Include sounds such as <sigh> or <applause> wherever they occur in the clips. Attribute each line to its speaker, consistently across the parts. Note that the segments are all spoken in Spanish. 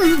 Speaker 1: and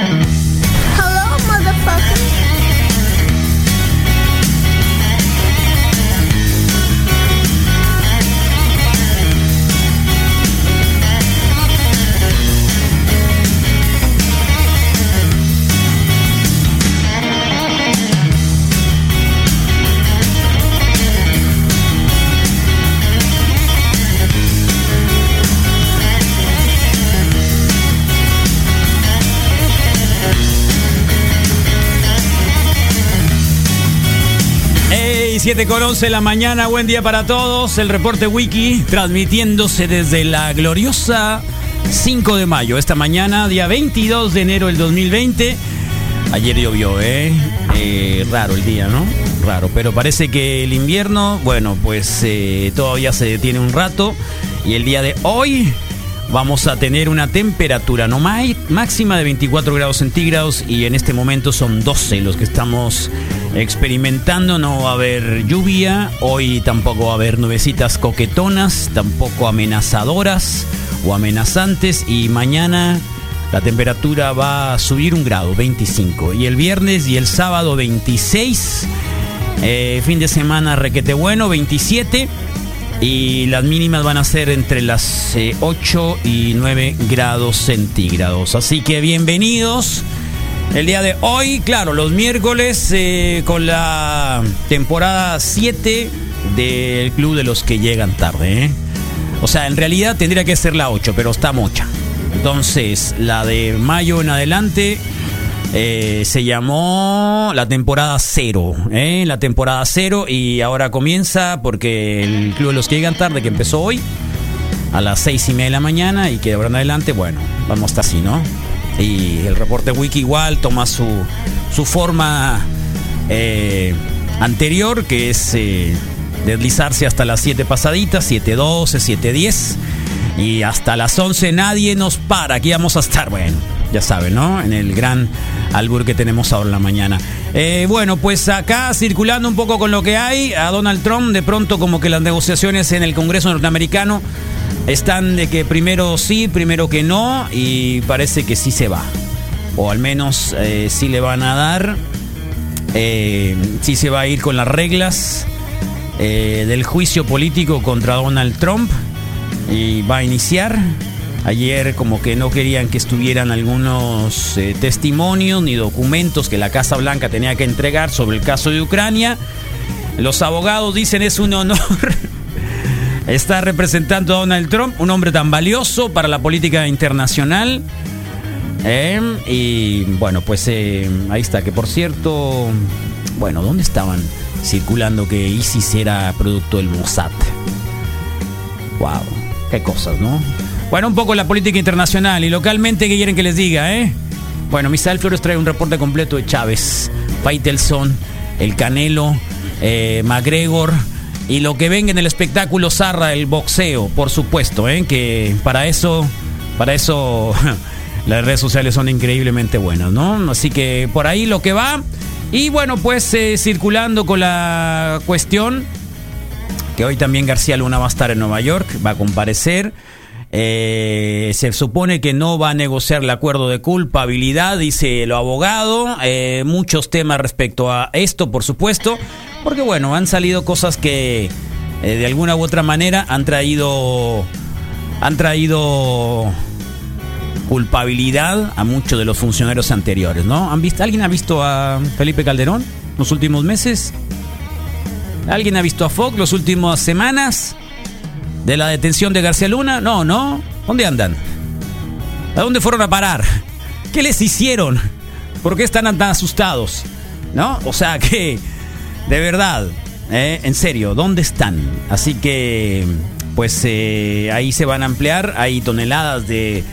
Speaker 2: Hello, motherfucker.
Speaker 3: Hey, 7 con 11 de la mañana, buen día para todos. El reporte wiki transmitiéndose desde la gloriosa 5 de mayo. Esta mañana, día 22 de enero del 2020. Ayer llovió, ¿eh? Eh, Raro el día, ¿no? Raro, pero parece que el invierno, bueno, pues eh, todavía se detiene un rato. Y el día de hoy vamos a tener una temperatura no mai- máxima de 24 grados centígrados y en este momento son 12 los que estamos experimentando. No va a haber lluvia, hoy tampoco va a haber nubecitas coquetonas, tampoco amenazadoras o amenazantes y mañana la temperatura va a subir un grado, 25. Y el viernes y el sábado 26. Eh, fin de semana requete bueno, 27. Y las mínimas van a ser entre las eh, 8 y 9 grados centígrados. Así que bienvenidos. El día de hoy, claro, los miércoles eh, con la temporada 7 del Club de los que llegan tarde. ¿eh? O sea, en realidad tendría que ser la 8, pero está mocha. Entonces, la de mayo en adelante eh, se llamó la temporada cero, ¿eh? la temporada cero y ahora comienza porque el Club de los que llegan tarde, que empezó hoy, a las seis y media de la mañana y que de ahora en adelante, bueno, vamos hasta así, ¿no? Y el reporte wiki igual toma su, su forma eh, anterior, que es eh, deslizarse hasta las 7 pasaditas, 7.12, 7.10. Y hasta las 11 nadie nos para, aquí vamos a estar, bueno, ya saben, ¿no? En el gran albur que tenemos ahora en la mañana. Eh, bueno, pues acá circulando un poco con lo que hay, a Donald Trump de pronto como que las negociaciones en el Congreso norteamericano están de que primero sí, primero que no, y parece que sí se va. O al menos eh, sí le van a dar, eh, sí se va a ir con las reglas eh, del juicio político contra Donald Trump y va a iniciar. Ayer como que no querían que estuvieran algunos eh, testimonios ni documentos que la Casa Blanca tenía que entregar sobre el caso de Ucrania. Los abogados dicen es un honor <laughs> estar representando a Donald Trump, un hombre tan valioso para la política internacional. Eh, y bueno, pues eh, ahí está, que por cierto, bueno, ¿dónde estaban circulando que ISIS era producto del Mossad? Wow, qué cosas, ¿no? Bueno, un poco la política internacional y localmente, ¿qué quieren que les diga, eh? Bueno, Misael Flores trae un reporte completo de Chávez, Faitelson, El Canelo, eh, McGregor y lo que venga en el espectáculo Zarra, el boxeo, por supuesto, ¿eh? Que para eso, para eso <laughs> las redes sociales son increíblemente buenas, ¿no? Así que por ahí lo que va. Y bueno, pues eh, circulando con la cuestión, que hoy también García Luna va a estar en Nueva York, va a comparecer. Eh, se supone que no va a negociar el acuerdo de culpabilidad, dice el abogado. Eh, muchos temas respecto a esto, por supuesto, porque bueno, han salido cosas que eh, de alguna u otra manera han traído, han traído culpabilidad a muchos de los funcionarios anteriores, ¿no? ¿Han visto, ¿Alguien ha visto a Felipe Calderón los últimos meses? ¿Alguien ha visto a Fox las últimas semanas? ¿De la detención de García Luna? No, no. ¿Dónde andan? ¿A dónde fueron a parar? ¿Qué les hicieron? ¿Por qué están tan asustados? ¿No? O sea que, de verdad, eh, en serio, ¿dónde están? Así que, pues eh, ahí se van a ampliar, hay toneladas de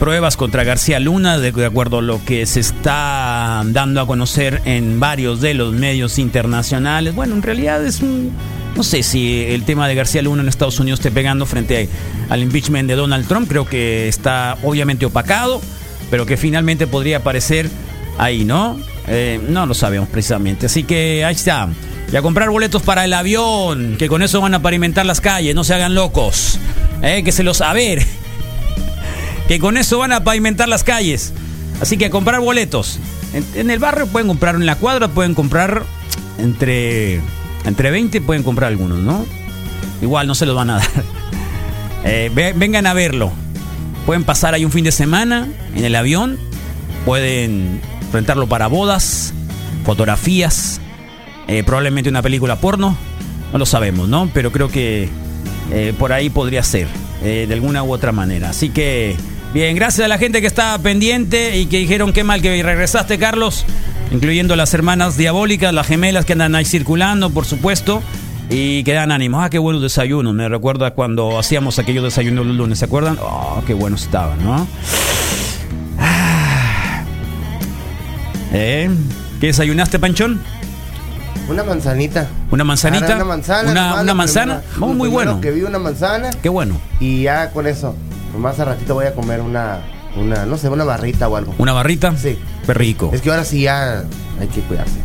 Speaker 3: pruebas contra García Luna, de, de acuerdo a lo que se está dando a conocer en varios de los medios internacionales. Bueno, en realidad es un... No sé si el tema de García Luna en Estados Unidos esté pegando frente al impeachment de Donald Trump, creo que está obviamente opacado, pero que finalmente podría aparecer ahí, ¿no? Eh, no lo sabemos precisamente. Así que ahí está. Y a comprar boletos para el avión, que con eso van a pavimentar las calles, no se hagan locos. Eh, que se los... A ver, que con eso van a pavimentar las calles. Así que a comprar boletos. En, en, el barrio pueden comprar, en la cuadra pueden comprar entre, entre 20, pueden comprar algunos, ¿no? Igual no se los van a <laughs> dar. Eh, ve, vengan a verlo. Pueden pasar ahí un fin de semana en el avión. Pueden rentarlo para bodas, fotografías, eh, probablemente una película porno. No lo sabemos, ¿no? Pero creo que eh, por ahí podría ser, eh, de alguna u otra manera. Así que... Bien, gracias a la gente que estaba pendiente y que dijeron qué mal que regresaste, Carlos, incluyendo las hermanas diabólicas, las gemelas que andan ahí circulando, por supuesto, y que dan ánimos. Ah, qué buenos desayunos, me recuerda cuando hacíamos aquellos desayunos los lunes, ¿se acuerdan? Oh, qué buenos estaban, ¿no? Ah. ¿Eh? ¿Qué desayunaste, Panchón?
Speaker 4: Una manzanita.
Speaker 3: ¿Una manzanita?
Speaker 4: Una manzana.
Speaker 3: Una, una manzana. Primera, oh, muy bueno.
Speaker 4: Que vi una manzana.
Speaker 3: Qué bueno.
Speaker 4: Y ya con eso. Más a ratito voy a comer una, una, no sé, una barrita o algo.
Speaker 3: ¿Una barrita?
Speaker 4: Sí.
Speaker 3: Qué rico.
Speaker 4: Es que ahora sí ya hay que cuidarse.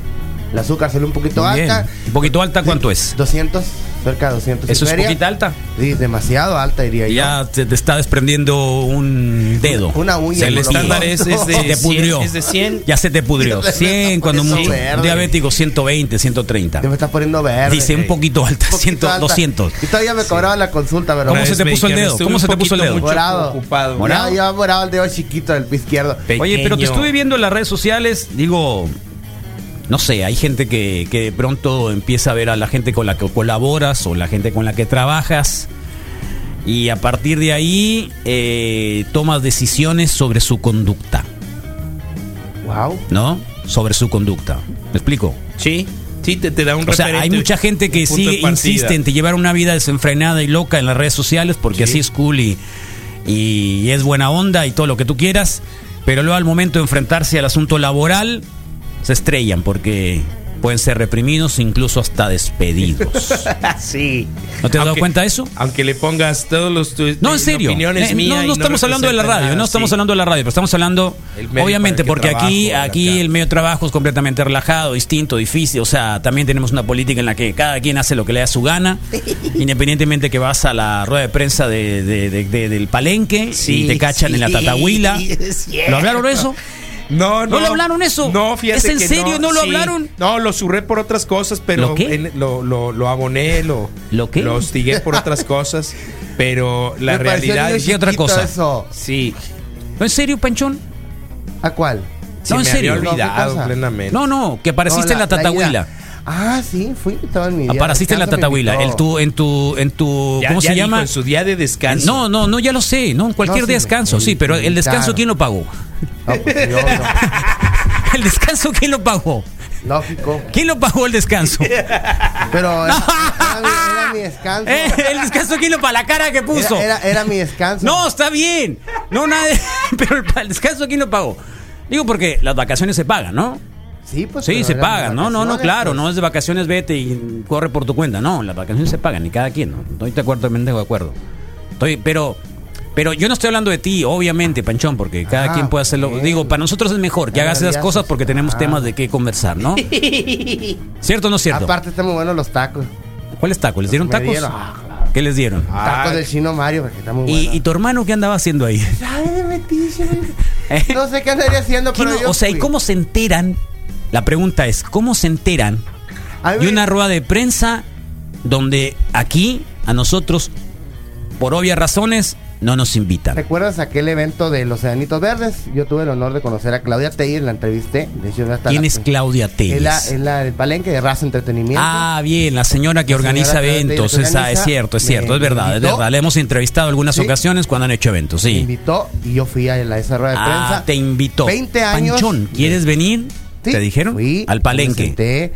Speaker 4: El azúcar sale un poquito Muy alta.
Speaker 3: Bien. ¿Un poquito alta cuánto sí, es?
Speaker 4: 200, cerca de 200.
Speaker 3: ¿Eso es poquita alta?
Speaker 4: Sí, demasiado alta diría
Speaker 3: ya yo. Ya te está desprendiendo un dedo.
Speaker 4: Una, una uña.
Speaker 3: El estándar es, es,
Speaker 4: <laughs>
Speaker 3: de, te pudrió.
Speaker 5: 100, es de 100.
Speaker 3: Ya se te pudrió. 100 cuando mucho. Un diabético 120, 130.
Speaker 4: Te me estás poniendo verde.
Speaker 3: Dice un poquito alta, un poquito 100, alta. 200.
Speaker 4: Y todavía me cobraba sí. la consulta, pero
Speaker 3: ¿Cómo se te puso el dedo? ¿Cómo se te puso el dedo?
Speaker 4: Morado. Ocupado. Morado. Ya, yo morado el dedo chiquito del pie izquierdo.
Speaker 3: Pequeño. Oye, pero te estuve viendo en las redes sociales, digo, no sé, hay gente que, que, de pronto empieza a ver a la gente con la que colaboras o la gente con la que trabajas y a partir de ahí eh, tomas decisiones sobre su conducta.
Speaker 4: Wow.
Speaker 3: ¿No? Sobre su conducta. ¿Me explico?
Speaker 5: Sí. Sí, te, te da un
Speaker 3: O sea, hay mucha gente que sigue, insiste en llevar una vida desenfrenada y loca en las redes sociales porque sí. así es cool y, y es buena onda y todo lo que tú quieras, pero luego al momento de enfrentarse al asunto laboral, se estrellan porque pueden ser reprimidos, incluso hasta despedidos.
Speaker 5: Ah, sí.
Speaker 3: ¿No te has aunque, dado cuenta de eso?
Speaker 5: Aunque le pongas todos los
Speaker 3: tu, no, en serio.
Speaker 5: opiniones eh, mías
Speaker 3: No, no estamos
Speaker 5: no
Speaker 3: hablando de la radio, nada, no estamos sí. hablando de la radio, pero estamos hablando, obviamente, porque trabajo, aquí, aquí el medio de trabajo es completamente relajado, distinto, difícil. O sea, también tenemos una política en la que cada quien hace lo que le da su gana, independientemente que vas a la rueda de prensa de, de, de, del palenque sí, y te cachan sí, en la
Speaker 5: <laughs>
Speaker 3: tatahuila. ¿Lo hablaron eso?
Speaker 5: No, no.
Speaker 3: ¿No le hablaron eso?
Speaker 5: No, fíjate.
Speaker 3: ¿Es en
Speaker 5: que
Speaker 3: serio? ¿No, ¿No lo
Speaker 5: sí.
Speaker 3: hablaron?
Speaker 5: No, lo surré por otras cosas, pero
Speaker 3: ¿Lo, qué? En,
Speaker 5: lo, lo, lo, aboné, lo,
Speaker 3: ¿Lo, qué?
Speaker 5: lo hostigué
Speaker 3: <laughs>
Speaker 5: por otras cosas. Pero
Speaker 4: Me
Speaker 5: la realidad
Speaker 4: es otra cosa. Eso.
Speaker 5: Sí.
Speaker 3: ¿No en serio, Panchón?
Speaker 4: ¿A cuál?
Speaker 5: Se
Speaker 3: no,
Speaker 5: me
Speaker 3: en serio.
Speaker 5: Había olvidado no, plenamente.
Speaker 3: No, no, que apareciste no, la, en la Tatahuila.
Speaker 4: Ah, sí, fui estaba en mi
Speaker 3: día Apareciste en la Tatahuila, en tu, en tu, en tu,
Speaker 5: ya,
Speaker 3: ¿cómo
Speaker 5: ya
Speaker 3: se llama?
Speaker 5: En su día de descanso.
Speaker 3: No, no, no, ya lo sé, no, cualquier
Speaker 4: No, sí,
Speaker 3: día descanso,
Speaker 4: me-
Speaker 3: sí, pero
Speaker 4: me
Speaker 3: el descanso
Speaker 4: invitaron.
Speaker 3: ¿quién lo pagó? <laughs>
Speaker 4: No, pues, yo
Speaker 3: El descanso ¿quién lo pagó?
Speaker 4: no. Lógico.
Speaker 3: ¿Quién lo pagó el
Speaker 4: <laughs>
Speaker 3: descanso?
Speaker 4: Pero era, era mi- era mi descanso.
Speaker 3: <laughs> Eh, el descanso ¿quién lo pagó? La cara que puso.
Speaker 4: Era, era, era mi descanso.
Speaker 3: No, está bien. No, nada. <laughs> Pero el, el descanso ¿quién lo pagó? Digo porque las vacaciones se pagan, ¿no?
Speaker 4: Sí, pues.
Speaker 3: Sí,
Speaker 4: pero
Speaker 3: se
Speaker 4: eran
Speaker 3: pagan, no, no, no,
Speaker 4: vacaciones,
Speaker 3: claro,
Speaker 4: pues.
Speaker 3: no es de vacaciones, vete y corre por tu cuenta, no, las vacaciones se pagan y cada quien, no, estoy de acuerdo, también de acuerdo. Estoy, pero, pero yo no estoy hablando de ti, obviamente, Panchón, porque cada
Speaker 4: Ah,
Speaker 3: quien puede hacerlo.
Speaker 4: bien.
Speaker 3: Digo, para nosotros es mejor que
Speaker 4: Ah,
Speaker 3: hagas esas
Speaker 4: ya,
Speaker 3: cosas
Speaker 4: pues,
Speaker 3: porque tenemos
Speaker 4: ah.
Speaker 3: temas de qué conversar,
Speaker 4: <laughs>
Speaker 3: ¿no? ¿Cierto o no es cierto?
Speaker 4: Aparte están muy buenos los tacos.
Speaker 3: ¿Cuáles tacos? ¿Les dieron
Speaker 4: Me
Speaker 3: tacos?
Speaker 4: dieron. Ah, claro.
Speaker 3: ¿Qué les dieron?
Speaker 4: Tacos del chino Mario, porque están muy
Speaker 3: ¿Y,
Speaker 4: buenos.
Speaker 3: y tu hermano qué andaba haciendo ahí? <laughs>
Speaker 4: Ay, de metiche, güey.
Speaker 3: ¿Eh?
Speaker 4: No sé qué andaría haciendo,
Speaker 3: ¿Qué
Speaker 4: pero
Speaker 3: no-
Speaker 4: yo
Speaker 3: o sea, ¿y
Speaker 4: fui.
Speaker 3: cómo se enteran? La pregunta es, ¿cómo se enteran
Speaker 4: A mí
Speaker 3: y
Speaker 4: me-
Speaker 3: una rueda de prensa donde aquí a nosotros, por obvias razones, no nos invitan.
Speaker 4: ¿Recuerdas aquel evento de los Enanitos Verdes? Yo tuve el honor de conocer a Claudia Teir, la entrevisté. De hecho, ya está
Speaker 3: ¿Quién
Speaker 4: la-
Speaker 3: es Claudia
Speaker 4: Es
Speaker 3: Telles?
Speaker 4: la, es la del palenque de Raza Entretenimiento.
Speaker 3: Ah, bien, la señora que
Speaker 4: La señora
Speaker 3: organiza
Speaker 4: que organiza-
Speaker 3: eventos.
Speaker 4: que
Speaker 3: esa, es
Speaker 4: organiza,
Speaker 3: cierto, es
Speaker 4: me
Speaker 3: cierto, es verdad, es
Speaker 4: invitó.
Speaker 3: verdad. La hemos entrevistado algunas
Speaker 4: Sí.
Speaker 3: ocasiones cuando han hecho eventos,
Speaker 4: Me
Speaker 3: sí.
Speaker 4: invitó y yo fui a, la- esa rueda de
Speaker 3: Ah,
Speaker 4: prensa.
Speaker 3: te invitó.
Speaker 4: 20 años.
Speaker 3: Panchón, ¿quieres venir?
Speaker 4: Sí,
Speaker 3: ¿Te dijeron?
Speaker 4: fui,
Speaker 3: Al
Speaker 4: me
Speaker 3: palenque.
Speaker 4: senté.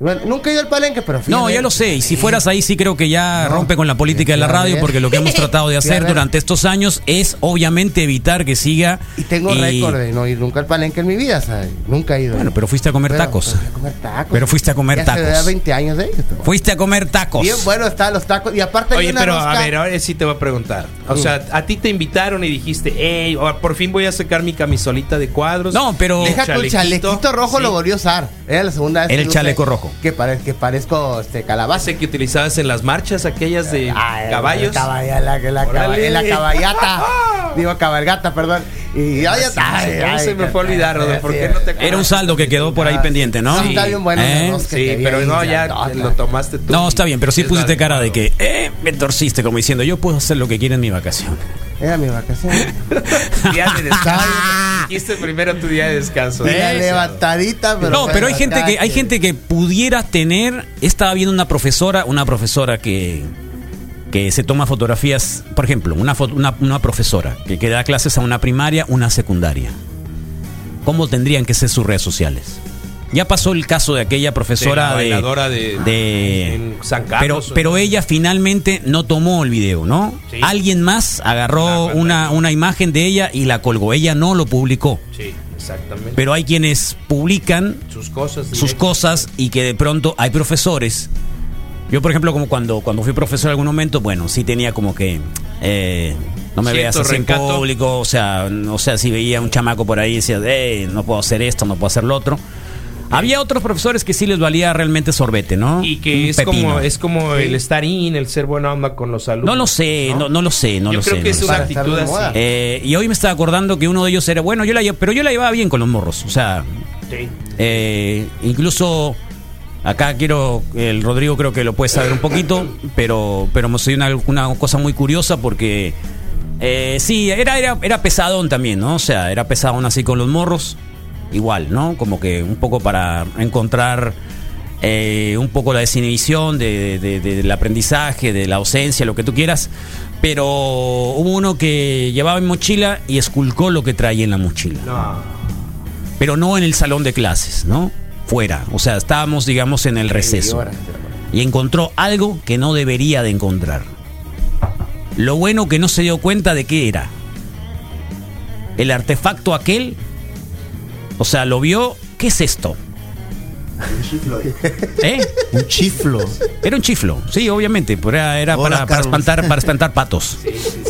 Speaker 4: Bueno, nunca he ido al palenque, pero fui a
Speaker 3: No,
Speaker 4: ver.
Speaker 3: ya lo sé. Y si
Speaker 4: Sí.
Speaker 3: fueras ahí, sí creo que ya
Speaker 4: No,
Speaker 3: rompe con la política de la
Speaker 4: fui a
Speaker 3: radio,
Speaker 4: ver.
Speaker 3: porque lo que hemos tratado de
Speaker 4: <laughs> Fui a
Speaker 3: hacer
Speaker 4: ver.
Speaker 3: durante estos años es obviamente evitar que siga.
Speaker 4: Y tengo récord de no ir nunca al palenque en mi vida, ¿sabes? Nunca he ido.
Speaker 3: Bueno, pero fuiste a comer tacos.
Speaker 4: Pero, pues, fui a comer tacos.
Speaker 3: Pero fuiste a comer
Speaker 4: Ya
Speaker 3: tacos.
Speaker 4: Se da 20 años de ellos. pero-
Speaker 3: Fuiste a comer tacos.
Speaker 4: Bien bueno estaban los tacos. Y aparte había
Speaker 5: Oye,
Speaker 4: una
Speaker 5: pero
Speaker 4: rosca.
Speaker 5: a ver, ahora sí te voy a preguntar. O
Speaker 4: Mm.
Speaker 5: sea, a ti te invitaron y dijiste, hey, por fin voy a sacar mi camisolita de cuadros.
Speaker 3: No, pero-
Speaker 4: Deja que el chalequito rojo
Speaker 5: Sí.
Speaker 4: lo volvió a usar. Era la segunda vez.
Speaker 3: Era
Speaker 4: que
Speaker 3: el
Speaker 4: lo usé.
Speaker 3: chaleco rojo.
Speaker 4: Que, pare- que parezco este, calabaza.
Speaker 5: Base que utilizabas en las marchas aquellas de
Speaker 4: Ay,
Speaker 5: Ah, caballos.
Speaker 4: La, caballa- la, la,
Speaker 5: Órale.
Speaker 4: caba- en la
Speaker 3: <laughs>
Speaker 4: caballata. Digo, cabalgata, perdón. Y ay, ay,
Speaker 5: se-
Speaker 4: ay,
Speaker 5: se me fue a
Speaker 4: ay,
Speaker 5: olvidar,
Speaker 4: ay,
Speaker 5: Rodolfo, ¿por
Speaker 4: ay,
Speaker 5: qué no te
Speaker 4: ay,
Speaker 3: Era un saldo que quedó por ahí
Speaker 4: Ah,
Speaker 3: pendiente, ¿no?
Speaker 4: sí, está bien bueno,
Speaker 3: ¿Eh?
Speaker 4: ¿no?
Speaker 5: Sí,
Speaker 4: que te
Speaker 5: pero
Speaker 4: vi
Speaker 5: no,
Speaker 4: ahí,
Speaker 5: ya
Speaker 4: grandota.
Speaker 5: lo tomaste tú.
Speaker 3: No, está bien, pero sí
Speaker 5: Es
Speaker 3: pusiste
Speaker 5: la-
Speaker 3: cara de que, eh, me torciste, como diciendo, yo puedo hacer lo que quiera en mi vacación.
Speaker 4: Era mi vacación.
Speaker 5: Día de descanso. <laughs> Dijiste primero tu día de descanso.
Speaker 4: Y la
Speaker 5: ¿eh?
Speaker 4: levantadita, pero.
Speaker 3: no, pero hay gente que hay
Speaker 4: levantaste.
Speaker 3: gente que pudiera tener. Estaba viendo una profesora, una profesora que que se toma fotografías, por ejemplo, una fo- una, una profesora que, que da clases a una primaria, una secundaria. ¿Cómo tendrían que ser sus redes sociales? Ya pasó el caso de aquella profesora
Speaker 5: la
Speaker 3: de,
Speaker 5: bailadora de-
Speaker 3: de-
Speaker 5: en San Carlos.
Speaker 3: pero, pero ella finalmente no tomó el video, ¿no?
Speaker 5: Sí.
Speaker 3: Alguien más agarró
Speaker 5: La
Speaker 3: una, una imagen de ella y la colgó. Ella no lo publicó.
Speaker 5: Sí, exactamente.
Speaker 3: Pero hay quienes publican
Speaker 5: sus cosas.
Speaker 3: sus
Speaker 5: directas.
Speaker 3: cosas y que de pronto hay profesores. Yo, por ejemplo, como cuando, cuando fui profesor en algún momento, bueno, sí tenía como que... eh, no me
Speaker 5: Cierto
Speaker 3: veas así en
Speaker 5: recato.
Speaker 3: público, o sea, no- o sea, si veía un chamaco por ahí y decía, "Ey, no puedo hacer esto, no puedo hacer lo otro. Había otros profesores que sí les valía realmente sorbete, ¿no?
Speaker 5: Y
Speaker 3: Un
Speaker 5: que es
Speaker 3: pepino.
Speaker 5: como, es como el estar in, el ser buena onda con los alumnos.
Speaker 3: No lo sé, no, no lo sé, no
Speaker 5: Yo
Speaker 3: lo
Speaker 5: creo
Speaker 3: sé.
Speaker 5: que
Speaker 3: no
Speaker 5: es
Speaker 3: lo
Speaker 5: una
Speaker 3: sé.
Speaker 4: Para estar de
Speaker 5: actitud así.
Speaker 4: moda.
Speaker 3: Eh, y hoy me estaba acordando que uno de ellos era bueno, yo la, lle- pero yo la llevaba bien con los morros, o sea,
Speaker 5: Sí.
Speaker 3: Eh, incluso acá quiero, el Rodrigo creo que lo puede saber un poquito, pero, pero me soy una, una cosa muy curiosa porque eh, sí, era, era, era pesadón también, ¿no? O sea, era pesadón así con los morros, igual, ¿no? Como que un poco para encontrar eh, un poco la desinhibición de- de- de- del aprendizaje, de la ausencia, lo que tú quieras. Pero hubo uno que llevaba en mochila y esculcó lo que traía en la mochila
Speaker 5: No.
Speaker 3: pero no en el salón de clases, ¿no? Fuera, o sea, estábamos, digamos, en el receso.
Speaker 4: Señora, señora.
Speaker 3: Y encontró algo que no debería de encontrar. Lo bueno que no se dio cuenta de qué era. El artefacto aquel, o sea, lo vio, ¿qué es esto? ¿Eh?
Speaker 6: Un chiflo.
Speaker 3: Era un chiflo, sí, obviamente, pero era, era
Speaker 6: Hola,
Speaker 3: para, para
Speaker 6: Carlos.
Speaker 3: espantar, para espantar patos.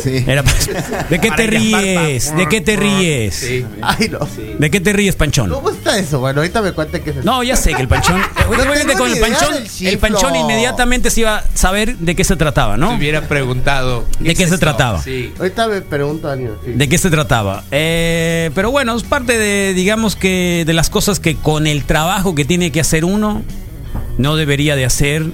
Speaker 6: Sí.
Speaker 3: Era
Speaker 6: <laughs>
Speaker 3: para- ¿De qué te
Speaker 5: Para llamar,
Speaker 3: ríes?
Speaker 5: pa-
Speaker 3: ¿De
Speaker 6: Ah,
Speaker 3: qué te ríes?
Speaker 5: Sí.
Speaker 4: Ay, no.
Speaker 3: ¿De qué te ríes, Panchón?
Speaker 4: ¿Cómo está eso? Bueno, ahorita me cuente que es
Speaker 3: No, ya sé que el
Speaker 4: <laughs>
Speaker 3: panchón. Obviamente
Speaker 4: Pues tengo
Speaker 3: con
Speaker 4: ni
Speaker 3: el
Speaker 4: idea
Speaker 3: panchón,
Speaker 4: del chiflo.
Speaker 3: el panchón inmediatamente se iba a saber de qué se trataba,
Speaker 5: Te
Speaker 3: ¿no?
Speaker 5: hubiera preguntado.
Speaker 3: ¿De qué
Speaker 5: es
Speaker 3: se
Speaker 5: esto?
Speaker 3: trataba?
Speaker 5: Sí.
Speaker 4: Ahorita me pregunto, Daniel. sí.
Speaker 3: ¿De qué se trataba? Eh, pero bueno, es parte de, digamos que, de las cosas que con el trabajo que tiene que hacer uno, no debería de hacer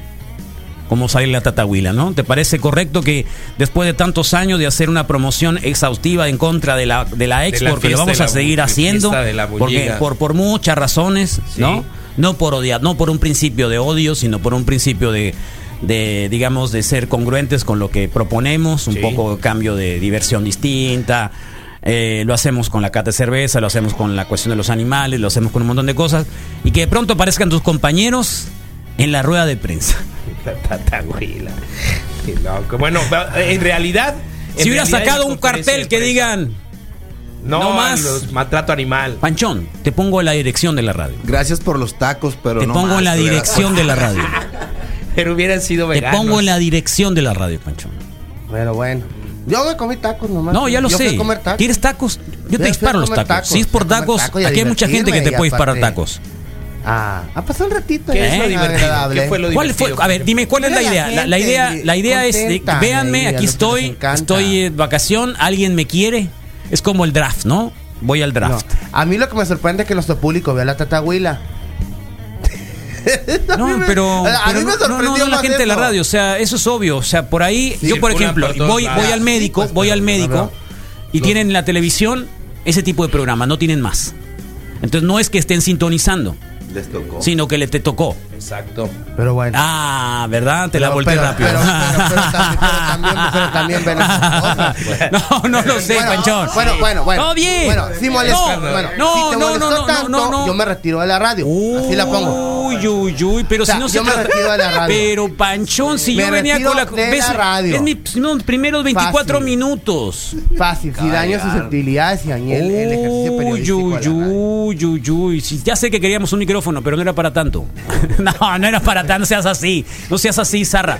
Speaker 3: como salir la tatahuila, ¿no? ¿Te parece correcto que después de tantos años de hacer una promoción exhaustiva en contra de la, de la ex,
Speaker 5: la
Speaker 3: porque lo
Speaker 5: fiesta
Speaker 3: vamos
Speaker 5: de
Speaker 3: a
Speaker 5: la
Speaker 3: seguir
Speaker 5: bu-
Speaker 3: haciendo,
Speaker 5: fiesta de la
Speaker 3: porque
Speaker 5: bulliga.
Speaker 3: por, por muchas razones,
Speaker 5: Sí.
Speaker 3: ¿no? No por odiar, no por un principio de odio, sino por un principio de, de, digamos, de ser congruentes con lo que proponemos, un
Speaker 5: Sí.
Speaker 3: poco cambio de diversión distinta. eh, lo hacemos con la cata de cerveza, lo hacemos con la cuestión de los animales, lo hacemos con un montón de cosas. Y que de pronto aparezcan tus compañeros en la rueda de prensa.
Speaker 5: La Tatahuila. Qué loco. Bueno, en realidad. en
Speaker 3: si hubiera
Speaker 5: realidad hay
Speaker 3: sacado un
Speaker 5: conferencia de
Speaker 3: cartel que
Speaker 5: prensa.
Speaker 3: digan,
Speaker 5: No,
Speaker 3: no más.
Speaker 5: más. maltrato animal.
Speaker 3: Panchón, te pongo la dirección de la radio.
Speaker 6: Gracias por los tacos, pero
Speaker 3: te
Speaker 6: no
Speaker 3: pongo
Speaker 6: más,
Speaker 3: en la
Speaker 6: de verdad.
Speaker 3: dirección de la
Speaker 5: <laughs>
Speaker 3: radio.
Speaker 5: Pero hubieran sido
Speaker 3: te
Speaker 5: veganos.
Speaker 3: pongo en la dirección de la radio, Panchón.
Speaker 4: Pero bueno. Yo me comí tacos nomás.
Speaker 3: No, ya lo
Speaker 4: Yo fui
Speaker 3: sé.
Speaker 4: a comer tacos.
Speaker 3: ¿Quieres tacos? Yo
Speaker 4: Yo fui
Speaker 3: te
Speaker 4: a
Speaker 3: disparo los
Speaker 4: comer
Speaker 3: tacos.
Speaker 4: tacos,
Speaker 3: Si es por
Speaker 4: fui a comer
Speaker 3: tacos,
Speaker 4: tacos y a
Speaker 3: aquí hay mucha gente que te
Speaker 4: divertirme,
Speaker 3: puede
Speaker 4: y
Speaker 3: disparar
Speaker 4: aparte-
Speaker 3: tacos.
Speaker 4: Ah, ha pasado un ratito.
Speaker 5: ¿Qué es
Speaker 3: ¿Eh?
Speaker 5: lo divertido? ¿Qué fue lo
Speaker 3: ¿Cuál fue?
Speaker 5: divertido?
Speaker 3: A ver, dime cuál es la
Speaker 4: Mira la
Speaker 3: idea. La, la
Speaker 4: gente
Speaker 3: idea, la idea es, de-
Speaker 4: contenta,
Speaker 3: véanme,
Speaker 4: alegría,
Speaker 3: aquí
Speaker 4: lo que les
Speaker 3: estoy,
Speaker 4: encanta.
Speaker 3: estoy en vacación, alguien me quiere. Es como el draft, ¿no? Voy al
Speaker 4: No,
Speaker 3: draft.
Speaker 4: A mí lo que me sorprende es que nuestro público vea la tatahuila.
Speaker 3: <laughs> No,
Speaker 4: mí me-
Speaker 3: pero,
Speaker 4: a
Speaker 3: pero
Speaker 4: mí me
Speaker 3: no- no,
Speaker 4: sorprendió
Speaker 3: no, la
Speaker 4: más
Speaker 3: gente de la
Speaker 4: eso.
Speaker 3: radio, o sea, eso es obvio, o sea, por ahí yo por
Speaker 5: Circulan
Speaker 3: ejemplo
Speaker 5: por todos
Speaker 3: voy
Speaker 5: lados.
Speaker 3: voy al médico,
Speaker 4: Sí, pues,
Speaker 3: voy al
Speaker 4: pero,
Speaker 3: médico
Speaker 4: no, no.
Speaker 3: y tienen la televisión ese tipo de programas, no tienen más. Entonces no es que estén sintonizando,
Speaker 6: Les tocó.
Speaker 3: sino que le te tocó.
Speaker 5: Exacto.
Speaker 4: Pero bueno.
Speaker 3: Ah, ¿verdad? Te la
Speaker 4: Pero-
Speaker 3: volteé
Speaker 4: pero-
Speaker 3: rápido.
Speaker 4: pero- pero- pero también- pero también- pero también ven esas cosas, pues.
Speaker 3: No, no lo sé,
Speaker 4: bueno,
Speaker 3: Panchón.
Speaker 4: Bueno, bueno, bueno.
Speaker 3: Todo bien.
Speaker 4: Bueno, si molestó,
Speaker 3: No,
Speaker 4: bueno,
Speaker 3: no,
Speaker 4: si te
Speaker 3: no, no,
Speaker 4: molestó
Speaker 3: no,
Speaker 4: tanto,
Speaker 3: no, no.
Speaker 4: yo me retiro de la radio. Así la pongo.
Speaker 3: Uy, uy, uy, pero
Speaker 4: O sea,
Speaker 3: si no se
Speaker 4: yo me
Speaker 3: trata-
Speaker 4: retiro de la radio.
Speaker 3: Pero Panchón, si
Speaker 4: Me
Speaker 3: yo venía
Speaker 4: retiro
Speaker 3: con la
Speaker 4: de la radio.
Speaker 3: Es mis no, primeros 24
Speaker 4: Fácil.
Speaker 3: minutos.
Speaker 4: Fácil, si daño susceptibilidades y dañé el, el ejercicio
Speaker 3: Uy,
Speaker 4: periodístico. de la
Speaker 3: uy,
Speaker 4: radio.
Speaker 3: uy, uy, uy. Sí, Ya sé que queríamos un micrófono, pero no era para tanto. <laughs> No, no era para tanto, no seas así. No seas así, Zarra.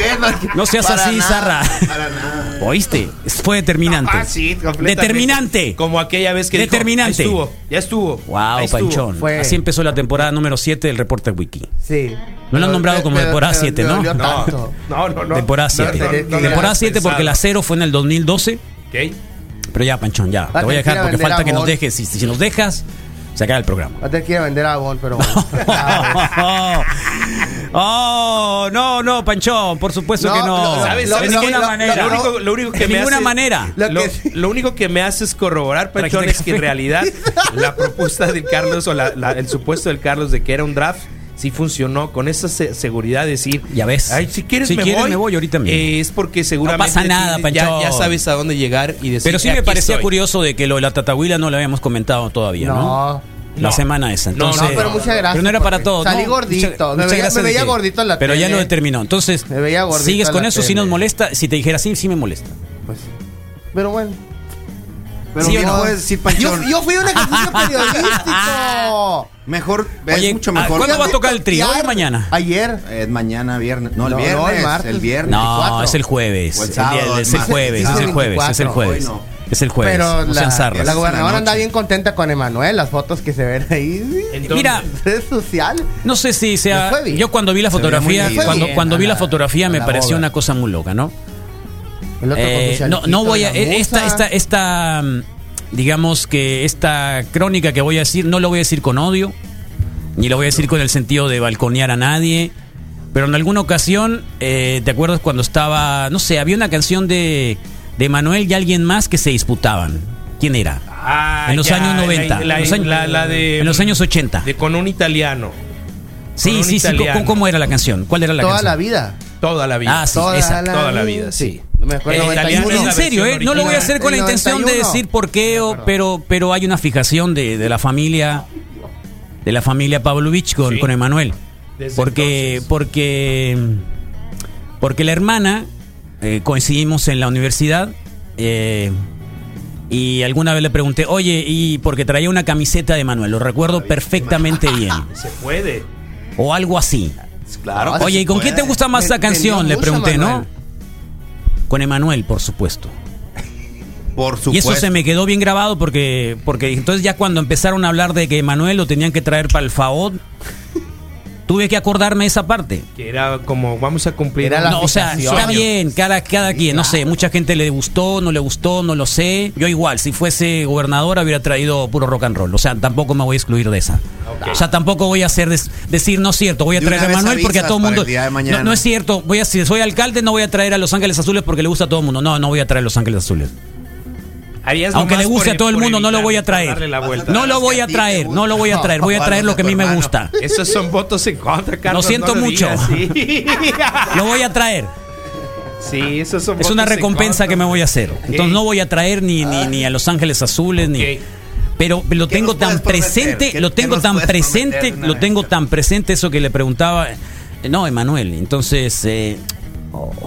Speaker 3: <laughs> No seas
Speaker 6: Para
Speaker 3: así,
Speaker 6: nada,
Speaker 3: Zarra.
Speaker 6: Para nada.
Speaker 3: ¿Oíste? Fue determinante.
Speaker 5: Ah, sí, completamente.
Speaker 3: Determinante.
Speaker 5: Como aquella vez que dijo,
Speaker 3: Determinante.
Speaker 5: "Ya estuvo, ya estuvo. ahí
Speaker 3: Wow,
Speaker 5: estuvo".
Speaker 3: Panchón.
Speaker 4: Fue-
Speaker 3: Así empezó la temporada número 7 del Reporter Wiki.
Speaker 4: Sí.
Speaker 3: No lo han
Speaker 4: Pero-
Speaker 3: nombrado como
Speaker 4: pero-
Speaker 3: temporada
Speaker 4: pero-
Speaker 3: 7,
Speaker 4: pero
Speaker 3: ¿no?
Speaker 4: dolió
Speaker 5: No,
Speaker 4: tanto.
Speaker 5: no, no, no.
Speaker 3: Temporada 7.
Speaker 5: No, no, no, no, no,
Speaker 3: temporada
Speaker 5: no,
Speaker 3: 7
Speaker 5: pensado.
Speaker 3: porque la 0 fue en el 2012.
Speaker 5: Ok.
Speaker 3: Pero ya, Panchón, ya. Te voy a dejar
Speaker 4: Argentina
Speaker 3: porque
Speaker 4: venderá
Speaker 3: falta que nos
Speaker 4: amor.
Speaker 3: dejes. Si, si nos dejas, se acaba el
Speaker 4: <laughs>
Speaker 3: programa. <laughs>
Speaker 4: Va a tener que ir a vender a Avon, pero bueno.
Speaker 3: Oh, no, no, Panchón, por supuesto
Speaker 4: No,
Speaker 3: que no.
Speaker 4: lo- lo-
Speaker 5: ¿Sabes?
Speaker 3: de
Speaker 5: ¿Sabes
Speaker 3: ninguna
Speaker 5: qué? Lo-
Speaker 3: manera.
Speaker 5: Lo, único, lo único que
Speaker 3: de
Speaker 5: me
Speaker 3: ninguna
Speaker 5: hace-
Speaker 3: manera.
Speaker 4: Lo
Speaker 5: Lo,
Speaker 4: que-
Speaker 5: lo único que me hace es corroborar, Panchón,
Speaker 3: Trajiste
Speaker 5: es que
Speaker 3: <laughs>
Speaker 5: en
Speaker 3: café.
Speaker 5: realidad la propuesta del Carlos o la- la- el supuesto del Carlos de que era un draft sí funcionó con esa se- seguridad de decir.
Speaker 3: Ya ves.
Speaker 5: Ay, si quieres,
Speaker 3: Si
Speaker 5: me,
Speaker 3: quieres,
Speaker 5: voy,
Speaker 3: me voy ahorita mismo.
Speaker 5: Eh, es porque seguramente.
Speaker 3: pasa nada,
Speaker 5: tienes- ya,
Speaker 3: Panchón.
Speaker 5: ya sabes a dónde llegar y decir.
Speaker 3: Pero sí me
Speaker 5: "Aquí
Speaker 3: parecía
Speaker 5: estoy".
Speaker 3: curioso de que lo de la tatahuila no lo habíamos comentado todavía, ¿no?
Speaker 4: No.
Speaker 3: La
Speaker 5: No.
Speaker 3: semana esa.
Speaker 5: No,
Speaker 3: Entonces,
Speaker 4: No, pero muchas gracias.
Speaker 3: Pero no era para
Speaker 4: porque
Speaker 3: todos.
Speaker 4: Salí
Speaker 3: ¿no?
Speaker 4: gordito.
Speaker 3: Muchas-
Speaker 4: me
Speaker 3: muchas
Speaker 4: veía,
Speaker 3: gracias
Speaker 4: me veía
Speaker 3: de que-
Speaker 4: gordito en la
Speaker 3: Pero ya
Speaker 4: tele.
Speaker 3: lo determinó. Entonces,
Speaker 4: Me veía gordito
Speaker 3: sigues
Speaker 4: en
Speaker 3: con
Speaker 4: la
Speaker 3: eso, sí
Speaker 4: tele.
Speaker 3: nos molesta. Si te dijera sí, sí me molesta.
Speaker 4: Pues, pero bueno.
Speaker 6: Pero
Speaker 3: ¿Sí o
Speaker 6: ¿qué
Speaker 3: no?
Speaker 6: puedes decir, Panchón?
Speaker 4: Yo, yo fui a un ejercicio periodístico.
Speaker 6: Mejor,
Speaker 3: Oye,
Speaker 6: es mucho
Speaker 3: ¿a-
Speaker 6: mejor.
Speaker 3: cuándo va a
Speaker 6: Fíjate,
Speaker 3: tocar el tri? ¿Hoy o mañana?
Speaker 4: Ayer.
Speaker 6: Es mañana, viernes. No, el
Speaker 4: No, no, el
Speaker 6: viernes. el,
Speaker 4: martes.
Speaker 6: viernes.
Speaker 3: No,
Speaker 4: 24.
Speaker 3: es el jueves.
Speaker 6: O el
Speaker 3: El
Speaker 6: sábado,
Speaker 3: día-
Speaker 6: el
Speaker 3: es el
Speaker 6: martes,
Speaker 3: jueves, es el jueves, es el
Speaker 4: 24.
Speaker 3: jueves.
Speaker 6: Hoy no.
Speaker 3: Es el jueves.
Speaker 4: Pero
Speaker 3: Pues, no
Speaker 4: la,
Speaker 3: sean zarras.
Speaker 4: la
Speaker 6: Es
Speaker 4: gobernadora
Speaker 6: la
Speaker 4: anda
Speaker 6: noche.
Speaker 4: bien contenta con Emanuel, las fotos que se ven ahí.
Speaker 5: Entonces-
Speaker 3: Mira,
Speaker 4: Es social.
Speaker 3: No sé si
Speaker 4: Me
Speaker 3: sea.
Speaker 4: fue bien.
Speaker 3: Yo cuando vi la
Speaker 6: Se veía muy
Speaker 3: fotografía,
Speaker 6: bien.
Speaker 3: cuando,
Speaker 4: Fue
Speaker 3: cuando
Speaker 4: bien
Speaker 3: vi
Speaker 4: a
Speaker 3: la
Speaker 4: la-
Speaker 3: fotografía
Speaker 4: a
Speaker 3: me
Speaker 4: la
Speaker 3: pareció
Speaker 4: boda.
Speaker 3: una cosa muy loca, ¿no?
Speaker 4: El otro con su
Speaker 3: Eh, no,
Speaker 4: chalequito
Speaker 3: no voy
Speaker 4: de
Speaker 3: a.
Speaker 4: la
Speaker 3: eh, Esta,
Speaker 4: musa.
Speaker 3: esta, esta. mm, Digamos que esta crónica que voy a decir, no lo voy a decir con odio, ni lo voy a decir con el sentido de balconear a nadie. Pero en alguna ocasión, eh, ¿te acuerdas cuando estaba.? No sé, había una canción de, de Manuel y alguien más que se disputaban. ¿Quién era?
Speaker 5: Ah,
Speaker 3: en los
Speaker 5: ya,
Speaker 3: años 90.
Speaker 5: La, la-
Speaker 3: en, los años,
Speaker 5: la- la de.
Speaker 3: en los años 80.
Speaker 5: De con un italiano. con
Speaker 3: sí,
Speaker 5: un
Speaker 3: sí, sí.
Speaker 5: italiano.
Speaker 3: ¿Cómo, cómo era la canción? ¿Cuál era la
Speaker 4: Toda la
Speaker 3: canción?
Speaker 4: vida.
Speaker 5: Toda la vida.
Speaker 3: Ah, sí,
Speaker 4: toda,
Speaker 3: esa.
Speaker 4: la
Speaker 5: Toda la vida, sí.
Speaker 4: No me acuerdo.
Speaker 5: El italiano
Speaker 3: Es
Speaker 5: Bueno,
Speaker 3: en
Speaker 5: la
Speaker 3: serio, ¿eh?
Speaker 5: versión
Speaker 3: No lo voy a
Speaker 5: original.
Speaker 3: hacer con la
Speaker 4: El
Speaker 3: intención de
Speaker 4: 91.
Speaker 3: decir por qué, o-
Speaker 4: Me acuerdo.
Speaker 3: pero, pero hay una fijación de, de la familia de la familia Pavlovich con,
Speaker 5: Sí.
Speaker 3: con Emanuel.
Speaker 5: Desde
Speaker 3: Porque,
Speaker 5: entonces.
Speaker 3: porque, porque la hermana eh, coincidimos en la universidad eh, y alguna vez le pregunté, oye, y porque traía una camiseta de Manuel, lo recuerdo perfectamente bien,
Speaker 5: Se puede.
Speaker 3: o algo así.
Speaker 6: Claro.
Speaker 3: Oye, ¿y con
Speaker 6: puede.
Speaker 3: quién te gusta más
Speaker 4: Me-
Speaker 3: esa canción?
Speaker 4: vendió
Speaker 3: Le
Speaker 4: mucho,
Speaker 3: pregunté, ¿no?
Speaker 4: Manuel.
Speaker 3: Con Emanuel, por supuesto.
Speaker 6: Por
Speaker 3: Y
Speaker 6: supuesto.
Speaker 3: eso se me quedó bien grabado porque, porque entonces ya cuando empezaron a hablar de que Manuel lo tenían que traer para el FAOD, tuve que acordarme esa parte.
Speaker 5: Que era como, vamos a cumplir.
Speaker 4: Era la
Speaker 3: No, o sea,
Speaker 4: fijación.
Speaker 3: está bien, cada, cada quien, no sé, mucha gente le gustó, no le gustó, no lo sé. Yo igual, si fuese gobernadora hubiera traído puro rock and roll, o sea, tampoco me voy a excluir de esa. O sea, tampoco voy a hacer des- decir no es cierto, voy a
Speaker 6: De una
Speaker 3: traer a
Speaker 6: vez
Speaker 3: Manuel porque a
Speaker 6: avisas
Speaker 3: todo el
Speaker 6: para
Speaker 3: mundo
Speaker 6: el día de mañana.
Speaker 3: no, no es cierto, voy a si soy alcalde no voy a traer a Los Ángeles Azules porque le gusta a todo el mundo. No, no voy a traer a Los Ángeles Azules.
Speaker 5: Harías
Speaker 3: Aunque
Speaker 5: nomás
Speaker 3: le guste
Speaker 5: por-
Speaker 3: a todo el
Speaker 5: por
Speaker 3: mundo, no lo
Speaker 5: evitar
Speaker 3: voy a
Speaker 5: darle
Speaker 3: traer.
Speaker 5: la vuelta.
Speaker 3: No lo voy
Speaker 6: Que
Speaker 3: a
Speaker 6: a ti te
Speaker 3: traer, no lo voy a
Speaker 6: gusta.
Speaker 3: traer.
Speaker 6: <laughs>
Speaker 3: Voy a
Speaker 6: Para
Speaker 3: traer lo
Speaker 6: los
Speaker 3: que a mí me
Speaker 6: hermanos.
Speaker 3: gusta.
Speaker 5: Esos son votos en contra, Carlos.
Speaker 3: Lo siento mucho.
Speaker 5: digas,
Speaker 3: <laughs>
Speaker 5: sí.
Speaker 3: Lo voy a traer.
Speaker 5: Sí, esos son
Speaker 3: Es una
Speaker 5: votos en
Speaker 3: recompensa
Speaker 5: contra.
Speaker 3: que me voy a hacer. Entonces no voy a traer ni, ni, ni a Los Ángeles Azules, ni...
Speaker 5: Ok.
Speaker 3: Pero lo
Speaker 6: ¿Qué
Speaker 3: tengo
Speaker 6: nos
Speaker 3: tan
Speaker 6: puedes prometer?
Speaker 3: presente,
Speaker 6: ¿Qué-
Speaker 3: lo
Speaker 6: qué
Speaker 3: tengo
Speaker 6: nos
Speaker 3: tan
Speaker 6: puedes
Speaker 3: presente,
Speaker 6: prometer de una
Speaker 3: lo
Speaker 6: vez?
Speaker 3: tengo tan presente eso que le preguntaba... eh, No, Emanuel, entonces... eh,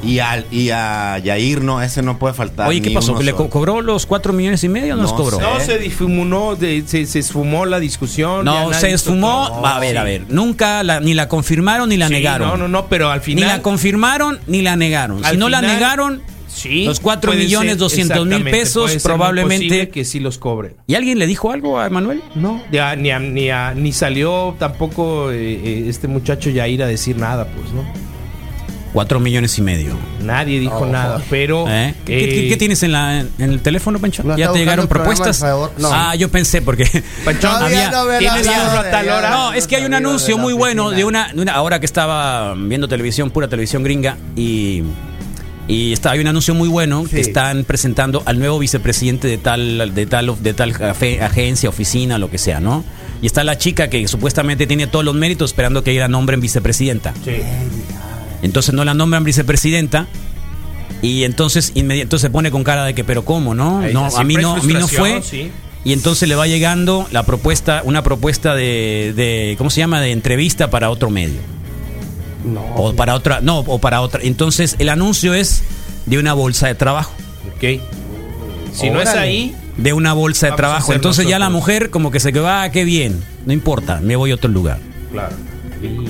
Speaker 6: Y, al, y a Yair, no, ese no puede faltar.
Speaker 3: oye, ¿qué
Speaker 6: ni
Speaker 3: pasó?
Speaker 6: uno
Speaker 3: ¿Que ¿Le
Speaker 6: solo.
Speaker 3: co- cobró los cuatro millones y medio o no,
Speaker 6: No
Speaker 3: los cobró?
Speaker 6: sé.
Speaker 5: No, se difuminó, de- se, se esfumó la discusión. ya
Speaker 3: Eh. No,
Speaker 5: nadie
Speaker 3: se
Speaker 5: hizo
Speaker 3: esfumó.
Speaker 5: todo.
Speaker 3: A ver, a
Speaker 5: Sí.
Speaker 3: ver. Nunca la- ni la confirmaron ni la
Speaker 5: Sí,
Speaker 3: negaron.
Speaker 5: No, no, no, pero al
Speaker 3: Ni
Speaker 5: final.
Speaker 3: la confirmaron ni la negaron.
Speaker 5: al
Speaker 3: Si no la
Speaker 5: final-
Speaker 3: negaron,
Speaker 5: Sí,
Speaker 3: los 4
Speaker 5: puede
Speaker 3: millones
Speaker 5: ser,
Speaker 3: 200 mil
Speaker 5: exactamente,
Speaker 3: pesos
Speaker 5: puede ser muy
Speaker 3: probablemente.
Speaker 5: posible que sí los cobren.
Speaker 3: ¿Y alguien le dijo algo a Emanuel?
Speaker 5: No, ya, ni, a- ni, a- ni salió tampoco eh, eh, este muchacho Yair a decir nada, pues, ¿no?
Speaker 3: Cuatro millones y medio.
Speaker 5: Nadie dijo
Speaker 4: Ojo.
Speaker 5: nada, pero...
Speaker 3: ¿Eh? ¿Qué,
Speaker 5: eh,
Speaker 3: qué- qué tienes en, la, en el teléfono, Pancho?
Speaker 4: No,
Speaker 3: ¿Ya
Speaker 4: está
Speaker 3: te llegaron
Speaker 4: buscando el programa,
Speaker 3: propuestas?
Speaker 4: por favor. No.
Speaker 3: Ah, yo pensé
Speaker 4: <laughs>
Speaker 3: porque... <laughs>
Speaker 5: Pancho,
Speaker 4: Todavía no ve la
Speaker 3: tienes
Speaker 4: hora,
Speaker 3: hierro a tal
Speaker 4: ya
Speaker 3: hora.
Speaker 4: no
Speaker 3: No, es que hay un
Speaker 4: salido de
Speaker 3: anuncio
Speaker 4: la
Speaker 3: muy bueno
Speaker 4: oficina.
Speaker 3: de una, de una- Ahora que estaba viendo televisión, pura televisión gringa, y... Y está, hay un anuncio muy bueno que
Speaker 4: Sí.
Speaker 3: están presentando al nuevo vicepresidente de tal, de tal, de tal afe- agencia, oficina, lo que sea, ¿no? Y está la chica que supuestamente tiene todos los méritos esperando que ella nombren vicepresidenta. Entonces no la nombran vicepresidenta. Y entonces inmedi- entonces se pone con cara de que, pero ¿cómo, no?
Speaker 5: Ahí
Speaker 3: no
Speaker 5: está,
Speaker 3: a mí
Speaker 5: siempre
Speaker 3: no,
Speaker 5: hay
Speaker 3: a mí no fue.
Speaker 5: frustración, sí.
Speaker 3: Y entonces le va llegando la propuesta, una propuesta de, de- ¿cómo se llama? De entrevista para otro medio.
Speaker 4: No.
Speaker 3: O para otra, no, o para otra. Entonces el anuncio es de una bolsa de trabajo.
Speaker 5: ok. Si no es
Speaker 4: Órale.
Speaker 5: ahí,
Speaker 3: De una bolsa de
Speaker 5: Vamos a
Speaker 3: trabajo.
Speaker 5: hacer
Speaker 3: Entonces ya la
Speaker 5: nosotros.
Speaker 3: mujer como que se quedó, ah, qué bien. No importa, me voy a otro lugar.
Speaker 5: claro.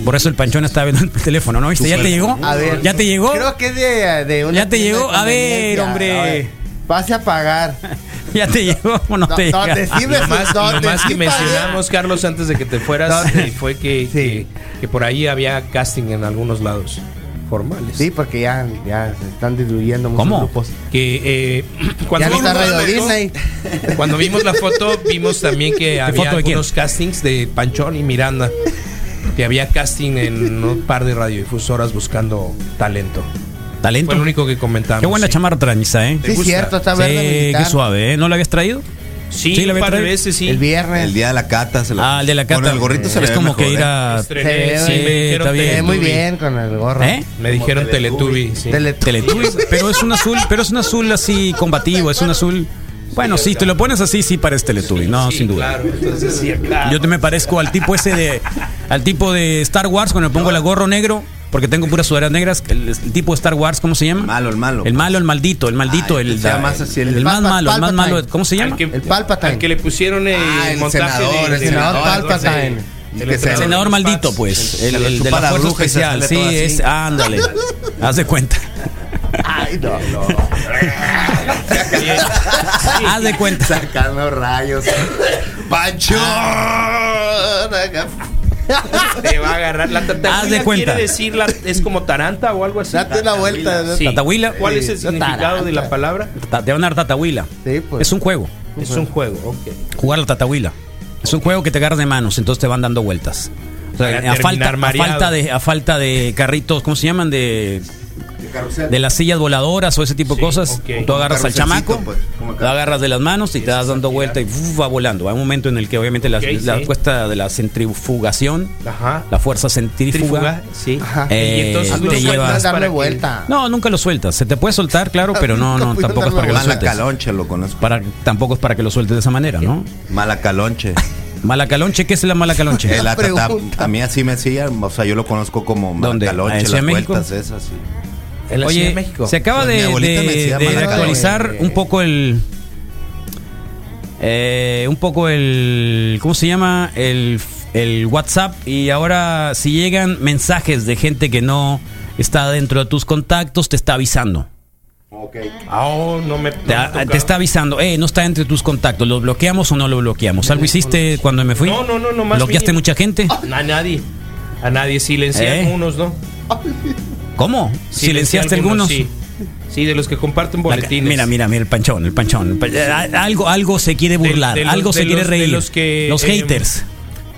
Speaker 3: Por eso el panchón está viendo el <laughs> teléfono, ¿no? ¿Viste? ¿Ya te llegó?
Speaker 4: A ver.
Speaker 3: ¿Ya te llegó?
Speaker 4: Creo que es de, de una
Speaker 3: Ya te
Speaker 4: tienda
Speaker 3: llegó.
Speaker 4: de
Speaker 3: A ver,
Speaker 4: conveniencia.
Speaker 3: hombre.
Speaker 4: A ver, Pase
Speaker 3: <laughs>
Speaker 4: a pagar.
Speaker 3: <laughs> ¿Ya te
Speaker 4: <laughs>
Speaker 3: llegó o no,
Speaker 4: No,
Speaker 3: te
Speaker 4: no,
Speaker 3: llega?
Speaker 4: te sí me-
Speaker 5: Lo más,
Speaker 4: no,
Speaker 5: lo
Speaker 4: te
Speaker 5: más
Speaker 4: sí
Speaker 5: que
Speaker 4: pagué.
Speaker 5: mencionamos, Carlos, antes de que te fueras,
Speaker 4: No.
Speaker 5: eh, fue que,
Speaker 4: Sí.
Speaker 5: que, que por ahí había casting en algunos lados formales.
Speaker 4: Sí, porque ya, ya se están diluyendo muchos
Speaker 3: ¿Cómo?
Speaker 4: grupos.
Speaker 5: Que eh,
Speaker 4: Ya
Speaker 5: cuando,
Speaker 4: no está
Speaker 5: vimos,
Speaker 4: Radio Disney.
Speaker 5: <laughs> cuando vimos la foto, vimos también que había
Speaker 3: foto de quién?
Speaker 5: algunos castings de Panchón y Miranda. Que había casting en un par de radiodifusoras buscando talento.
Speaker 3: Talento.
Speaker 5: Fue lo único que comentamos.
Speaker 3: Qué buena
Speaker 5: sí.
Speaker 3: chamarra tranza, ¿eh?
Speaker 5: ¿Te
Speaker 4: Sí,
Speaker 5: gusta?
Speaker 4: cierto, está
Speaker 3: Sí,
Speaker 4: verde militar.
Speaker 3: qué suave, ¿eh? ¿No lo habías traído?
Speaker 5: Sí,
Speaker 3: Sí, la voy a
Speaker 5: un par de
Speaker 3: traer.
Speaker 5: veces, sí.
Speaker 4: El viernes.
Speaker 6: El día de la cata se la
Speaker 3: Ah, el de la cata.
Speaker 6: Con el gorrito se le
Speaker 3: Es
Speaker 6: ve
Speaker 3: como
Speaker 6: mejor,
Speaker 3: que ir
Speaker 6: ¿eh?
Speaker 3: a...
Speaker 5: Estrené,
Speaker 4: Sí,
Speaker 5: Ah, sí,
Speaker 3: está
Speaker 5: me dijeron
Speaker 3: bien.
Speaker 4: Se ve muy
Speaker 5: Teletubby.
Speaker 4: bien con el gorro.
Speaker 3: ¿Eh?
Speaker 5: Me dijeron Teletubby. sí.
Speaker 4: Teletubby.
Speaker 3: Teletubbies. Pero es un azul, pero es un azul así combativo, es un azul... Bueno, sí, te lo pones así, sí parece Teletubby, no,
Speaker 5: Sí,
Speaker 3: sin duda.
Speaker 5: Claro, entonces sí, claro.
Speaker 3: Yo te me parezco al tipo ese de... Al tipo de Star Wars cuando me pongo el gorro negro, porque tengo puras sudaderas negras. El, el tipo de Star Wars, ¿cómo se llama?
Speaker 6: El malo, el malo.
Speaker 3: El malo, el maldito, el maldito,
Speaker 6: Ah,
Speaker 3: el,
Speaker 6: que sea más así, el-
Speaker 3: el más
Speaker 4: Palpa-
Speaker 3: malo, el más
Speaker 4: Palpatine.
Speaker 3: malo. ¿Cómo se llama?
Speaker 5: Al que-
Speaker 4: El Palpatine.
Speaker 5: al que le pusieron el
Speaker 6: Ah, el
Speaker 5: montaje
Speaker 6: senador,
Speaker 5: de-
Speaker 6: el
Speaker 5: de-
Speaker 4: senador
Speaker 5: de-
Speaker 4: Palpatine.
Speaker 5: de-
Speaker 6: Que
Speaker 5: del
Speaker 6: se-
Speaker 3: El senador
Speaker 5: de los
Speaker 3: maldito,
Speaker 5: Pats.
Speaker 3: pues.
Speaker 6: El-
Speaker 3: El,
Speaker 6: el
Speaker 3: el de
Speaker 6: chupa
Speaker 3: la
Speaker 6: la
Speaker 3: fuerza
Speaker 6: bruja y se
Speaker 3: especial.
Speaker 6: sale
Speaker 3: Sí,
Speaker 6: todo así.
Speaker 3: es. Ándale. Haz de cuenta.
Speaker 4: Ay, no.
Speaker 5: <laughs>
Speaker 3: Haz de cuenta.
Speaker 4: Sacando <laughs> rayos.
Speaker 6: ¡Pancho!
Speaker 5: Ah. Te va a agarrar. La tartahuila
Speaker 3: Haz de cuenta.
Speaker 5: quiere decir la- es como taranta o algo así.
Speaker 4: Date una vuelta.
Speaker 5: Tartahuila,
Speaker 4: ¿no?
Speaker 5: sí.
Speaker 3: Tatahuila.
Speaker 5: ¿Cuál es el
Speaker 4: Sí,
Speaker 5: significado de la
Speaker 4: taranta.
Speaker 5: palabra?
Speaker 3: Ta- Te van a dar tatahuila.
Speaker 4: Sí, pues.
Speaker 3: Es un juego.
Speaker 5: Es un juego, ok.
Speaker 3: Jugar la tatahuila. Es un juego que te agarras de manos, entonces te van dando vueltas. O sea,
Speaker 5: Para
Speaker 3: a,
Speaker 5: terminar
Speaker 3: falta, a
Speaker 5: mareado.
Speaker 3: falta de, a falta de carritos, ¿cómo se llaman? De, de las sillas voladoras o ese tipo de
Speaker 5: Sí,
Speaker 3: cosas.
Speaker 5: ok.
Speaker 3: Tú agarras al
Speaker 6: Carruselcito,
Speaker 3: chamaco,
Speaker 6: pues, como
Speaker 3: lo agarras de las manos y te das dando vuelta y uf, va volando. Hay un momento en el que obviamente la,
Speaker 5: Ok,
Speaker 3: la
Speaker 5: sí.
Speaker 3: cuesta de la centrifugación,
Speaker 5: Ajá.
Speaker 3: la fuerza centrífuga,
Speaker 5: Trífuga, sí.
Speaker 4: Ajá.
Speaker 3: Eh,
Speaker 5: y entonces
Speaker 3: te
Speaker 5: lo
Speaker 3: lleva-
Speaker 5: sueltas
Speaker 4: darle
Speaker 5: para que-
Speaker 4: vuelta.
Speaker 3: No, nunca lo sueltas. Se te puede soltar, claro, pero no, no,
Speaker 4: Nunca
Speaker 3: tampoco es para que lo
Speaker 6: Mala
Speaker 3: sueltes.
Speaker 6: calonche, lo conozco.
Speaker 3: Para, tampoco es para que lo sueltes de esa manera, ¿no?
Speaker 6: Mala calonche.
Speaker 3: Mala calonche, <laughs> ¿qué es la mala
Speaker 6: <laughs>
Speaker 3: calonche?
Speaker 6: El atatá-
Speaker 4: pregunta.
Speaker 6: a mí así me decían, o sea, yo lo conozco como
Speaker 3: ¿Dónde? ¿En
Speaker 6: mala calonche,
Speaker 3: Ciudad
Speaker 6: las
Speaker 3: de México?
Speaker 6: vueltas esas. sí.
Speaker 5: En la Ciudad de
Speaker 3: Oye,
Speaker 5: México.
Speaker 3: se acaba
Speaker 6: Pues mi
Speaker 3: de,
Speaker 6: abuelita
Speaker 3: de-
Speaker 6: me decía
Speaker 3: de
Speaker 6: mala
Speaker 3: actualizar
Speaker 4: calonche.
Speaker 3: un poco el... eh, un poco el... ¿Cómo se llama? El, el WhatsApp. Y ahora si llegan mensajes de gente que no está dentro de tus contactos, te está avisando.
Speaker 5: Ah, oh, no me.
Speaker 3: Te,
Speaker 5: no me
Speaker 3: te
Speaker 5: tocaba.
Speaker 3: está avisando, eh, no está entre tus contactos, ¿lo bloqueamos o no lo bloqueamos? ¿Algo hiciste cuando me fui?
Speaker 5: No, no, no, no, más Ah.
Speaker 3: ¿Bloqueaste
Speaker 5: mínimo.
Speaker 3: mucha gente?
Speaker 5: A nadie. A nadie. Silenciaron
Speaker 3: ¿Eh?
Speaker 5: unos, ¿no?
Speaker 3: ¿Cómo?
Speaker 5: Silencié
Speaker 3: ¿Silenciaste algunos?
Speaker 5: Sí. Sí, de los que comparten
Speaker 3: La ca-
Speaker 5: boletines.
Speaker 3: mira, mira, mira, el panchón, el panchón. el pan- eh, a- algo, algo se quiere
Speaker 5: De-
Speaker 3: burlar,
Speaker 5: de los-
Speaker 3: algo se
Speaker 5: de
Speaker 3: quiere
Speaker 5: los- de
Speaker 3: reír.
Speaker 5: los que, eh,
Speaker 3: haters.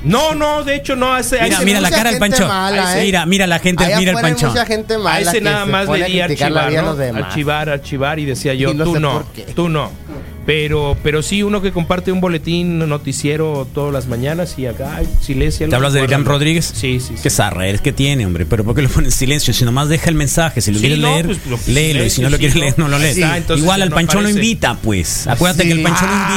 Speaker 5: No, no, de hecho, no. a ese- a
Speaker 3: Mira,
Speaker 5: ese
Speaker 3: Ah, mira
Speaker 5: no
Speaker 3: la
Speaker 4: mucha
Speaker 3: cara del
Speaker 4: gente
Speaker 3: panchón.
Speaker 4: mala,
Speaker 3: Ahí se-
Speaker 4: ¿eh?
Speaker 3: Mira, mira la gente,
Speaker 4: Allá
Speaker 3: mira el
Speaker 4: afuera hay
Speaker 3: panchón.
Speaker 4: mucha gente
Speaker 5: A
Speaker 4: mala
Speaker 5: ese
Speaker 4: que
Speaker 5: nada
Speaker 4: se
Speaker 5: más
Speaker 4: pone
Speaker 5: le
Speaker 4: a
Speaker 5: di
Speaker 4: criticar la
Speaker 5: archivar,
Speaker 4: vida de
Speaker 5: ¿no?
Speaker 4: los demás.
Speaker 5: archivar, archivar y decía yo,
Speaker 4: Y no
Speaker 5: tú
Speaker 4: sé
Speaker 5: no,
Speaker 4: por qué.
Speaker 5: tú no. Pero, pero sí, uno que comparte un boletín noticiero todas las mañanas y acá, ay, silencia.
Speaker 3: ¿Te hablas de Irán Rodríguez?
Speaker 5: Sí, sí, sí.
Speaker 3: Qué zarra eres que tiene, hombre. Pero ¿por qué lo pones en silencio? Si nomás deja el mensaje, si lo
Speaker 5: Sí,
Speaker 3: quieres
Speaker 5: no,
Speaker 3: leer,
Speaker 5: pues, lo-
Speaker 3: léelo. Y si no lo
Speaker 5: sí,
Speaker 3: quieres
Speaker 5: no.
Speaker 3: leer, no lo
Speaker 5: Ahí
Speaker 3: lees.
Speaker 5: está, entonces
Speaker 3: Igual
Speaker 5: ya
Speaker 3: al
Speaker 5: no
Speaker 3: panchón lo
Speaker 5: aparece.
Speaker 3: invita, pues. Acuérdate
Speaker 4: Sí.
Speaker 3: que el panchón lo
Speaker 5: Ah,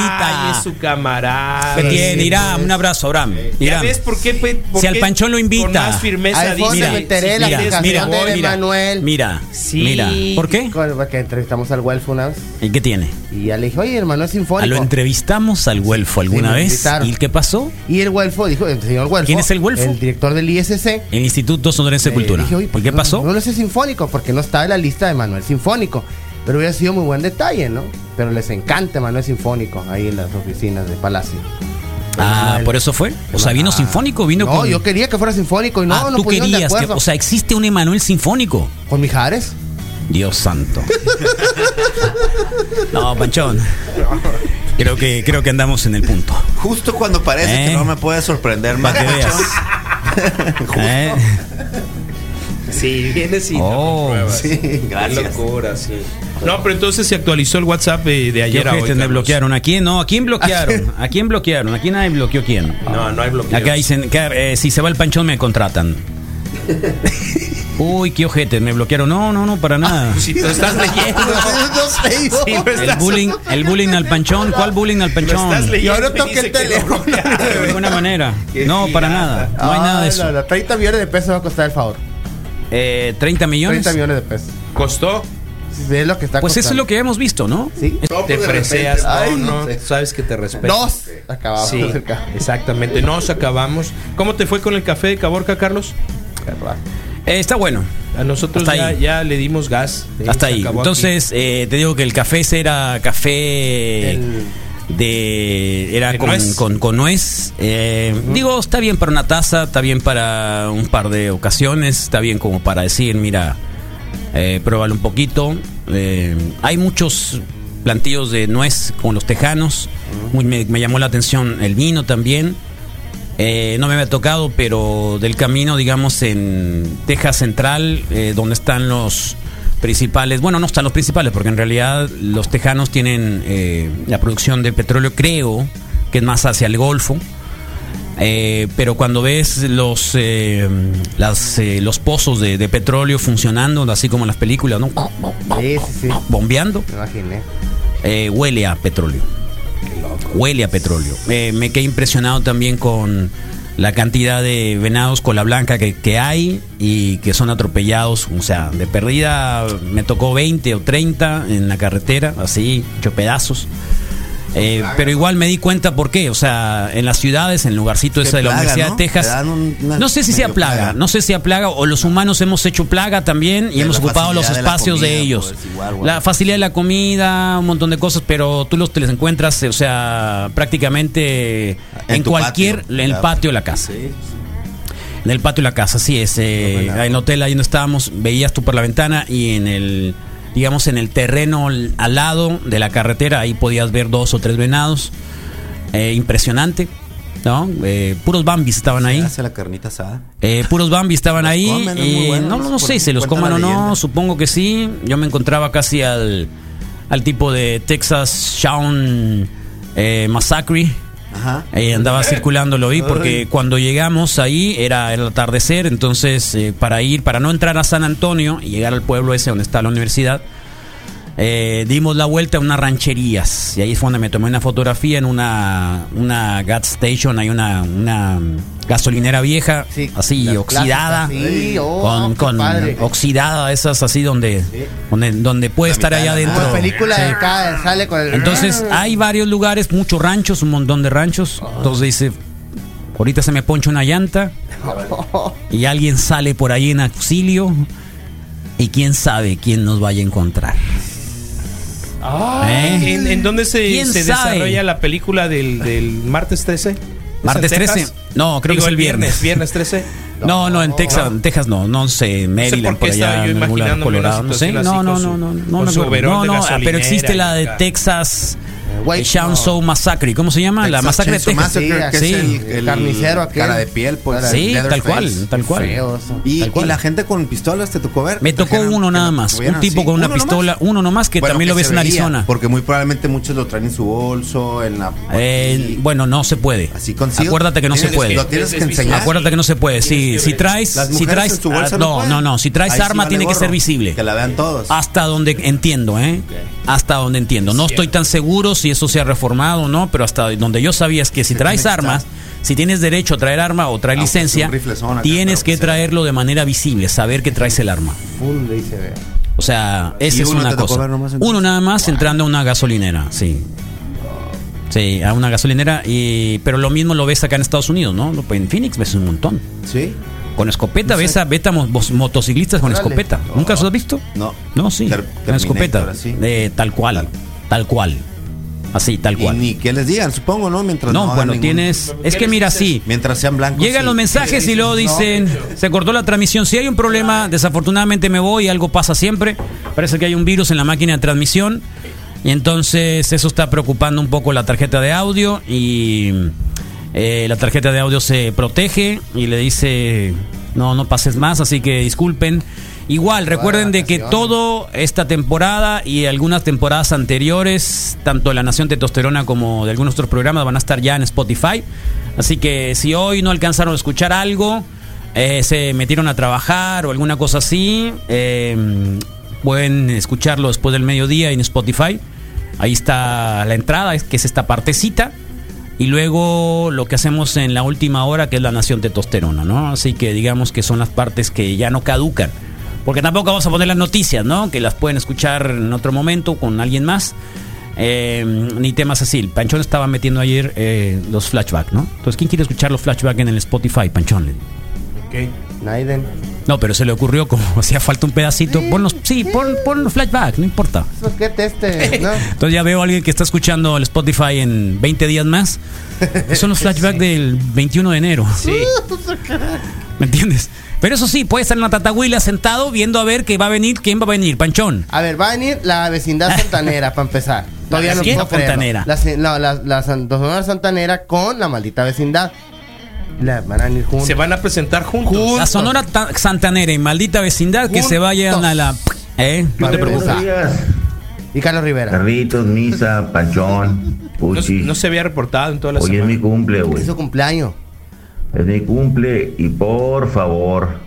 Speaker 3: invita.
Speaker 5: es su camarada.
Speaker 3: que tiene,
Speaker 5: Ah, Sí.
Speaker 3: Irán, un abrazo, Irán.
Speaker 5: ¿Ya
Speaker 3: Irán.
Speaker 5: ves por qué? pe- por
Speaker 3: Si al
Speaker 5: qué
Speaker 3: Panchón lo invita.
Speaker 5: Con más firmeza
Speaker 4: Ahí fue donde
Speaker 5: dice,
Speaker 4: me enteré
Speaker 5: si
Speaker 4: la
Speaker 5: quieres,
Speaker 4: fijación
Speaker 3: mira,
Speaker 5: mira,
Speaker 4: de
Speaker 5: mira.
Speaker 4: Emanuel.
Speaker 3: Mira,
Speaker 5: Sí.
Speaker 3: mira. ¿Por qué?
Speaker 4: Con- Porque entrevistamos al Guelfo una vez.
Speaker 3: ¿Y qué tiene?
Speaker 4: Y ya le dije, oye, hermano, es
Speaker 3: Ah,
Speaker 4: sinfónico.
Speaker 3: Lo entrevistamos al Güelfo alguna
Speaker 4: me
Speaker 3: vez.
Speaker 4: invitaron.
Speaker 3: ¿Y qué pasó?
Speaker 4: Y el Guelfo dijo, el señor Guelfo.
Speaker 3: ¿Quién es el Guelfo?
Speaker 4: El director del ISC.
Speaker 3: El Instituto Sonorense de
Speaker 4: Eh,
Speaker 3: Cultura.
Speaker 4: dije, oye,
Speaker 3: ¿Por qué
Speaker 4: no-
Speaker 3: pasó?
Speaker 4: No lo sé sinfónico, porque no estaba en la lista de Manuel Sinfónico. Pero hubiera sido muy buen detalle, ¿no? Pero les encanta Manuel Sinfónico ahí en las oficinas de Palacio.
Speaker 3: Ah,
Speaker 4: Manuel.
Speaker 3: por eso fue. O sea, vino sinfónico, vino
Speaker 4: Ah. No,
Speaker 3: con.
Speaker 4: yo quería que fuera sinfónico y no,
Speaker 3: ah,
Speaker 4: no
Speaker 3: tú
Speaker 4: pudieron de
Speaker 3: querías que.
Speaker 4: acuerdo.
Speaker 3: O sea, existe un Emanuel sinfónico.
Speaker 4: Con Mijares.
Speaker 3: Dios
Speaker 4: <laughs>
Speaker 3: santo. No, Panchón. Creo que, creo que andamos en el punto.
Speaker 6: Justo cuando parece
Speaker 3: ¿Eh?
Speaker 6: que no me puede sorprender más.
Speaker 3: Para que veas. ¿Eh?
Speaker 5: Sí, viene sin
Speaker 3: Oh,
Speaker 6: <laughs> Sí,
Speaker 3: <laughs>
Speaker 6: gracias.
Speaker 5: locura, sí. No, pero entonces se actualizó el WhatsApp eh, de
Speaker 3: Qué
Speaker 5: ayer a hoy.
Speaker 3: ojete, este me
Speaker 5: Carlos.
Speaker 3: bloquearon. ¿A quién no? ¿A quién
Speaker 5: <laughs>
Speaker 3: bloquearon? ¿A quién bloquearon? ¿A quién nadie bloqueó quién?
Speaker 5: No, no hay bloqueo.
Speaker 3: Acá dicen, acá, eh, si se va el panchón me
Speaker 5: <laughs>
Speaker 3: contratan. Uy, qué ojete, me bloquearon. No, no, no, para nada.
Speaker 5: Si tú estás leyendo. Sí,
Speaker 3: <laughs>
Speaker 5: lo
Speaker 3: El
Speaker 5: <laughs> estás-
Speaker 3: bullying, el bullying
Speaker 5: <laughs>
Speaker 3: al panchón, ¿cuál bullying al
Speaker 5: lo estás
Speaker 3: panchón?
Speaker 5: leyendo.
Speaker 4: Y ahora
Speaker 5: me
Speaker 4: toca el
Speaker 5: dice que lo <laughs>
Speaker 4: teléfono.
Speaker 5: bloquearon.
Speaker 3: De ninguna manera.
Speaker 5: <laughs> Qué
Speaker 3: No, para
Speaker 5: pirata.
Speaker 3: nada. No hay nada de
Speaker 4: Ah,
Speaker 3: eso.
Speaker 4: no, no, 30 millones de pesos va a costar el favor.
Speaker 3: Eh, 30 millones.
Speaker 4: 30 millones de pesos.
Speaker 5: Costó.
Speaker 4: Sí, es lo que está
Speaker 3: Pues eso es
Speaker 4: costando.
Speaker 3: lo que hemos visto, ¿no?
Speaker 4: Sí.
Speaker 5: Te freseas.
Speaker 4: ay,
Speaker 5: No,
Speaker 4: no
Speaker 5: no.
Speaker 4: sé.
Speaker 5: Sabes que te respeto.
Speaker 4: Dos. Acabamos
Speaker 5: Sí,
Speaker 4: de acercar.
Speaker 5: exactamente. Nos acabamos. ¿Cómo te fue con el café de Caborca, Carlos?
Speaker 3: Eh, está bueno.
Speaker 5: A nosotros
Speaker 3: Hasta
Speaker 5: ya,
Speaker 3: ahí.
Speaker 5: ya le dimos gas. Eh,
Speaker 3: Hasta
Speaker 5: se
Speaker 3: ahí.
Speaker 5: acabó
Speaker 3: Entonces, eh, te digo que el café ese era café
Speaker 4: El-
Speaker 3: de. Era
Speaker 5: De
Speaker 3: con
Speaker 5: nuez.
Speaker 3: nuez. Con, con nuez. Eh, Digo, está bien para una taza, está bien para un par de ocasiones, está bien como para decir, mira, eh, pruébalo un poquito. Eh, hay muchos plantillos de nuez con los tejanos. Muy- me, me llamó la atención el vino también. Eh, no me había tocado, pero del camino, digamos, en Texas Central, eh, donde están los principales, bueno, no están los principales, porque en realidad los tejanos tienen eh, la producción de petróleo, creo, que es más hacia el Golfo. Eh, pero cuando ves los eh, las, eh, los pozos de, de petróleo funcionando, así como en las películas, ¿no?
Speaker 4: Sí, sí, sí.
Speaker 3: bombeando,
Speaker 4: Me imaginé.
Speaker 3: eh, huele a petróleo. Huele a petróleo. Eh, me quedé impresionado también con la cantidad de venados cola blanca que, que hay y que son atropellados. O sea, de perdida me tocó 20 o 30 en la carretera, así, hecho pedazos. Eh, pero igual me di cuenta por qué. O sea, en las ciudades, en el lugarcito
Speaker 6: Qué
Speaker 3: ese de la
Speaker 6: plaga,
Speaker 3: Universidad
Speaker 6: ¿no?
Speaker 3: de Texas.
Speaker 6: Te dan un- una-
Speaker 3: no sé si sea
Speaker 6: medio
Speaker 3: plaga,
Speaker 6: plaga.
Speaker 3: no sé si sea plaga o los humanos hemos hecho plaga también y
Speaker 6: De
Speaker 3: hemos
Speaker 6: la
Speaker 3: ocupado los
Speaker 6: facilidad de la
Speaker 3: espacios de,
Speaker 6: comida,
Speaker 3: ellos.
Speaker 6: pues, igual, güey.
Speaker 3: La facilidad de la comida, un montón de cosas, pero tú los te les encuentras, eh, o sea, prácticamente en,
Speaker 6: En tu
Speaker 3: cualquier,
Speaker 6: patio,
Speaker 3: en el
Speaker 6: claro.
Speaker 3: patio de la casa. En el patio de la casa, así es. eh, en el hotel ahí donde estábamos, veías tú por la ventana y en el, digamos, en el terreno al al lado de la carretera, ahí podías ver dos o tres venados. Eh, impresionante, ¿no? Eh, puros bambis estaban ahí.
Speaker 6: Hace la carnita asada.
Speaker 3: Eh, puros Bambi estaban
Speaker 6: Los
Speaker 3: ahí.
Speaker 6: comen, es
Speaker 3: y
Speaker 6: muy bueno,
Speaker 3: no, no, no
Speaker 6: por-
Speaker 3: sé si se los
Speaker 6: cuenta
Speaker 3: coman
Speaker 6: la
Speaker 3: o no,
Speaker 6: leyenda.
Speaker 3: supongo que sí. Yo me encontraba casi al, al tipo de Texas Shawn eh, Massacre.
Speaker 6: Ajá.
Speaker 3: Eh, andaba circulando, lo vi, porque cuando llegamos ahí era el atardecer, entonces eh, para ir, para no entrar a San Antonio y llegar al pueblo ese donde está la universidad, eh, dimos la vuelta a unas rancherías y ahí fue donde me tomé una fotografía en una, una gas station, hay una, una gasolinera vieja,
Speaker 4: Sí,
Speaker 3: así
Speaker 4: las
Speaker 3: oxidada.
Speaker 4: clásicas, sí, oh,
Speaker 3: con,
Speaker 4: qué
Speaker 3: con
Speaker 4: padre.
Speaker 3: oxidada, esas así donde, donde, donde puede
Speaker 6: La
Speaker 3: estar
Speaker 6: mitad
Speaker 3: allá
Speaker 6: de la
Speaker 3: adentro.
Speaker 4: Como película
Speaker 3: Sí.
Speaker 4: de cada sale con el.
Speaker 3: Entonces
Speaker 5: Ah.
Speaker 3: hay varios lugares, muchos ranchos, un montón de ranchos. Entonces dice, ahorita se me poncha una
Speaker 5: <laughs>
Speaker 3: llanta y alguien sale por ahí en auxilio y quién sabe quién nos vaya a encontrar. ¿Eh?
Speaker 5: ¿En, en dónde se,
Speaker 3: ¿Quién
Speaker 5: se
Speaker 3: sabe?
Speaker 5: desarrolla la película del, del martes 13? ¿Es
Speaker 3: ¿Martes
Speaker 5: en
Speaker 3: 13?
Speaker 5: Texas?
Speaker 3: No, creo que
Speaker 5: Digo,
Speaker 3: es el viernes.
Speaker 5: Viernes 13.
Speaker 3: No, no, en Texas, en Texas no, no sé, en Maryland,
Speaker 5: por
Speaker 3: por,
Speaker 5: qué
Speaker 3: allá,
Speaker 5: estaba yo
Speaker 3: en algún lado,
Speaker 5: imaginándome
Speaker 3: Colorado,
Speaker 5: una
Speaker 3: no sé.
Speaker 5: situación
Speaker 3: No,
Speaker 5: así
Speaker 3: no,
Speaker 5: con
Speaker 3: no, no,
Speaker 5: su-
Speaker 3: no,
Speaker 5: con
Speaker 3: me
Speaker 5: su
Speaker 3: acuerdo.
Speaker 5: overol
Speaker 3: no,
Speaker 5: de
Speaker 3: no, ah, pero
Speaker 5: gasolinera
Speaker 3: existe
Speaker 5: y
Speaker 3: la de
Speaker 5: acá.
Speaker 3: Texas
Speaker 4: White-
Speaker 3: Shawn Show Massacre, ¿cómo se llama? La
Speaker 6: Texas
Speaker 3: masacre de
Speaker 6: Chainsaw
Speaker 3: Texas.
Speaker 6: Massacre, que
Speaker 3: Sí.
Speaker 6: es el, el
Speaker 4: Carnicero aquel.
Speaker 6: Cara de piel, pues.
Speaker 4: Cara de-
Speaker 3: Sí, tal cual, tal cual.
Speaker 4: Feo eso.
Speaker 6: Y,
Speaker 3: Tal cual.
Speaker 6: y la gente con pistolas te tocó ver.
Speaker 3: Me tocó
Speaker 6: Trajeron-
Speaker 3: uno
Speaker 6: que
Speaker 3: nada
Speaker 6: lo
Speaker 3: más,
Speaker 6: tuvieran
Speaker 3: un tipo
Speaker 6: así.
Speaker 3: con una
Speaker 6: Uno nomás.
Speaker 3: pistola, uno nomás que
Speaker 6: Bueno,
Speaker 3: también lo
Speaker 6: que
Speaker 3: ves
Speaker 6: se
Speaker 3: en
Speaker 6: veía,
Speaker 3: Arizona.
Speaker 6: Porque muy probablemente muchos lo traen en su bolso, en la.
Speaker 3: Eh, bueno, no se puede.
Speaker 6: así consigo.
Speaker 3: Acuérdate que no se
Speaker 6: Tienes-
Speaker 3: puede.
Speaker 6: Lo tienes que
Speaker 5: Es
Speaker 6: enseñar.
Speaker 5: visual.
Speaker 3: Acuérdate que no se puede. Sí, si traes,
Speaker 6: Las
Speaker 3: si
Speaker 6: mujeres
Speaker 3: traes,
Speaker 6: en su bolsa
Speaker 3: ah,
Speaker 6: pueden.
Speaker 3: no, no, no, si traes
Speaker 6: Ahí sí
Speaker 3: arma
Speaker 6: vale
Speaker 3: tiene que
Speaker 6: gorro,
Speaker 3: ser visible. Ah,
Speaker 6: Que la vean todos.
Speaker 3: Hasta donde entiendo, ¿eh? Hasta donde entiendo. No estoy tan seguro si eso se ha reformado o no, pero hasta donde yo sabía es que si
Speaker 6: Se
Speaker 3: traes
Speaker 6: tiene que
Speaker 3: armas, si tienes derecho a traer arma o traer
Speaker 6: Aunque sea un
Speaker 3: licencia,
Speaker 6: riflezón acá,
Speaker 3: tienes
Speaker 6: claro,
Speaker 3: que
Speaker 6: sí.
Speaker 3: traerlo de manera visible, saber que traes el arma.
Speaker 4: Full y se ve.
Speaker 3: O sea, esa
Speaker 6: ¿Y
Speaker 3: es
Speaker 6: uno
Speaker 3: una
Speaker 6: te tocó
Speaker 3: cosa.
Speaker 6: ver nomás entonces?
Speaker 3: uno nada más entrando a una gasolinera, sí. Sí, a una gasolinera, y, pero lo mismo lo ves acá en Estados Unidos, ¿no? Lo- En Phoenix ves un montón.
Speaker 6: Sí.
Speaker 3: Con escopeta, ves a, ves a mo- mos- motociclistas con
Speaker 4: Órale.
Speaker 3: escopeta. ¿Nunca los has visto?
Speaker 6: No.
Speaker 3: No, sí.
Speaker 6: Ter-
Speaker 3: con escopeta.
Speaker 6: Terminator, así.
Speaker 3: Eh, tal cual. Tal cual. Así, tal
Speaker 6: Y
Speaker 3: cual.
Speaker 6: ni que les digan, supongo, ¿no? Mientras no,
Speaker 3: no,
Speaker 6: hagan
Speaker 3: bueno,
Speaker 6: ningún-
Speaker 3: tienes. Es que mira, sí.
Speaker 6: Mientras sean blancos.
Speaker 3: Llegan
Speaker 6: sí.
Speaker 3: los mensajes y luego dicen, se cortó la transmisión. Si hay un problema, desafortunadamente me voy, algo pasa siempre. Parece que hay un virus en la máquina de transmisión. Y entonces eso está preocupando un poco la tarjeta de audio y eh, la tarjeta de audio se protege y le dice, no, no pases más, así que disculpen. Igual, recuerden de que
Speaker 4: vacaciones.
Speaker 3: todo esta temporada y algunas temporadas anteriores, tanto La Nación Testosterona como de algunos otros programas, van a estar ya en Spotify. Así que si hoy no alcanzaron a escuchar algo, eh, se metieron a trabajar o alguna cosa así, eh, pueden escucharlo después del mediodía en Spotify. Ahí está la entrada, es- que es esta partecita. Y luego lo que hacemos en la última hora, que es la nación testosterona, ¿no? Así que digamos que son las partes que ya no caducan. Porque tampoco vamos a poner las noticias, ¿no? Que las pueden escuchar en otro momento con alguien más. Eh, ni temas así. El Panchón estaba metiendo ayer eh, los flashbacks, ¿no? Entonces, ¿quién quiere escuchar los flashbacks en el Spotify, Panchón? Le digo.
Speaker 4: Naiden.
Speaker 3: No, pero se le ocurrió como <laughs> hacía falta un pedacito. Pon los, sí, pon, pon los flashbacks, no importa.
Speaker 4: Pues qué este,
Speaker 3: <laughs>
Speaker 4: ¿no?
Speaker 3: Entonces ya veo a alguien que está escuchando el Spotify en 20 días más. <laughs> Son los flashbacks del 21 de <laughs> enero.
Speaker 5: Sí.
Speaker 3: ¿Me entiendes? Pero eso sí, puede estar en la tatahuila sentado viendo a ver que va a venir, quién va a venir, Panchón.
Speaker 4: A ver, va a venir
Speaker 3: <laughs>
Speaker 4: la vecindad santanera para empezar. Todavía no
Speaker 3: vecindad
Speaker 4: puedo creerlo.
Speaker 3: fontanera.
Speaker 4: La, se- no, la, la san- Sonora santanera con la maldita vecindad. La van a venir juntos.
Speaker 5: Se van a presentar juntos.
Speaker 4: Juntos.
Speaker 3: La Sonora Ta- Santanera y maldita vecindad que se vayan a la... ¿Eh?
Speaker 4: Va a
Speaker 5: te
Speaker 4: haber
Speaker 5: preocupes.
Speaker 4: esa. Y Carlos Rivera.
Speaker 7: Carritos, Misa, Panchón,
Speaker 5: No,
Speaker 7: Puchi.
Speaker 5: no se había reportado en toda la
Speaker 7: Hoy es
Speaker 5: semana.
Speaker 7: mi cumple,
Speaker 3: Pues.
Speaker 7: güey.
Speaker 4: Es su cumpleaños.
Speaker 7: Es mi cumple y por favor,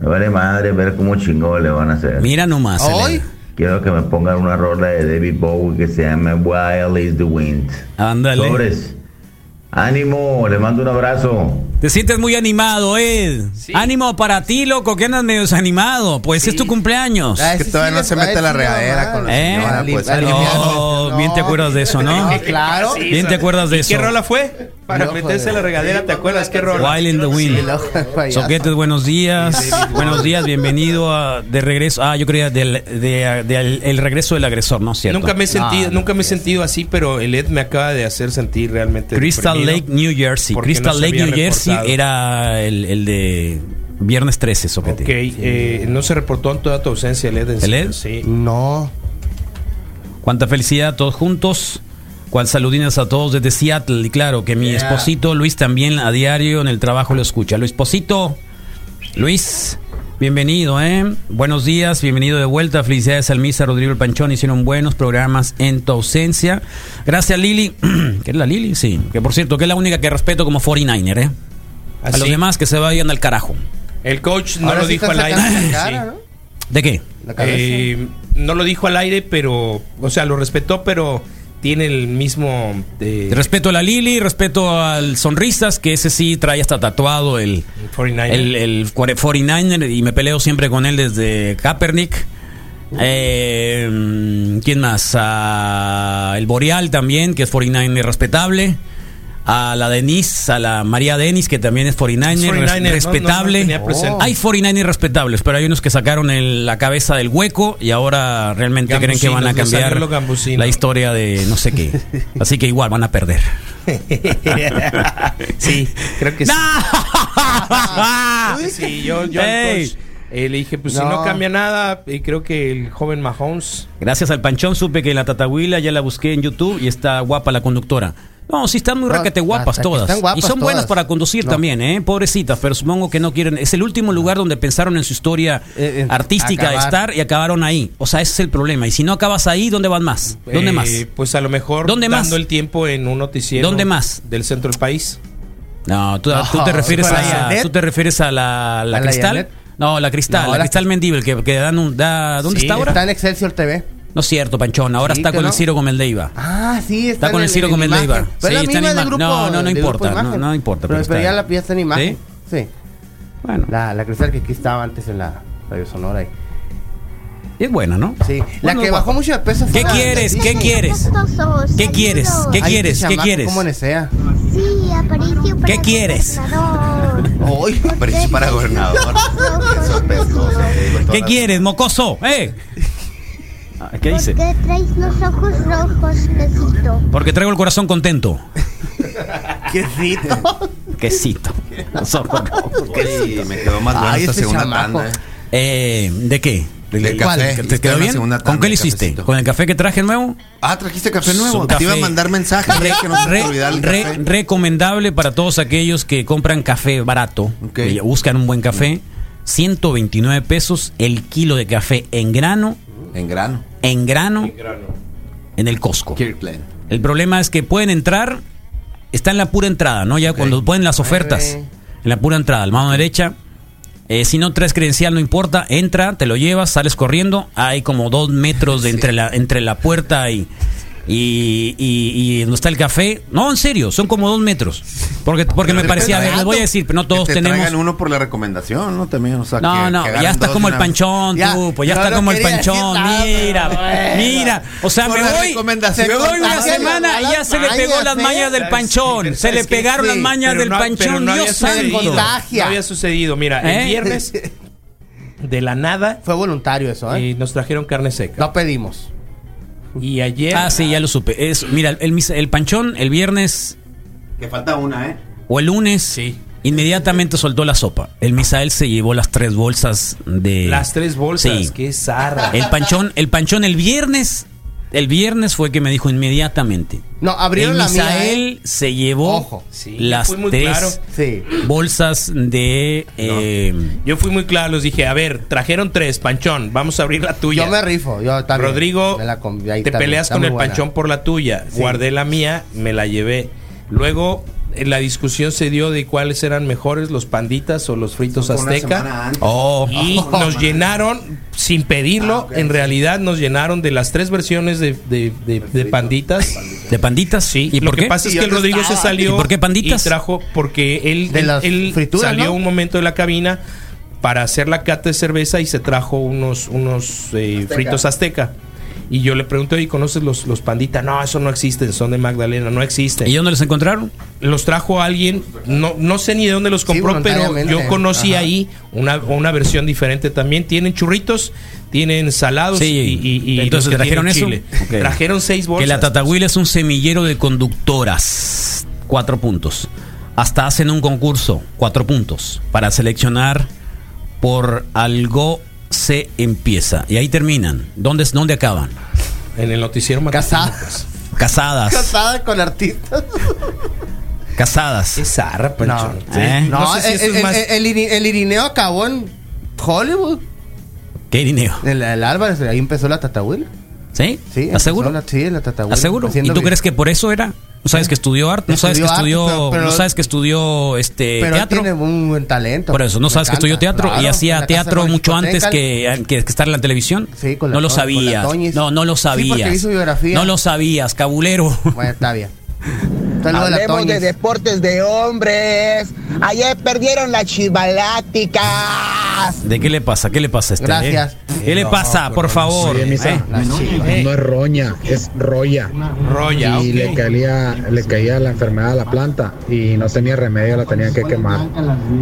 Speaker 7: me vale madre ver cómo chingón le van a hacer.
Speaker 3: Mira nomás.
Speaker 4: Hoy,
Speaker 3: Elena.
Speaker 7: Quiero que me pongan una rola de David Bowie que se llama Wild is the Wind.
Speaker 3: Ándale.
Speaker 7: Sobres. Ánimo, le mando un abrazo.
Speaker 3: Te sientes muy animado, Ed. Ánimo para ti, loco, que andas medio desanimado. Pues es tu cumpleaños.
Speaker 4: Ah,
Speaker 8: que
Speaker 4: ese
Speaker 8: todavía no
Speaker 4: le-
Speaker 8: se mete
Speaker 4: ah,
Speaker 8: a la
Speaker 4: ese
Speaker 8: regadera
Speaker 4: va.
Speaker 8: con la
Speaker 3: ¿Eh?
Speaker 8: señora, pues.
Speaker 3: Ah, no, <laughs> bien te acuerdas de eso, ¿no?
Speaker 4: claro.
Speaker 5: Sí,
Speaker 3: Bien te acuerdas de
Speaker 5: ¿Y ¿Qué
Speaker 3: eso.
Speaker 5: rola fue? Para
Speaker 4: No,
Speaker 5: meterse a la
Speaker 4: joder.
Speaker 5: regadera, ¿te acuerdas qué rola?
Speaker 3: Wild in the
Speaker 4: El
Speaker 3: Wind.
Speaker 4: ojo <laughs> de payaso.
Speaker 3: Soquetes, buenos días. buenos días, bienvenido a, de regreso. Ah, yo creía del de- del- el regreso del agresor, ¿no? Cierto.
Speaker 5: Nunca me he sentido,
Speaker 4: Ah,
Speaker 5: nunca me he sentido así, pero el Ed me acaba de hacer sentir realmente.
Speaker 3: Crystal Lake,
Speaker 5: deprimido.
Speaker 3: New Jersey.
Speaker 5: porque
Speaker 3: Crystal
Speaker 5: no se
Speaker 3: Lake,
Speaker 5: había
Speaker 3: New Jersey
Speaker 5: reportado.
Speaker 3: era el, el de viernes 13, Soquete.
Speaker 5: Ok, eh, no se reportó en toda tu ausencia el Ed. en
Speaker 3: ¿El
Speaker 5: serio,
Speaker 3: Ed? Mm.
Speaker 5: Sí.
Speaker 4: No.
Speaker 3: Cuánta felicidad a todos juntos. Cuán saludines a todos desde Seattle. Y claro, que mi esposito Luis también a diario en el trabajo lo escucha. Luis Posito, Luis, bienvenido, ¿eh? Buenos días, bienvenido de vuelta. Felicidades al Misa Rodrigo El Panchón. Hicieron buenos programas en tu ausencia. Gracias, Lili. <clears throat> ¿Qué es la Lili? Sí. Que por cierto, que es la única que respeto como 49er, ¿eh? A
Speaker 5: Así.
Speaker 3: los demás que se vayan al carajo.
Speaker 5: El coach no
Speaker 4: Ahora
Speaker 5: lo
Speaker 4: sí
Speaker 5: dijo
Speaker 4: están
Speaker 5: al aire.
Speaker 4: sacando la
Speaker 5: sí.
Speaker 4: cara, ¿no?
Speaker 3: ¿De qué?
Speaker 4: La cabeza.
Speaker 5: Eh, no lo dijo al aire, pero, o sea, lo respetó, pero tiene el mismo. eh,
Speaker 3: Respeto a la Lili, respeto al Sonrisas, que ese sí trae hasta tatuado el,
Speaker 5: 49er.
Speaker 3: el, el 49er y me peleo siempre con él desde Kaepernick. Eh, ¿Quién más? Ah, el Boreal también, que es 49er respetable. A la Denise, a la María Denis, que también es 49er,
Speaker 5: 49er, no, no, no
Speaker 3: respetable.
Speaker 5: tenía presente.
Speaker 3: Hay 49 respetables, pero hay unos que sacaron el- la cabeza del hueco y ahora realmente creen que van a
Speaker 5: Gambusinos, les
Speaker 3: cambiar
Speaker 5: salió lo gambusino.
Speaker 3: la historia de no sé qué. Así que igual van a perder.
Speaker 5: <laughs> sí,
Speaker 3: <laughs>
Speaker 5: creo <laughs> que sí.
Speaker 3: ¡No!
Speaker 5: Ah, Sí, yo, yo al
Speaker 3: Ey.
Speaker 5: coach, eh, le dije, pues si
Speaker 4: No.
Speaker 5: no cambia nada, y creo que el joven Mahomes.
Speaker 3: Gracias al panchón supe que la tatahuila ya la busqué en YouTube y está guapa la conductora. No, sí están muy
Speaker 4: No,
Speaker 3: raquete guapas
Speaker 4: hasta que
Speaker 3: todas.
Speaker 4: están guapas
Speaker 3: y son buenas
Speaker 4: todas.
Speaker 3: para conducir
Speaker 4: No.
Speaker 3: también, ¿eh? Pobrecitas, pero supongo que no quieren. Es el último lugar donde pensaron en su historia
Speaker 4: Eh, eh,
Speaker 3: artística de
Speaker 4: acabar.
Speaker 3: estar y acabaron ahí. O sea, ese es el problema. Y si no acabas ahí, ¿dónde van más? ¿Dónde
Speaker 5: eh,
Speaker 3: más?
Speaker 5: Pues a lo mejor
Speaker 3: ¿Dónde
Speaker 5: dando
Speaker 3: más?
Speaker 5: el tiempo en un noticiero.
Speaker 3: ¿Dónde más?
Speaker 5: Del centro del país.
Speaker 3: No, tú, tú te
Speaker 4: No,
Speaker 3: refieres
Speaker 4: ¿para
Speaker 3: a,
Speaker 4: Janet?
Speaker 3: tú te refieres a la, la
Speaker 4: ¿A la
Speaker 3: cristal.
Speaker 4: Janet?
Speaker 3: no, la cristal,
Speaker 4: No,
Speaker 3: la
Speaker 4: la-
Speaker 3: cristal Mendíbel, que, que dan un, da, ¿dónde
Speaker 5: Sí,
Speaker 3: está ahora?
Speaker 4: Está en Excelsior TV.
Speaker 3: No es cierto, Panchón, ahora
Speaker 4: Sí,
Speaker 3: está
Speaker 4: que
Speaker 3: con el
Speaker 4: no.
Speaker 3: Ciro Gómez Leiva.
Speaker 4: Ah, sí,
Speaker 3: Está
Speaker 4: en
Speaker 3: con el Ciro
Speaker 4: en
Speaker 3: Gómez
Speaker 4: imagen.
Speaker 3: Leiva.
Speaker 4: Pero es
Speaker 3: Sí,
Speaker 4: la
Speaker 3: está en
Speaker 4: misma del
Speaker 3: ima-
Speaker 4: grupo,
Speaker 3: no, no, no
Speaker 4: del grupo
Speaker 3: importa, no,
Speaker 4: imagen.
Speaker 3: no importa,
Speaker 4: Pero,
Speaker 3: pero
Speaker 4: pero
Speaker 3: está-
Speaker 4: ya la pieza en imagen. Sí.
Speaker 3: Bueno,
Speaker 4: La, la cristal que aquí estaba antes en la radio sonora. Ahí.
Speaker 3: es buena, ¿no?
Speaker 4: Sí. La
Speaker 3: Bueno,
Speaker 4: que
Speaker 3: guapa.
Speaker 4: bajó mucho de peso.
Speaker 3: ¿Qué
Speaker 4: fue la-
Speaker 3: quieres? ¿Qué quieres? ¿Qué quieres? ¿Qué
Speaker 4: Ay,
Speaker 3: quieres?
Speaker 4: este
Speaker 3: ¿Qué
Speaker 4: chamaco,
Speaker 3: quieres?
Speaker 4: ¿Cómo desea?
Speaker 2: Sí, Aparicio para
Speaker 3: ¿Qué quieres?
Speaker 2: gobernador.
Speaker 6: Hoy, apareció para gobernador.
Speaker 2: Ojos
Speaker 6: Esos
Speaker 2: rojos.
Speaker 6: pesos, eh, digo,
Speaker 3: ¿Qué
Speaker 6: todas-
Speaker 3: quieres, mocoso? ¡Eh! Ah, ¿Qué dice?
Speaker 2: ¿Por qué traes los ojos rojos, quesito?
Speaker 3: Porque traigo el corazón contento.
Speaker 4: Quesito.
Speaker 3: Quesito. Los ojos rojos.
Speaker 6: Oye, me quedó más buena
Speaker 4: Ay,
Speaker 6: esta
Speaker 4: este
Speaker 6: segunda
Speaker 4: chamaco.
Speaker 6: tanda. eh.
Speaker 3: Eh, ¿De qué?
Speaker 6: Del
Speaker 3: ¿De-
Speaker 6: café.
Speaker 3: ¿Te- ¿Te
Speaker 6: Está
Speaker 3: quedó
Speaker 6: en la
Speaker 3: bien?
Speaker 6: segunda
Speaker 3: ¿Con
Speaker 6: tanda,
Speaker 3: qué lo hiciste?
Speaker 6: cafecito.
Speaker 3: ¿Con el café que traje nuevo?
Speaker 6: Ah, trajiste café
Speaker 3: Es un
Speaker 6: nuevo.
Speaker 3: café
Speaker 6: Te iba a mandar mensajes.
Speaker 3: re-
Speaker 6: Rey, que no se te
Speaker 3: re-
Speaker 6: olvidara el
Speaker 3: re-
Speaker 6: café.
Speaker 3: Recomendable para todos aquellos que compran café barato,
Speaker 6: Ok. Mm.
Speaker 3: que buscan un buen café. 129 pesos el kilo de café en grano,
Speaker 6: En grano.
Speaker 3: en grano, en, el Costco.
Speaker 6: Kirkland.
Speaker 3: El problema es que pueden entrar, está en la pura entrada, ¿no? Ya cuando ponen las ofertas, en la pura entrada, al mano derecha. Eh, si no traes credencial, no importa, entra, te lo llevas, sales corriendo. Hay como dos metros
Speaker 6: <laughs>
Speaker 3: de entre, la, entre la puerta y, y, y- y donde está el café. No, en serio, son como dos metros. Porque, porque me
Speaker 6: Te
Speaker 3: parecía, a ver,
Speaker 6: traigan-
Speaker 3: les voy a decir, pero no todos
Speaker 6: que te
Speaker 3: tenemos.
Speaker 6: traigan uno por la recomendación, ¿no? También, o sea,
Speaker 3: No,
Speaker 6: que-
Speaker 3: no,
Speaker 6: que
Speaker 3: ya
Speaker 6: agarren
Speaker 3: estás
Speaker 6: dos
Speaker 3: como
Speaker 6: de
Speaker 3: el
Speaker 6: una vez.
Speaker 3: panchón,
Speaker 4: Ya,
Speaker 3: tú, pues ya
Speaker 4: no
Speaker 3: está
Speaker 4: lo
Speaker 3: como el
Speaker 4: quería decir
Speaker 3: panchón,
Speaker 4: nada,
Speaker 3: mira,
Speaker 4: pero bueno.
Speaker 3: mira, o sea,
Speaker 6: Por
Speaker 3: me
Speaker 6: la
Speaker 3: voy,
Speaker 6: recomendación
Speaker 3: me voy una
Speaker 6: contraria,
Speaker 3: semana y
Speaker 4: las
Speaker 3: ya se le pegó
Speaker 4: mañas,
Speaker 3: las
Speaker 4: ¿eh?
Speaker 3: mañas del
Speaker 5: ¿Sabes?
Speaker 3: panchón,
Speaker 5: Sí,
Speaker 3: se le
Speaker 5: es que
Speaker 3: pegaron
Speaker 5: sí,
Speaker 3: las mañas
Speaker 5: pero
Speaker 3: del
Speaker 5: no- pero
Speaker 3: panchón,
Speaker 5: no había
Speaker 3: Dios
Speaker 5: sucedido,
Speaker 3: santo.
Speaker 4: Contagia.
Speaker 5: No había sucedido. Mira,
Speaker 3: ¿Eh?
Speaker 5: el
Speaker 3: <laughs>
Speaker 5: viernes, de la nada,
Speaker 4: Fue voluntario eso,
Speaker 3: ¿Ah?
Speaker 4: ¿eh?
Speaker 5: eh, nos trajeron carne seca.
Speaker 4: No pedimos.
Speaker 5: Y ayer.
Speaker 3: Ah, sí, ya lo supe. Es, mira, el, mis- el panchón el viernes
Speaker 6: Que falta una, ¿eh?
Speaker 3: o el lunes
Speaker 5: Sí.
Speaker 3: inmediatamente soltó la sopa. El Misael se llevó las tres bolsas de
Speaker 5: Las tres bolsas.
Speaker 3: Sí.
Speaker 5: Qué zarra.
Speaker 3: El panchón, el panchón el viernes, el viernes fue que me dijo inmediatamente.
Speaker 4: No, abrieron
Speaker 3: el
Speaker 4: la mía,
Speaker 3: Misael
Speaker 4: ¿eh?
Speaker 3: se llevó
Speaker 4: Ojo.
Speaker 5: Sí,
Speaker 3: las
Speaker 5: fue muy
Speaker 3: tres
Speaker 5: claro.
Speaker 4: Sí.
Speaker 3: bolsas de eh,
Speaker 5: Yo fui muy claro, les dije, a ver, trajeron tres, panchón, vamos a abrir la tuya.
Speaker 4: Yo me rifo, yo también.
Speaker 5: Rodrigo,
Speaker 4: Me la com- ahí
Speaker 5: te
Speaker 4: está bien,
Speaker 5: peleas
Speaker 4: está
Speaker 5: con
Speaker 4: muy
Speaker 5: el
Speaker 4: buena.
Speaker 5: panchón por la tuya. Guardé la mía, me la llevé. Luego eh, la discusión se dio de cuáles eran mejores, los panditas o los fritos
Speaker 6: Fue una
Speaker 5: azteca.
Speaker 6: semana antes.
Speaker 3: oh,
Speaker 5: Y
Speaker 6: Oh,
Speaker 5: nos
Speaker 6: man.
Speaker 5: llenaron, sin pedirlo,
Speaker 6: Ah, ok.
Speaker 5: en realidad nos llenaron de las tres versiones de, de- de- de panditas.
Speaker 3: de panditas, sí.
Speaker 5: Sí,
Speaker 3: ¿Y
Speaker 5: lo
Speaker 3: por
Speaker 5: que
Speaker 3: qué?
Speaker 5: pasa es
Speaker 6: Y
Speaker 5: que el
Speaker 6: yo no
Speaker 5: Rodrigo se
Speaker 6: estaba.
Speaker 5: salió.
Speaker 3: ¿Y por qué panditas?
Speaker 5: Y trajo, porque él,
Speaker 4: De
Speaker 5: él-
Speaker 4: las
Speaker 5: él
Speaker 4: frituras,
Speaker 5: salió
Speaker 4: ¿no?
Speaker 5: un momento de la cabina para hacer la cata de cerveza y se trajo unos, unos eh, fritos azteca. Y yo le pregunté, ¿y conoces los, los panditas? No, eso no existe, son de Magdalena, no existen.
Speaker 3: ¿Y dónde los encontraron?
Speaker 5: los trajo alguien, no, no sé ni de dónde los
Speaker 4: Sí,
Speaker 5: compró, pero
Speaker 4: voluntariamente.
Speaker 5: yo conocí
Speaker 4: Ajá.
Speaker 5: ahí una, una versión diferente también. Tienen churritos, tienen salados
Speaker 3: Sí,
Speaker 5: y, y- y
Speaker 3: entonces
Speaker 5: los que
Speaker 3: trajeron eso.
Speaker 5: tienen chile.
Speaker 3: Ok.
Speaker 5: Trajeron seis bolsas.
Speaker 3: Que la Tatahuila es un semillero de conductoras. Cuatro puntos. Hasta hacen un concurso. Cuatro puntos. Para seleccionar por algo se empieza. Y ahí terminan. ¿Dónde, es- dónde acaban?
Speaker 5: en el noticiero matutino, pues.
Speaker 4: Casadas.
Speaker 3: Casadas.
Speaker 4: <laughs> Casada con artistas.
Speaker 3: Casadas.
Speaker 5: Qué zarra, Pancho.
Speaker 4: No.
Speaker 5: Sí.
Speaker 3: ¿Eh?
Speaker 4: No,
Speaker 5: sé si
Speaker 4: el,
Speaker 5: eso es
Speaker 4: el-
Speaker 5: más-
Speaker 4: eh, el- el Iri- el Irineo acabó en Hollywood.
Speaker 3: ¿Qué dinero?
Speaker 4: El, el Álvarez, ahí empezó la tatahuila.
Speaker 3: ¿Sí?
Speaker 4: Sí,
Speaker 3: ¿Estás seguro?
Speaker 4: empezó La, sí, la tatahuila.
Speaker 3: ¿Estás seguro? ¿Y tú crees que por eso era? ¿No sabes que estudió arte? ¿No sabes que estudió,
Speaker 4: Estudió arte, pero-
Speaker 3: ¿no
Speaker 4: pero-
Speaker 3: sabes que estudió este,
Speaker 4: Pero él
Speaker 3: teatro?
Speaker 4: tiene un buen talento.
Speaker 3: Por eso, no
Speaker 4: Me
Speaker 3: sabes que estudió
Speaker 4: encanta,
Speaker 3: teatro y
Speaker 4: claro, en
Speaker 3: hacía
Speaker 4: la casa
Speaker 3: teatro
Speaker 4: de la
Speaker 3: mucho antes
Speaker 4: discoteca.
Speaker 3: que, que- que estar en la televisión.
Speaker 4: Sí, con la
Speaker 3: no lo
Speaker 4: Toñi- con la
Speaker 3: sabías.
Speaker 4: Toñi.
Speaker 3: No, no lo
Speaker 4: Sí, porque
Speaker 3: sabías.
Speaker 4: hizo biografía.
Speaker 3: No lo sabías, cabulero. <laughs>
Speaker 4: Bueno,
Speaker 8: <laughs>
Speaker 4: está bien. Saludos a la
Speaker 8: Hablemos de
Speaker 4: Toñi.
Speaker 8: deportes de hombres. Ayer perdieron las chivaláticas.
Speaker 3: ¿De qué le pasa? ¿Qué le pasa a este?
Speaker 4: Gracias.
Speaker 3: eh? ¿Qué le
Speaker 5: pues,
Speaker 3: pasa? Por favor. Eh,
Speaker 4: Las chivas.
Speaker 9: No es roña, es roya.
Speaker 6: Ah,
Speaker 5: Roya,
Speaker 9: Y
Speaker 5: ok.
Speaker 9: le caía, le caía la enfermedad a la planta y no tenía remedio, la tenían que quemar.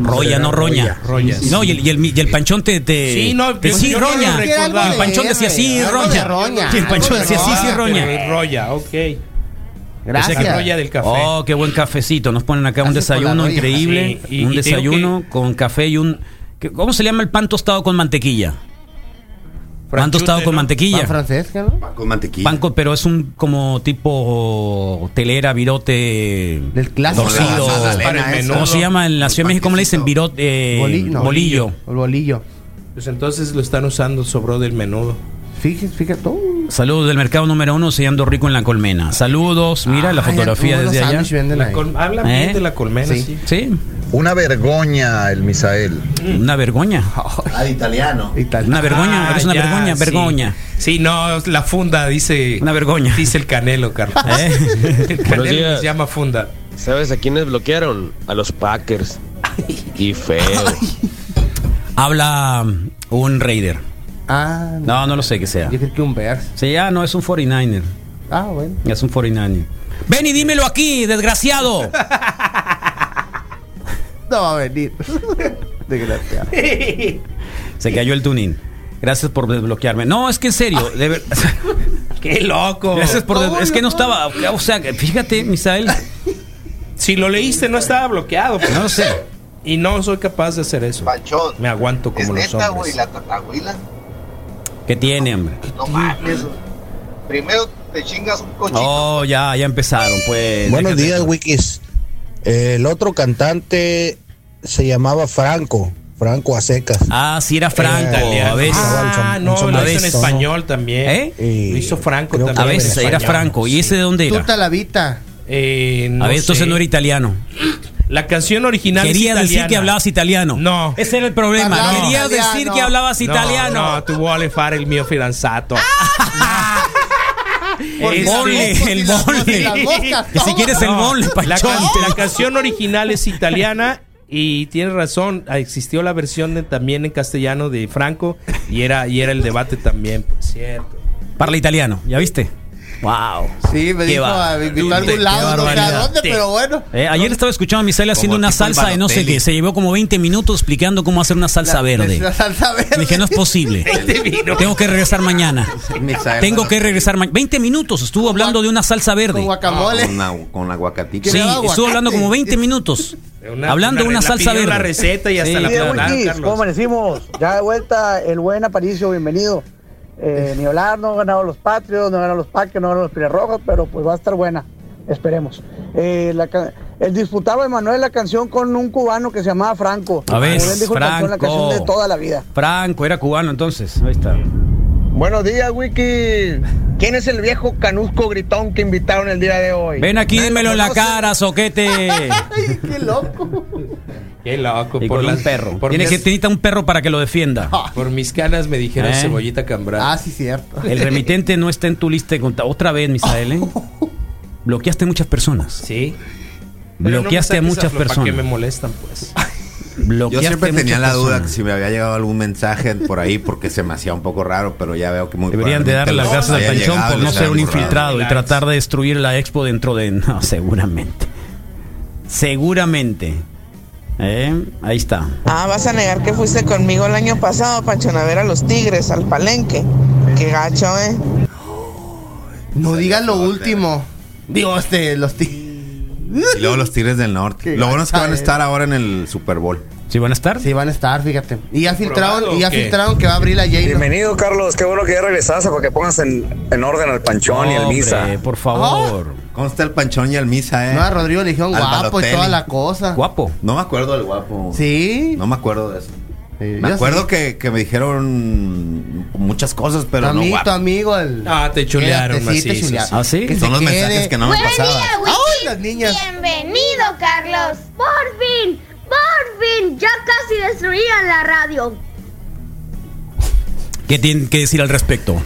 Speaker 3: Roya, no roña.
Speaker 5: Roya, sí.
Speaker 3: No, y el, y el- y el panchón te. te
Speaker 5: Sí, no,
Speaker 3: te-
Speaker 5: yo-
Speaker 3: sí,
Speaker 5: yo no lo
Speaker 3: roña.
Speaker 5: recuerdo.
Speaker 3: El
Speaker 5: recordaba.
Speaker 3: panchón decía sí,
Speaker 4: Algo de
Speaker 3: roña.
Speaker 4: roña,
Speaker 3: Sí, el panchón
Speaker 4: algo de
Speaker 3: decía sí,
Speaker 4: roña.
Speaker 3: sí,
Speaker 5: Ah,
Speaker 3: roña.
Speaker 5: pero Roya, ok.
Speaker 4: Gracias.
Speaker 5: O sea que Roya del café.
Speaker 3: Oh, qué buen cafecito. Nos ponen acá un
Speaker 4: Gracias por la
Speaker 3: desayuno
Speaker 4: roya.
Speaker 3: increíble.
Speaker 5: Sí, y-
Speaker 3: un
Speaker 5: y te digo
Speaker 3: desayuno con café y un. ¿qué- ¿Cómo se llama el pan tostado con mantequilla? Pan
Speaker 5: Franchute,
Speaker 3: tostado con
Speaker 5: ¿no?
Speaker 3: mantequilla.
Speaker 4: Pan francés, ¿no?
Speaker 6: Con mantequilla.
Speaker 3: Pan con- pero es un como tipo telera, virote.
Speaker 4: Del clásico.
Speaker 3: Torcido.
Speaker 6: La magdalena
Speaker 5: Para el
Speaker 6: esa.
Speaker 5: menudo.
Speaker 3: ¿Cómo se llama en la Ciudad de México? ¿Cómo le dicen?
Speaker 6: Panquecito.
Speaker 3: Virote. eh,
Speaker 4: Boli- no.
Speaker 3: bolillo.
Speaker 4: El bolillo.
Speaker 5: Pues entonces lo están usando, sobró del menudo.
Speaker 4: Fíjate, fíjate. tú.
Speaker 3: Saludos del mercado número uno, sellando rico en la colmena. Saludos, mira Ah, la
Speaker 4: Ay,
Speaker 3: fotografía
Speaker 4: algunos
Speaker 3: desde allá.
Speaker 4: sándwich venden
Speaker 5: La
Speaker 4: ahí.
Speaker 5: col- habla bien
Speaker 3: ¿Eh?
Speaker 5: de la colmena, sí.
Speaker 4: Sí.
Speaker 3: Sí,
Speaker 9: Una vergoña el Misael.
Speaker 3: una vergüenza.
Speaker 6: <laughs> Ah, de italiano.
Speaker 4: Y tal.
Speaker 3: Una vergüenza,
Speaker 5: Ah,
Speaker 3: eres una
Speaker 5: ya,
Speaker 3: vergüenza,
Speaker 5: sí.
Speaker 3: vergüenza.
Speaker 5: Sí, no, la funda dice.
Speaker 3: Una vergüenza.
Speaker 5: Dice el canelo, Carlos.
Speaker 3: ¿Eh?
Speaker 5: <laughs> El canelo se llama funda.
Speaker 9: ¿Sabes a quiénes bloquearon? A los Packers. Y feo.
Speaker 3: Habla um, un Raider.
Speaker 4: Ah,
Speaker 3: No, no lo sé que sea.
Speaker 4: Yo creo que un Bears.
Speaker 3: Sí, ah, no, es un 49er.
Speaker 4: Ah, bueno.
Speaker 3: Es un 49er. Ven y dímelo aquí,
Speaker 5: <laughs>
Speaker 3: desgraciado.
Speaker 4: <laughs> No va a venir. Desgraciado.
Speaker 3: Se cayó el tuning. Gracias por desbloquearme. No, es que en serio, de
Speaker 5: <laughs>
Speaker 3: ver- <laughs>
Speaker 5: ¡Qué loco!
Speaker 3: Gracias por
Speaker 5: Oh,
Speaker 3: des- es que no estaba, o sea, que fíjate, Misael,
Speaker 5: Si lo leíste, no estaba bloqueado. pues.
Speaker 3: no lo sé.
Speaker 5: Y no soy capaz de hacer eso.
Speaker 10: Panchón,
Speaker 5: Me aguanto
Speaker 10: es
Speaker 5: como los
Speaker 10: neta, güey,
Speaker 5: hombres.
Speaker 10: la tatahuila.
Speaker 3: ¿Qué tiene, hombre?
Speaker 10: No mames. Primero te chingas un cochino.
Speaker 3: Oh, ya, ya empezaron, pues.
Speaker 11: Buenos
Speaker 3: Déjate-
Speaker 11: días, Wikis. El otro cantante se llamaba Franco, Franco a secas.
Speaker 3: Ah, sí era Franco,
Speaker 11: Eh,
Speaker 3: a veces.
Speaker 5: Ah, no,
Speaker 11: Mucho
Speaker 5: lo
Speaker 11: más
Speaker 5: hizo en
Speaker 11: listo,
Speaker 5: español también.
Speaker 3: ¿Eh?
Speaker 5: Lo hizo Franco
Speaker 3: Creo que
Speaker 5: también.
Speaker 3: a veces
Speaker 5: en
Speaker 3: era
Speaker 5: español.
Speaker 3: Franco. ¿Y ese de dónde era?
Speaker 4: Tuta la vita.
Speaker 5: Eh, no
Speaker 3: a ver, entonces
Speaker 5: sé.
Speaker 3: no era italiano.
Speaker 5: La canción original es
Speaker 3: Quería decir
Speaker 5: italiana.
Speaker 3: que hablabas italiano.
Speaker 5: No.
Speaker 3: Ese era el problema.
Speaker 4: Hablaba
Speaker 3: Quería
Speaker 4: italiano.
Speaker 3: decir que hablabas
Speaker 5: No,
Speaker 3: italiano.
Speaker 5: No, tu vuole fare il mio fidanzato. <laughs> Este,
Speaker 3: el bole, el bole. Que si quieres el
Speaker 5: No,
Speaker 3: bole,
Speaker 5: la,
Speaker 3: Pachón.
Speaker 5: can- la canción original es italiana y tienes razón, ah, existió la versión de- también en castellano de Franco y era y era el debate también, pues cierto.
Speaker 3: Parla italiano, ¿ya viste? Wow.
Speaker 4: Sí, me
Speaker 3: Qué
Speaker 4: dijo
Speaker 3: va-
Speaker 4: a invitó a
Speaker 3: Qué
Speaker 4: algún lado, no sé a
Speaker 3: barbaridad.
Speaker 4: dónde, pero bueno.
Speaker 3: Eh, ayer estaba escuchando a Misael haciendo
Speaker 6: Como
Speaker 3: una
Speaker 6: tipo
Speaker 3: salsa de no sé
Speaker 6: Balotelli.
Speaker 3: qué. Se llevó como 20 minutos explicando cómo hacer una salsa
Speaker 4: La-
Speaker 3: verde.
Speaker 4: la salsa verde.
Speaker 3: Dije, no es
Speaker 4: <laughs>
Speaker 3: posible. <laughs> Tengo que regresar mañana.
Speaker 6: <laughs> Misael,
Speaker 3: Tengo
Speaker 6: no.
Speaker 3: que regresar mañana. 20 minutos estuvo hablando de una salsa
Speaker 4: Con
Speaker 3: verde.
Speaker 4: guacamole.
Speaker 6: Con, agu- con aguacatito.
Speaker 3: Ah. Sí,
Speaker 4: le daba
Speaker 3: estuvo
Speaker 4: aguacate.
Speaker 3: hablando como 20 minutos.
Speaker 5: Una-
Speaker 3: hablando de una
Speaker 5: la
Speaker 3: salsa
Speaker 5: pidió
Speaker 3: verde.
Speaker 5: la receta y hasta
Speaker 3: Sí.
Speaker 5: la
Speaker 3: Oye,
Speaker 5: prepararon, Carlos.
Speaker 8: amanecimos? Ya de vuelta el buen Aparicio, bienvenido. Eh, ni hablar, no han ganado los Patrios, no han ganado los Packers, no han ganado los Pirarrojos, pero pues va a estar buena, esperemos. Eh, la ca- él disputaba Emanuel la canción con un cubano que se llamaba Franco.
Speaker 3: A ver,
Speaker 8: Como bien dijo el
Speaker 3: Franco.
Speaker 8: Panchón, la canción de toda la vida.
Speaker 3: Franco, era cubano entonces. Ahí está.
Speaker 8: Buenos días, Wiki. ¿Quién es el viejo canusco gritón que invitaron el día de hoy?
Speaker 3: Ven aquí,
Speaker 8: Nadie
Speaker 3: dímelo en la
Speaker 8: conoce. <laughs>
Speaker 3: cara, soquete.
Speaker 4: Ay, qué loco.
Speaker 5: Qué loco,
Speaker 3: Y con
Speaker 5: las-
Speaker 3: un perro.
Speaker 5: Por,
Speaker 3: Tiene
Speaker 5: mis,
Speaker 3: que necesita un perro para que lo defienda.
Speaker 5: por mis canas me dijeron
Speaker 3: ¿Eh?
Speaker 5: cebollita cambrada.
Speaker 4: Ah, sí, cierto.
Speaker 3: El remitente no está en tu lista de contactos. Otra vez, Misael, ¿eh? Bloqueaste muchas personas.
Speaker 5: Sí. Pero no me
Speaker 3: Bloqueaste a
Speaker 5: saques
Speaker 3: muchas
Speaker 5: aflo- pa' que me
Speaker 3: personas.
Speaker 5: molestan,
Speaker 4: <laughs>
Speaker 5: pues.
Speaker 6: Yo
Speaker 3: Bloqueaste
Speaker 6: siempre
Speaker 3: muchas
Speaker 6: tenía la duda que
Speaker 3: personas.
Speaker 6: si me había llegado algún mensaje por ahí porque se me hacía un poco raro, pero ya veo que muy
Speaker 3: Deberían de darle las
Speaker 6: probablemente
Speaker 3: gracias al
Speaker 6: haya
Speaker 3: panchón
Speaker 6: llegado
Speaker 3: por
Speaker 6: y
Speaker 3: no
Speaker 6: les
Speaker 3: ser
Speaker 6: haya
Speaker 3: un
Speaker 6: borrado.
Speaker 3: infiltrado y tratar de destruir la expo dentro de. No, <laughs> seguramente. Seguramente. ¿Eh? Ahí está.
Speaker 12: Ah, vas a negar que fuiste conmigo el año pasado, Panchón, a ver a los Tigres, al Palenque. Qué gacho, ¿eh?
Speaker 4: No digan lo último. Digo, este, los tigres.
Speaker 6: Y luego los Tigres del Norte.
Speaker 4: Qué
Speaker 6: Lo bueno es que van a
Speaker 4: gacha,
Speaker 6: estar ahora en el Super Bowl.
Speaker 3: ¿Sí van a estar?
Speaker 4: Sí, van a estar, fíjate. Y ya filtraron,
Speaker 5: ¿Probado
Speaker 4: y ya
Speaker 5: o qué?
Speaker 4: filtraron que va a abrir la Jane.
Speaker 9: Bienvenido, Carlos. Qué bueno que ya regresaste porque pongas en, en orden al panchón y al
Speaker 3: Hombre,
Speaker 9: misa.
Speaker 3: Por favor.
Speaker 6: Consta el Panchón y el Misa, eh.
Speaker 4: No, a Rodrigo le dijeron
Speaker 6: Al
Speaker 4: guapo y
Speaker 6: Balotelli.
Speaker 4: toda la cosa.
Speaker 3: Guapo.
Speaker 6: No me acuerdo del guapo.
Speaker 4: Sí.
Speaker 6: No me acuerdo de eso.
Speaker 4: Sí,
Speaker 6: Me
Speaker 4: yo
Speaker 6: acuerdo
Speaker 4: sí.
Speaker 6: que, que me dijeron muchas cosas, pero
Speaker 4: tu
Speaker 6: no
Speaker 4: ami-
Speaker 6: guapo.
Speaker 4: tu amigo, el.
Speaker 5: Ah, te chulearon,
Speaker 4: Quédate, sí,
Speaker 5: así,
Speaker 4: te
Speaker 5: sí,
Speaker 4: chulearon.
Speaker 5: sí.
Speaker 3: ¿Ah, sí?
Speaker 4: Que
Speaker 6: Son
Speaker 4: se
Speaker 6: los
Speaker 4: quede.
Speaker 6: mensajes que no me
Speaker 2: Buen
Speaker 6: pasaban.
Speaker 2: día, Wiki.
Speaker 4: Ay, las niñas.
Speaker 2: Bienvenido, Carlos. Por fin, por fin, ya casi destruían la radio.
Speaker 3: ¿Qué tienen que decir al respecto?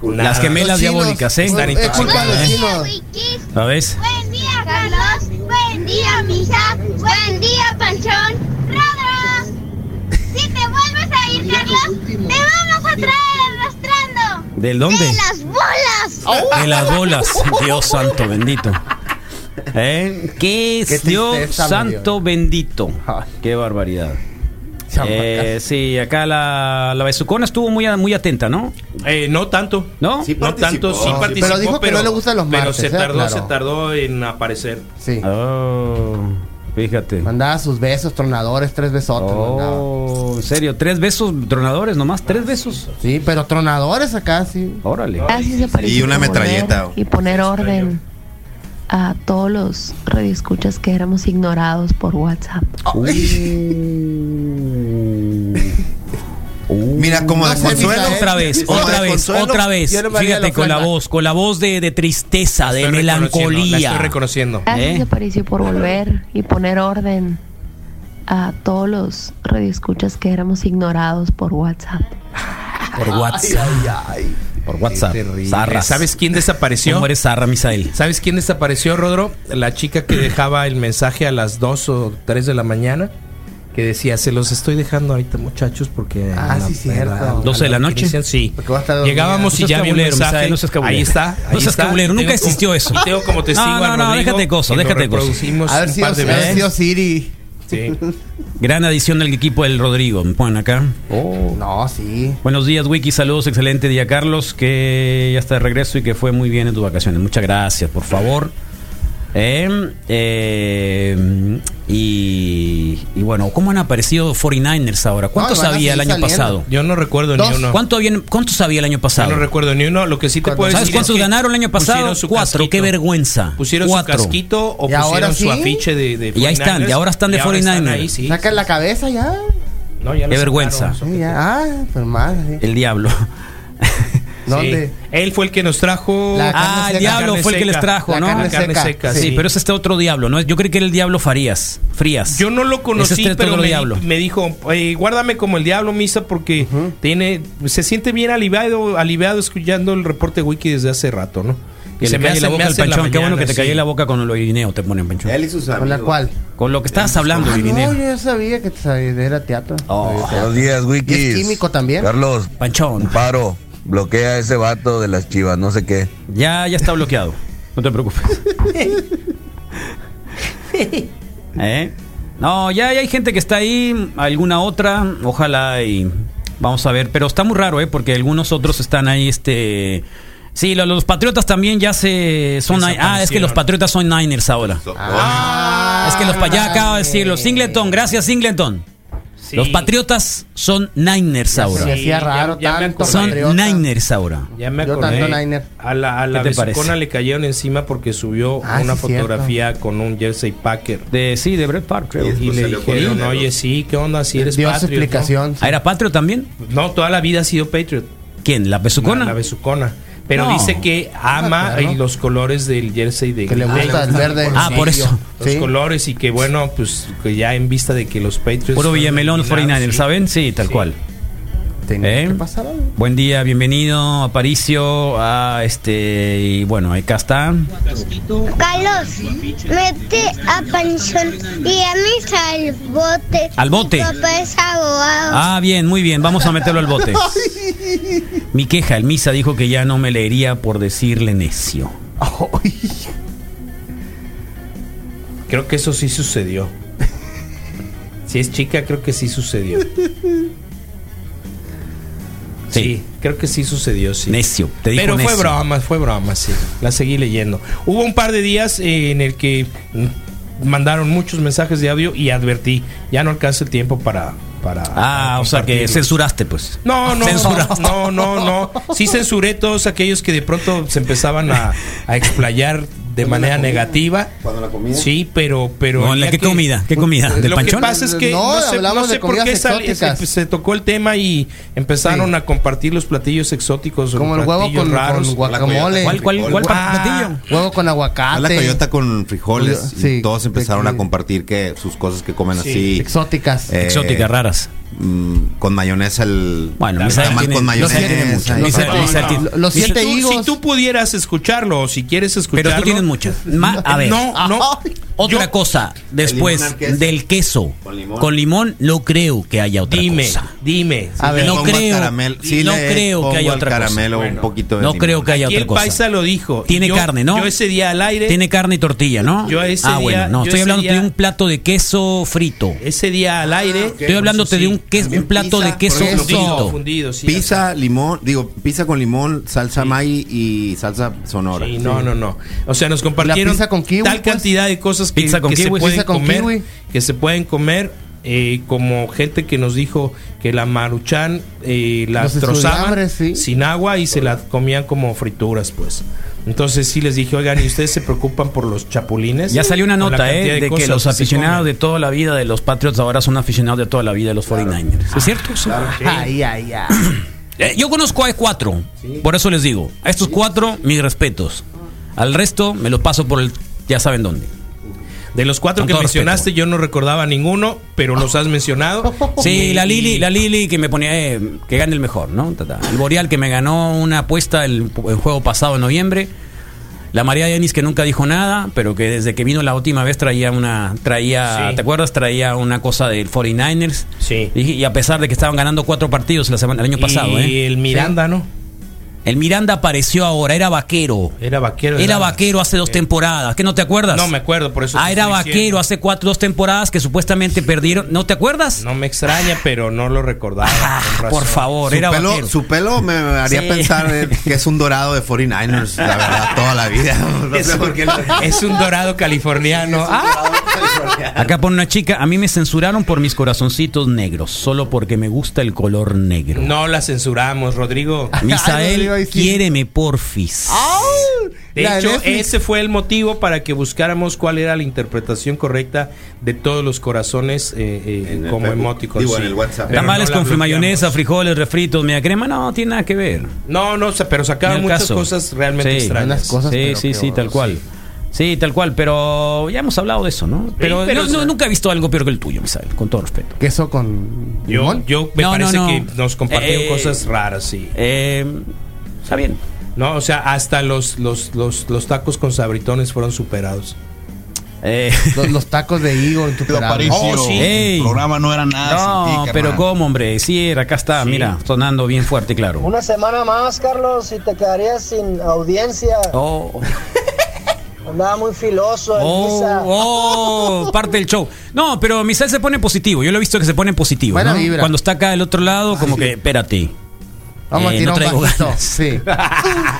Speaker 3: Las
Speaker 5: Nada.
Speaker 3: gemelas
Speaker 4: Los chinos.
Speaker 3: diabólicas, ¿eh?
Speaker 5: Están
Speaker 4: Es culpa de
Speaker 2: Buen
Speaker 4: los
Speaker 3: ¿Eh?
Speaker 2: día,
Speaker 4: chinos.
Speaker 2: Wikis.
Speaker 3: ¿Sabes?
Speaker 2: Buen día, Carlos. Buen día, Misa. Buen día, Panchón. ¡Radros! Si te vuelves a ir, Carlos, te vamos a traer arrastrando.
Speaker 3: ¿Del dónde?
Speaker 2: ¡De las bolas!
Speaker 3: De las bolas. Dios santo, bendito. ¿Eh? ¿Qué es
Speaker 4: Qué
Speaker 3: Dios
Speaker 4: tristeza me
Speaker 3: santo
Speaker 4: dio.
Speaker 3: bendito? Qué barbaridad. Eh,
Speaker 4: Chamacas.
Speaker 3: sí, acá la, la besucona estuvo muy, muy atenta, ¿no?
Speaker 5: Eh, no tanto.
Speaker 3: ¿no
Speaker 6: Sí,
Speaker 5: no
Speaker 6: participó.
Speaker 5: tanto, sí
Speaker 6: Sí, pero
Speaker 5: participó.
Speaker 4: dijo que no le gustan los
Speaker 5: Pero
Speaker 4: martes,
Speaker 5: se
Speaker 4: ¿eh?
Speaker 5: tardó,
Speaker 4: Claro.
Speaker 5: se tardó en aparecer.
Speaker 4: Sí.
Speaker 3: Oh, fíjate.
Speaker 4: Mandaba sus besos tronadores, tres besotes. mandaba.
Speaker 3: Oh, en serio, tres besos tronadores nomás, tres besos.
Speaker 4: Sí, pero tronadores acá, sí.
Speaker 3: Órale.
Speaker 13: Gracias, Aparicio,
Speaker 6: Y una
Speaker 13: por volver
Speaker 6: metralleta.
Speaker 13: Y poner orden a todos los radioescuchas que éramos ignorados por WhatsApp.
Speaker 6: Mira, como
Speaker 4: No
Speaker 6: de
Speaker 4: sé,
Speaker 6: consuelo.
Speaker 4: Misael.
Speaker 3: Otra vez,
Speaker 6: Como
Speaker 3: otra
Speaker 6: de
Speaker 3: vez,
Speaker 6: consuelo,
Speaker 3: otra vez.
Speaker 4: yo no me haría
Speaker 3: Fíjate
Speaker 4: la
Speaker 3: con la
Speaker 4: ofrenda.
Speaker 3: voz, con la voz de, de tristeza, de
Speaker 5: Estoy reconociendo, La estoy
Speaker 3: melancolía.
Speaker 5: reconociendo.
Speaker 13: Gracias,
Speaker 3: ¿Eh?
Speaker 13: Aparicio, por volver y poner orden a todos los radioescuchas que éramos ignorados por WhatsApp.
Speaker 3: Por WhatsApp. Por WhatsApp. Zarra.
Speaker 5: ¿Sabes quién desapareció?
Speaker 3: ¿Cómo eres Zarra, Misael?
Speaker 5: ¿Sabes quién desapareció, Rodro? La chica
Speaker 3: <clears throat>
Speaker 5: que dejaba el mensaje a las 2 o 3 de la mañana. Que decía, se los estoy dejando ahorita, muchachos, porque.
Speaker 4: Ah,
Speaker 5: a la-
Speaker 4: sí, cierto.
Speaker 5: a a
Speaker 3: 12 de la noche.
Speaker 5: dicen, Sí.
Speaker 4: Porque va a estar dormida.
Speaker 5: Llegábamos y
Speaker 3: No seas
Speaker 5: ya había un
Speaker 3: cabulero,
Speaker 5: mensaje.
Speaker 3: Misael, no seas cabulero.
Speaker 5: Ahí está.
Speaker 3: No
Speaker 5: ahí
Speaker 3: seas
Speaker 5: está.
Speaker 3: cabulero,
Speaker 5: Y
Speaker 3: nunca
Speaker 5: tengo
Speaker 3: existió
Speaker 5: como-
Speaker 3: eso.
Speaker 5: Y <laughs> tengo como testigo.
Speaker 3: No,
Speaker 5: a
Speaker 3: no, no,
Speaker 5: Rodrigo,
Speaker 3: déjate cosas,
Speaker 5: que lo
Speaker 3: déjate cosas.
Speaker 5: reproducimos
Speaker 4: A ver
Speaker 5: un
Speaker 4: si
Speaker 5: par de
Speaker 4: Osiris,
Speaker 5: veces.
Speaker 4: si Osiris.
Speaker 3: Gran adición del equipo del Rodrigo. Me ponen acá.
Speaker 4: No, sí.
Speaker 3: Buenos días, Wiki. Saludos. Excelente día, Carlos. Que ya está de regreso y que fue muy bien en tus vacaciones. Muchas gracias, por favor. Eh, eh, y, y bueno, ¿cómo han aparecido 49ers ahora? ¿Cuántos
Speaker 5: No, Ah, van a
Speaker 3: había el año
Speaker 5: seguir saliendo.
Speaker 3: pasado?
Speaker 5: Yo no recuerdo ni
Speaker 3: Dos.
Speaker 5: uno.
Speaker 3: ¿Cuánto habían- ¿Cuántos había el año pasado?
Speaker 5: Yo no recuerdo ni uno. Lo que sí te puedo
Speaker 3: ¿Sabes
Speaker 5: decir
Speaker 3: cuántos
Speaker 5: es que
Speaker 3: ganaron el año pasado?
Speaker 5: pusieron su
Speaker 3: Cuatro,
Speaker 5: casquito.
Speaker 3: qué vergüenza.
Speaker 5: Pusieron
Speaker 3: Cuatro.
Speaker 5: su casquito o
Speaker 3: ¿Y ahora
Speaker 5: pusieron
Speaker 3: sí?
Speaker 5: su afiche de, de
Speaker 3: Y ahí están, y ahora están de
Speaker 5: y ahora están
Speaker 3: 49ers.
Speaker 5: ahí, sí.
Speaker 4: Sacan la cabeza ya.
Speaker 5: No, ya
Speaker 3: Qué
Speaker 5: lo sacaron.
Speaker 3: vergüenza.
Speaker 4: Sí, ya. Ah, pues más. sí.
Speaker 3: El diablo.
Speaker 5: Sí.
Speaker 4: ¿Dónde?
Speaker 5: Él fue el que nos trajo.
Speaker 3: <laughs>
Speaker 4: La
Speaker 3: Ah, el diablo fue el que les trajo, ¿no?
Speaker 5: La carne seca,
Speaker 3: sí. pero ese está otro diablo, ¿no? Yo creí que era el diablo Farías, Frías.
Speaker 5: Yo no lo
Speaker 3: Ese
Speaker 5: conocí,
Speaker 3: está
Speaker 5: pero
Speaker 3: otro
Speaker 5: me, di-
Speaker 3: diablo.
Speaker 5: me dijo, "Oye, guárdame como el diablo, Misa, porque tiene, se siente bien aliviado, aliviado escuchando el reporte wiki desde hace rato, ¿no?
Speaker 3: Que le calle la boca al panchón. Qué bueno que te cayó la boca con lo irineo, te ponen panchón.
Speaker 6: Él y sus
Speaker 4: ¿Con la amigos. cuál?
Speaker 3: Con lo que estabas hablando,
Speaker 4: Ah,
Speaker 3: irineo.
Speaker 4: no, yo ya sabía que sabía, era teatro.
Speaker 3: Oh,
Speaker 6: Oh,
Speaker 14: Buenos días, Wikis.
Speaker 4: ¿Y es químico también?
Speaker 14: Carlos.
Speaker 3: Panchón.
Speaker 6: <laughs>
Speaker 14: Paro. Bloquea a ese vato de las chivas, no sé qué.
Speaker 3: Ya, ya está bloqueado. No te preocupes. ¿Eh? No, ya, ya hay gente que está ahí, alguna otra, ojalá y vamos a ver, pero está muy raro, ¿eh? Porque algunos otros están ahí, este... Sí, lo- los, patriotas también ya se son... ni- Ah, es que los patriotas son Niners ahora.
Speaker 4: Ah,
Speaker 3: es que los pa- ya acabo de decirlo. Singleton, gracias Singleton. Los patriotas son Niners ahora.
Speaker 4: Se hacía raro
Speaker 5: ya me
Speaker 4: tanto.
Speaker 3: Son
Speaker 4: patriota.
Speaker 3: Niners ahora.
Speaker 5: Ya me
Speaker 4: Yo
Speaker 5: acordé.
Speaker 4: tanto Niner.
Speaker 5: A la, a la
Speaker 3: ¿Qué te parece?
Speaker 5: besucona le cayeron encima porque subió
Speaker 4: Ah,
Speaker 5: una
Speaker 4: sí,
Speaker 5: fotografía con un jersey Packer.
Speaker 3: De, sí, de Brett Park, creo.
Speaker 5: Y le dijeron, oye, sí, ¿qué onda? Si eres
Speaker 4: Dio su
Speaker 5: Patriot, ¿no?".
Speaker 4: explicación.
Speaker 3: Ah, ¿Era Patriot también?
Speaker 5: No, toda la vida ha sido Patriot.
Speaker 3: ¿Quién? ¿La besucona?
Speaker 5: La, besucona. Pero
Speaker 3: No.
Speaker 5: dice que ama
Speaker 3: Ah, claro.
Speaker 5: y los colores del jersey de
Speaker 4: Que le
Speaker 5: de-
Speaker 4: gusta el verde.
Speaker 3: Ah, por eso.
Speaker 5: Los
Speaker 3: Sí.
Speaker 5: colores y que bueno, pues que ya en vista de que los Patriots.
Speaker 3: Puro
Speaker 5: son
Speaker 3: Villamelón
Speaker 5: eliminados,
Speaker 3: 49ers, ¿saben? Sí, tal cual. ¿Eh? Buen día, bienvenido a Paricio, a este y bueno, acá está.
Speaker 2: Carlos, mete a Panchón y a mis al bote.
Speaker 3: Al bote.
Speaker 2: Mi papá es abogado.
Speaker 3: Ah, bien, muy bien, vamos a meterlo al <laughs> bote. Mi queja, el Misa dijo que ya no me leería por decirle necio.
Speaker 5: sí. Creo que eso sí sucedió. si es chica, creo que sí sucedió. Sí. creo que sí sucedió, sí.
Speaker 3: Necio, te dijo
Speaker 5: Pero fue
Speaker 3: necio.
Speaker 5: broma, fue broma, sí. La seguí leyendo. Hubo un par de días eh, en el que mm, mandaron muchos mensajes de audio y advertí, ya no alcanza el tiempo para... para
Speaker 3: Ah, o sea que censuraste pues.
Speaker 5: no, no,
Speaker 3: Censura.
Speaker 5: no, no, no, no. Sí censuré todos aquellos que de pronto se empezaban a, a explayar de manera negativa.
Speaker 6: Cuando la comida.
Speaker 5: Sí, pero, pero.
Speaker 3: No, ¿la
Speaker 5: ya
Speaker 3: qué comida? ¿Qué comida? ¿Del
Speaker 5: lo
Speaker 3: panchón?
Speaker 5: que pasa es que
Speaker 4: No,
Speaker 5: no, sé,
Speaker 4: hablamos
Speaker 5: no sé
Speaker 4: de
Speaker 5: por qué
Speaker 4: comidas
Speaker 5: sal-
Speaker 4: exóticas.
Speaker 5: se, se tocó el tema y empezaron a compartir los platillos exóticos,
Speaker 4: Como el huevo
Speaker 5: platillos
Speaker 4: con,
Speaker 5: raros.
Speaker 4: con guacamole.
Speaker 5: ¿Cuál, cuál, cuál platillo?
Speaker 4: Huevo con aguacate.
Speaker 6: Ah, la Toyota con frijoles
Speaker 4: ah, Sí,
Speaker 6: y todos empezaron
Speaker 4: de-
Speaker 6: a compartir que sus cosas que comen
Speaker 4: Sí.
Speaker 6: así. Eh,
Speaker 4: Exóticas.
Speaker 3: Exóticas, raras.
Speaker 6: Mm, con mayonesa el.
Speaker 3: Bueno,
Speaker 6: el
Speaker 3: Misael
Speaker 6: tamal
Speaker 3: tiene-
Speaker 6: con
Speaker 3: lo
Speaker 6: mayonesa.
Speaker 3: siente mucho.
Speaker 6: y
Speaker 3: Misael-
Speaker 6: todo.
Speaker 3: Misael tiene-
Speaker 4: Los
Speaker 5: Si
Speaker 4: siete
Speaker 5: tú-
Speaker 4: higos.
Speaker 5: Si tú pudieras escucharlo, o si quieres escucharlo.
Speaker 3: tienes muchas. Ma- a ver.
Speaker 5: No, no.
Speaker 3: Otra cosa, después
Speaker 5: limón al queso.
Speaker 3: del queso con limón. no creo que haya otra
Speaker 5: Dime,
Speaker 3: cosa.
Speaker 5: dime.
Speaker 3: A ver,
Speaker 6: Le
Speaker 3: no
Speaker 6: pongo al
Speaker 3: creo,
Speaker 6: caramel- sí
Speaker 3: no
Speaker 6: le
Speaker 3: creo
Speaker 6: pongo
Speaker 3: que haya
Speaker 6: al
Speaker 3: otra cosa.
Speaker 6: caramelo un poquito de
Speaker 3: no
Speaker 6: limón.
Speaker 3: creo que haya
Speaker 5: Aquí
Speaker 3: otra
Speaker 5: el
Speaker 3: cosa.
Speaker 5: paisa lo dijo.
Speaker 3: Tiene
Speaker 5: Yo-
Speaker 3: carne, ¿no?
Speaker 5: Yo ese día al aire.
Speaker 3: Tiene carne y tortilla, ¿no?
Speaker 5: Yo ese
Speaker 3: ah,
Speaker 5: día-
Speaker 3: bueno, no,
Speaker 5: yo
Speaker 3: estoy
Speaker 5: ese
Speaker 3: hablando de
Speaker 5: día-
Speaker 3: un plato de queso frito.
Speaker 5: Ese día al aire.
Speaker 3: Estoy hablándote de un, queso- un plato de queso frito.
Speaker 6: Pizza, limón, digo, pizza con limón, salsa maíz y salsa sonora.
Speaker 5: Sí, no, no, no. O sea, nos compartieron
Speaker 4: pizza con kiwi,
Speaker 5: tal
Speaker 4: pues.
Speaker 5: cantidad de cosas que,
Speaker 3: Pizza con
Speaker 5: que se
Speaker 3: kiwi,
Speaker 5: pueden
Speaker 3: pizza con
Speaker 5: comer,
Speaker 3: kiwi.
Speaker 5: que se pueden comer, eh, como gente que nos dijo que la maruchan eh, la
Speaker 4: Los
Speaker 5: trozaban
Speaker 4: estudiambres, sí.
Speaker 5: sin agua y se la comían como frituras, pues. Entonces sí les dije, oigan, ¿y ustedes se preocupan por los chapulines?
Speaker 3: Ya salió una
Speaker 5: Con la
Speaker 3: nota,
Speaker 5: cantidad
Speaker 3: ¿eh? De, que
Speaker 5: cosas
Speaker 3: los
Speaker 5: se
Speaker 3: aficionados de toda la vida de los Patriots ahora son aficionados de toda la vida de los 49ers. ¿Es cierto? eso?
Speaker 4: Ay, ay, ay.
Speaker 3: Eh, yo conozco a cuatro, por eso les digo. A estos cuatro, mis respetos. Al resto, me los paso por el ya saben dónde.
Speaker 5: De los cuatro
Speaker 3: Con
Speaker 5: que
Speaker 3: todo
Speaker 5: mencionaste, yo no recordaba ninguno, pero los has mencionado.
Speaker 3: <laughs> Sí,
Speaker 5: Y-
Speaker 3: la Lili, la Lili que me ponía eh, que gane el mejor, ¿no? Ta, ta. El Boreal que me ganó una apuesta el, el juego pasado en noviembre. La María Denis que nunca dijo nada, pero que desde que vino la última vez traía una traía,
Speaker 5: Sí.
Speaker 3: ¿te acuerdas? Traía una cosa del 49ers.
Speaker 5: Sí.
Speaker 3: Y, y a pesar de que estaban ganando cuatro partidos la semana el año pasado,
Speaker 5: Y
Speaker 3: ¿eh?
Speaker 5: el Miranda, ¿no?
Speaker 3: El Miranda apareció ahora, era vaquero.
Speaker 5: Era vaquero. de
Speaker 3: Era
Speaker 5: Dallas.
Speaker 3: vaquero hace dos temporadas. ¿Qué no te acuerdas?
Speaker 5: No me acuerdo, por eso.
Speaker 3: Ah,
Speaker 5: te
Speaker 3: era
Speaker 5: estoy
Speaker 3: vaquero
Speaker 5: diciendo.
Speaker 3: hace cuatro, dos temporadas que supuestamente perdieron. ¿No te acuerdas?
Speaker 5: No me extraña, pero no lo recordaba. con razón.
Speaker 3: Ah, por favor,
Speaker 6: Su
Speaker 3: era
Speaker 6: pelo,
Speaker 3: vaquero.
Speaker 6: su pelo me haría
Speaker 3: Sí.
Speaker 6: pensar eh, que es un dorado de 49ers, la verdad, toda la vida. <laughs> No sé
Speaker 5: Es un,
Speaker 6: por qué lo-
Speaker 5: <laughs> es un dorado californiano. Ah,
Speaker 3: Acá pone una chica, a mí me censuraron por mis corazoncitos negros, solo porque me gusta el color
Speaker 5: <laughs>
Speaker 3: negro.
Speaker 5: no la
Speaker 3: <laughs>
Speaker 5: censuramos, Rodrigo.
Speaker 3: Misael, quiéreme porfis.
Speaker 5: De
Speaker 3: La de
Speaker 5: hecho,
Speaker 3: Netflix.
Speaker 5: ese fue el motivo para que buscáramos cuál era la interpretación correcta de todos los corazones eh, eh,
Speaker 6: el
Speaker 5: como
Speaker 6: Facebook.
Speaker 5: emoticons.
Speaker 6: Digo, en
Speaker 5: sí.
Speaker 6: el WhatsApp.
Speaker 5: Pero
Speaker 3: Tamales
Speaker 5: no la
Speaker 3: con
Speaker 5: bloqueamos.
Speaker 3: mayonesa, frijoles, refritos, media crema, no, tiene nada que ver.
Speaker 5: No, no, o sea, pero sacaban
Speaker 3: Ni al
Speaker 5: muchas
Speaker 3: caso.
Speaker 5: cosas realmente
Speaker 3: Sí.
Speaker 5: extrañas.
Speaker 3: sí, sí, sí, tal cual. Sí, tal cual, pero ya hemos hablado de eso, ¿no? Pero,
Speaker 5: pero,
Speaker 3: no-
Speaker 5: o sea-
Speaker 3: no- nunca he visto algo peor que el tuyo, Misael, con todo respeto.
Speaker 4: Queso con
Speaker 5: Yo,
Speaker 4: limón.
Speaker 5: yo me
Speaker 3: No, no,
Speaker 5: parece
Speaker 3: no.
Speaker 5: que nos compartieron
Speaker 3: Eh,
Speaker 5: cosas raras, sí.
Speaker 3: está bien.
Speaker 5: No, o sea, hasta los, los, los, los tacos con sabritones fueron superados.
Speaker 3: Eh,
Speaker 4: <laughs>
Speaker 3: <laughs>
Speaker 4: Los, los tacos de higo en tu
Speaker 3: Oh, sí. Ey.
Speaker 15: no era
Speaker 3: No, pero cómo, hombre, sí era, acá está, mira, sonando bien fuerte, y claro.
Speaker 16: Una semana más, Carlos, y te quedarías sin audiencia.
Speaker 4: <laughs>
Speaker 3: Oh,
Speaker 16: Andaba muy filoso el Misa.
Speaker 3: oh, oh, parte del show. No, pero Misael se pone positivo, yo lo he visto que se pone positivo.
Speaker 4: Buena
Speaker 3: ¿no?
Speaker 4: vibra.
Speaker 3: Cuando está acá del otro lado, como que, espérate.
Speaker 4: Vamos
Speaker 3: eh,
Speaker 4: a tirar
Speaker 3: no
Speaker 4: un
Speaker 3: traigo
Speaker 4: vasito.
Speaker 3: ganas. <laughs>
Speaker 4: Sí.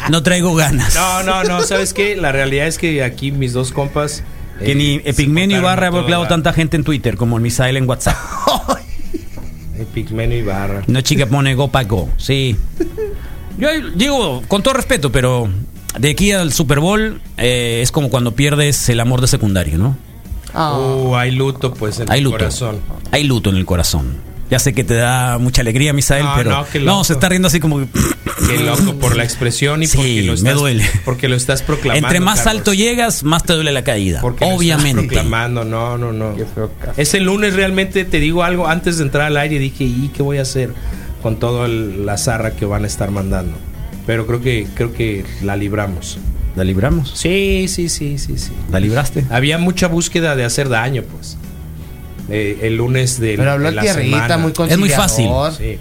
Speaker 3: No traigo ganas.
Speaker 5: No, no, <laughs> no, ¿sabes qué? La realidad es que aquí mis dos compas.
Speaker 3: Que ni Epigmenio Ibarra ha bloqueado
Speaker 5: bloqueado
Speaker 3: tanta gente en Twitter como el Misael en
Speaker 4: <laughs>
Speaker 3: WhatsApp.
Speaker 5: Epigmenio Eh, Ibarra.
Speaker 3: No chica pone go pa' go, sí. Yo digo, con todo respeto, pero de aquí al Super Bowl eh, es como cuando pierdes el amor de secundario, ¿no?
Speaker 5: Uh, hay luto, pues, en
Speaker 3: Hay
Speaker 5: el
Speaker 3: luto.
Speaker 5: corazón.
Speaker 3: Hay luto en el corazón. Ya sé que te da mucha alegría, Misael,
Speaker 5: No,
Speaker 3: pero.
Speaker 5: no, qué
Speaker 3: No,
Speaker 5: loco.
Speaker 3: se está riendo así como. que-
Speaker 5: Qué loco por la expresión y
Speaker 3: Sí,
Speaker 5: porque lo
Speaker 3: me
Speaker 5: estás,
Speaker 3: duele.
Speaker 5: Porque lo estás proclamando.
Speaker 3: Entre más
Speaker 5: Carlos.
Speaker 3: alto llegas, más te duele la caída.
Speaker 5: Porque lo estás
Speaker 3: Obviamente.
Speaker 5: proclamando, no, no, no. Ese lunes realmente te digo algo. Antes de entrar al aire dije, ¿y qué voy a hacer con toda el- la zarra que van a estar mandando? Pero creo que, creo que la libramos.
Speaker 3: ¿La libramos?
Speaker 5: Sí, sí, sí, sí, sí.
Speaker 3: ¿La libraste?
Speaker 5: Había mucha búsqueda de hacer daño, pues. Eh, el lunes del- de,
Speaker 4: Pero habló
Speaker 5: la
Speaker 4: tierrita,
Speaker 5: semana.
Speaker 4: muy
Speaker 3: Es muy fácil.
Speaker 4: conciliador.
Speaker 5: Sí.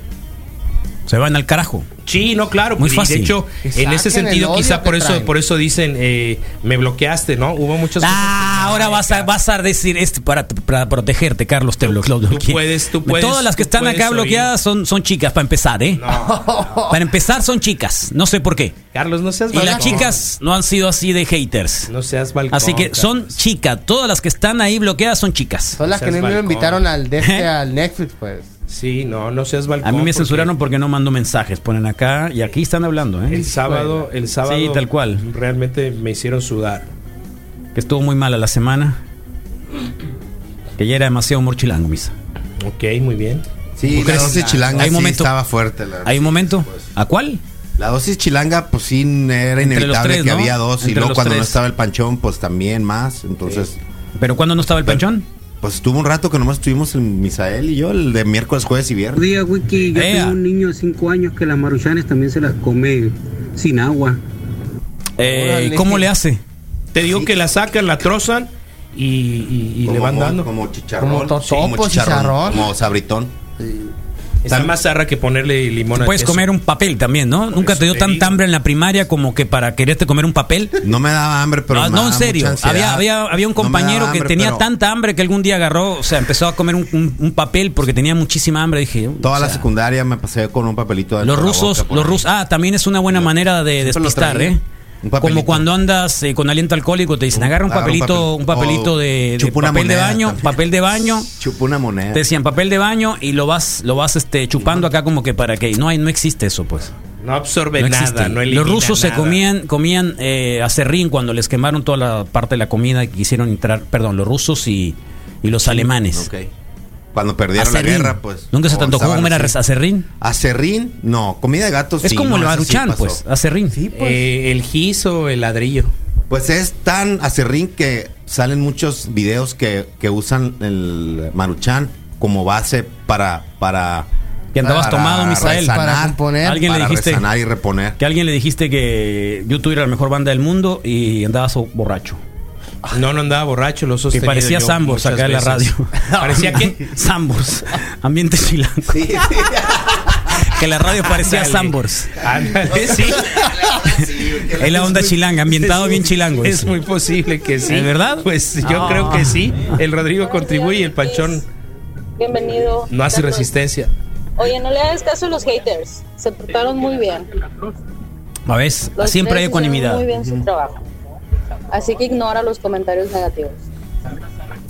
Speaker 3: Se van al carajo.
Speaker 5: Sí, no, claro. pues,
Speaker 3: Muy
Speaker 5: y
Speaker 3: fácil.
Speaker 5: De hecho,
Speaker 4: Que
Speaker 5: en ese
Speaker 4: saquen el
Speaker 5: sentido,
Speaker 4: odio
Speaker 5: quizá
Speaker 4: que
Speaker 5: por eso,
Speaker 4: traen.
Speaker 5: por eso dicen, eh, me bloqueaste, ¿no? Hubo muchas
Speaker 3: Ah, ahora vas a, vas a decir este para, para protegerte, Carlos, te bloqueo. Tú
Speaker 5: puedes, tú puedes,
Speaker 3: Todas las que
Speaker 5: tú
Speaker 3: están
Speaker 5: puedes
Speaker 3: acá
Speaker 5: oír.
Speaker 3: bloqueadas son, son chicas, para empezar, ¿eh? <laughs> Para empezar son chicas, no sé por qué.
Speaker 5: Carlos, no seas
Speaker 3: Y las
Speaker 5: balcón.
Speaker 3: chicas no han sido así de haters.
Speaker 5: No seas balcón.
Speaker 3: Así que son chicas, todas las que están ahí bloqueadas son chicas.
Speaker 4: Son las que
Speaker 5: Seas
Speaker 4: no me
Speaker 5: balcón.
Speaker 4: invitaron al, de
Speaker 3: ¿Eh?
Speaker 4: este, al Netflix, pues.
Speaker 5: Carlos. Sí, no, no seas balcón.
Speaker 3: A mí me
Speaker 5: porque
Speaker 3: censuraron porque no mando mensajes, ponen acá y aquí están hablando, ¿eh?
Speaker 5: El sábado, el sábado.
Speaker 3: Sí, tal cual.
Speaker 5: Realmente me hicieron sudar.
Speaker 3: Que estuvo muy mala la semana. Que ya era demasiado morchilango, misa.
Speaker 5: Ok, muy bien.
Speaker 6: Sí,
Speaker 3: ¿Tú
Speaker 6: la
Speaker 3: crees?
Speaker 6: dosis chilanga
Speaker 3: Hay
Speaker 6: sí
Speaker 3: momento-
Speaker 6: estaba fuerte. la
Speaker 3: ¿Hay un momento? ¿A cuál?
Speaker 6: La dosis chilanga, pues sí, era
Speaker 3: los
Speaker 6: inevitable
Speaker 3: tres,
Speaker 6: que
Speaker 3: ¿no?
Speaker 6: había dos.
Speaker 3: Entre
Speaker 6: y luego
Speaker 3: los
Speaker 6: cuando no
Speaker 3: tres.
Speaker 6: estaba el panchón, pues también más. Entonces,
Speaker 3: ¿Pero cuándo no estaba el panchón?
Speaker 6: pues estuvo un rato que nomás estuvimos el Misael y yo, el de miércoles, jueves y viernes.
Speaker 17: día, Wiki, yo
Speaker 3: Ea.
Speaker 17: tengo un niño de 5 años que las maruchanes también se las come sin agua.
Speaker 3: Eh,
Speaker 17: Órale.
Speaker 3: ¿Cómo le hace?
Speaker 5: Te digo que la sacan, la trozan y, y- y le
Speaker 6: Como
Speaker 5: van
Speaker 6: mo-
Speaker 5: dando.
Speaker 6: Como chicharrón.
Speaker 4: Como
Speaker 6: sí,
Speaker 4: totopo, chicharrón.
Speaker 6: Como sabritón.
Speaker 5: Está más zarra que ponerle limón
Speaker 3: Te
Speaker 5: al
Speaker 3: puedes
Speaker 5: queso.
Speaker 3: comer un papel también, ¿no? Nunca
Speaker 6: Pues
Speaker 5: eso
Speaker 3: te dio
Speaker 5: te
Speaker 3: tanta
Speaker 5: digo.
Speaker 3: hambre en la primaria como que para quererte comer un papel.
Speaker 6: No me daba hambre, pero.
Speaker 3: Ah,
Speaker 6: me
Speaker 3: no, en
Speaker 6: daba
Speaker 3: serio.
Speaker 6: mucha
Speaker 3: Había,
Speaker 6: ansiedad.
Speaker 3: había, había un
Speaker 6: No me daba
Speaker 3: compañero que
Speaker 6: hambre,
Speaker 3: tenía
Speaker 6: pero
Speaker 3: tanta hambre que algún día agarró, o sea, empezó a comer un, un- un papel porque tenía muchísima hambre. Dije,
Speaker 6: Toda
Speaker 3: o
Speaker 6: la
Speaker 3: sea,
Speaker 6: secundaria me pasé con un papelito. dentro
Speaker 3: los
Speaker 6: de la
Speaker 3: rusos,
Speaker 6: boca por
Speaker 3: los
Speaker 6: ahí.
Speaker 3: rusos. Ah, también es una buena manera de
Speaker 6: Siempre lo
Speaker 3: despistar,
Speaker 6: traía.
Speaker 3: ¿eh?
Speaker 6: Un papelito. Uh,
Speaker 3: Como cuando andas eh, con aliento alcohólico, te dicen, agarra un
Speaker 6: Agarra un
Speaker 3: papelito,
Speaker 6: papel-
Speaker 3: un papelito
Speaker 6: o
Speaker 3: de, de
Speaker 6: chupa una
Speaker 3: papel de
Speaker 6: moneda
Speaker 3: baño,
Speaker 6: también.
Speaker 3: papel de baño.
Speaker 6: Chupó una moneda.
Speaker 3: Te decían papel de baño y lo vas, lo vas este, chupando acá como que para que no hay, no existe eso, pues.
Speaker 5: No absorbe
Speaker 3: No
Speaker 5: nada,
Speaker 3: existe.
Speaker 5: no elimina
Speaker 3: Los rusos se
Speaker 5: nada.
Speaker 3: comían, comían eh, acerrín cuando les quemaron toda la parte de la comida que quisieron entrar, perdón, los rusos y, y los alemanes.
Speaker 6: Ok. Cuando perdieron
Speaker 3: Acerrín.
Speaker 6: la guerra, pues.
Speaker 3: ¿Nunca se te antojó
Speaker 6: estaban
Speaker 3: comer
Speaker 6: así.
Speaker 3: acerrín?
Speaker 6: Acerrín, no. Comida de gatos.
Speaker 3: Es
Speaker 6: sí,
Speaker 3: como
Speaker 6: no,
Speaker 3: el
Speaker 6: eso sí
Speaker 3: baruchán,
Speaker 6: pasó.
Speaker 3: pues, acerrín. Sí,
Speaker 5: Eh, el gis o el ladrillo.
Speaker 6: Pues es tan acerrín que salen muchos videos que, que usan el maruchán como base para. para
Speaker 3: Que andabas
Speaker 6: para
Speaker 3: tomado, Misael.
Speaker 4: Para componer.
Speaker 3: Alguien le
Speaker 6: para
Speaker 3: dijiste
Speaker 6: resanar y reponer.
Speaker 3: que alguien le dijiste que YouTube era la mejor banda del mundo y andabas so- borracho.
Speaker 5: Pues No, no andaba borracho, los
Speaker 3: Que parecía Sambors acá en la
Speaker 5: <laughs>
Speaker 3: radio. <laughs>
Speaker 5: ¿Parecía qué?
Speaker 3: Sambors. Ambiente chilango.
Speaker 6: Sí, sí.
Speaker 3: <laughs> Que la radio parecía
Speaker 5: Ándale.
Speaker 3: Sambors. <laughs>
Speaker 5: Ándale, sí. <laughs>
Speaker 3: Es la onda chilanga, ambientado bien chilango.
Speaker 5: Es muy posible que sí.
Speaker 3: ¿Es verdad?
Speaker 5: Pues yo
Speaker 3: Ah.
Speaker 5: creo que sí. El Rodrigo contribuye y el Panchón
Speaker 15: Bienvenido.
Speaker 5: no hace resistencia.
Speaker 15: Oye, no le hagas caso a los haters. Se portaron muy bien.
Speaker 3: A ves,
Speaker 15: Los
Speaker 3: Ah, siempre
Speaker 15: tres hicieron
Speaker 3: hay ecuanimidad.
Speaker 15: Muy bien su trabajo. Así que ignora los comentarios negativos.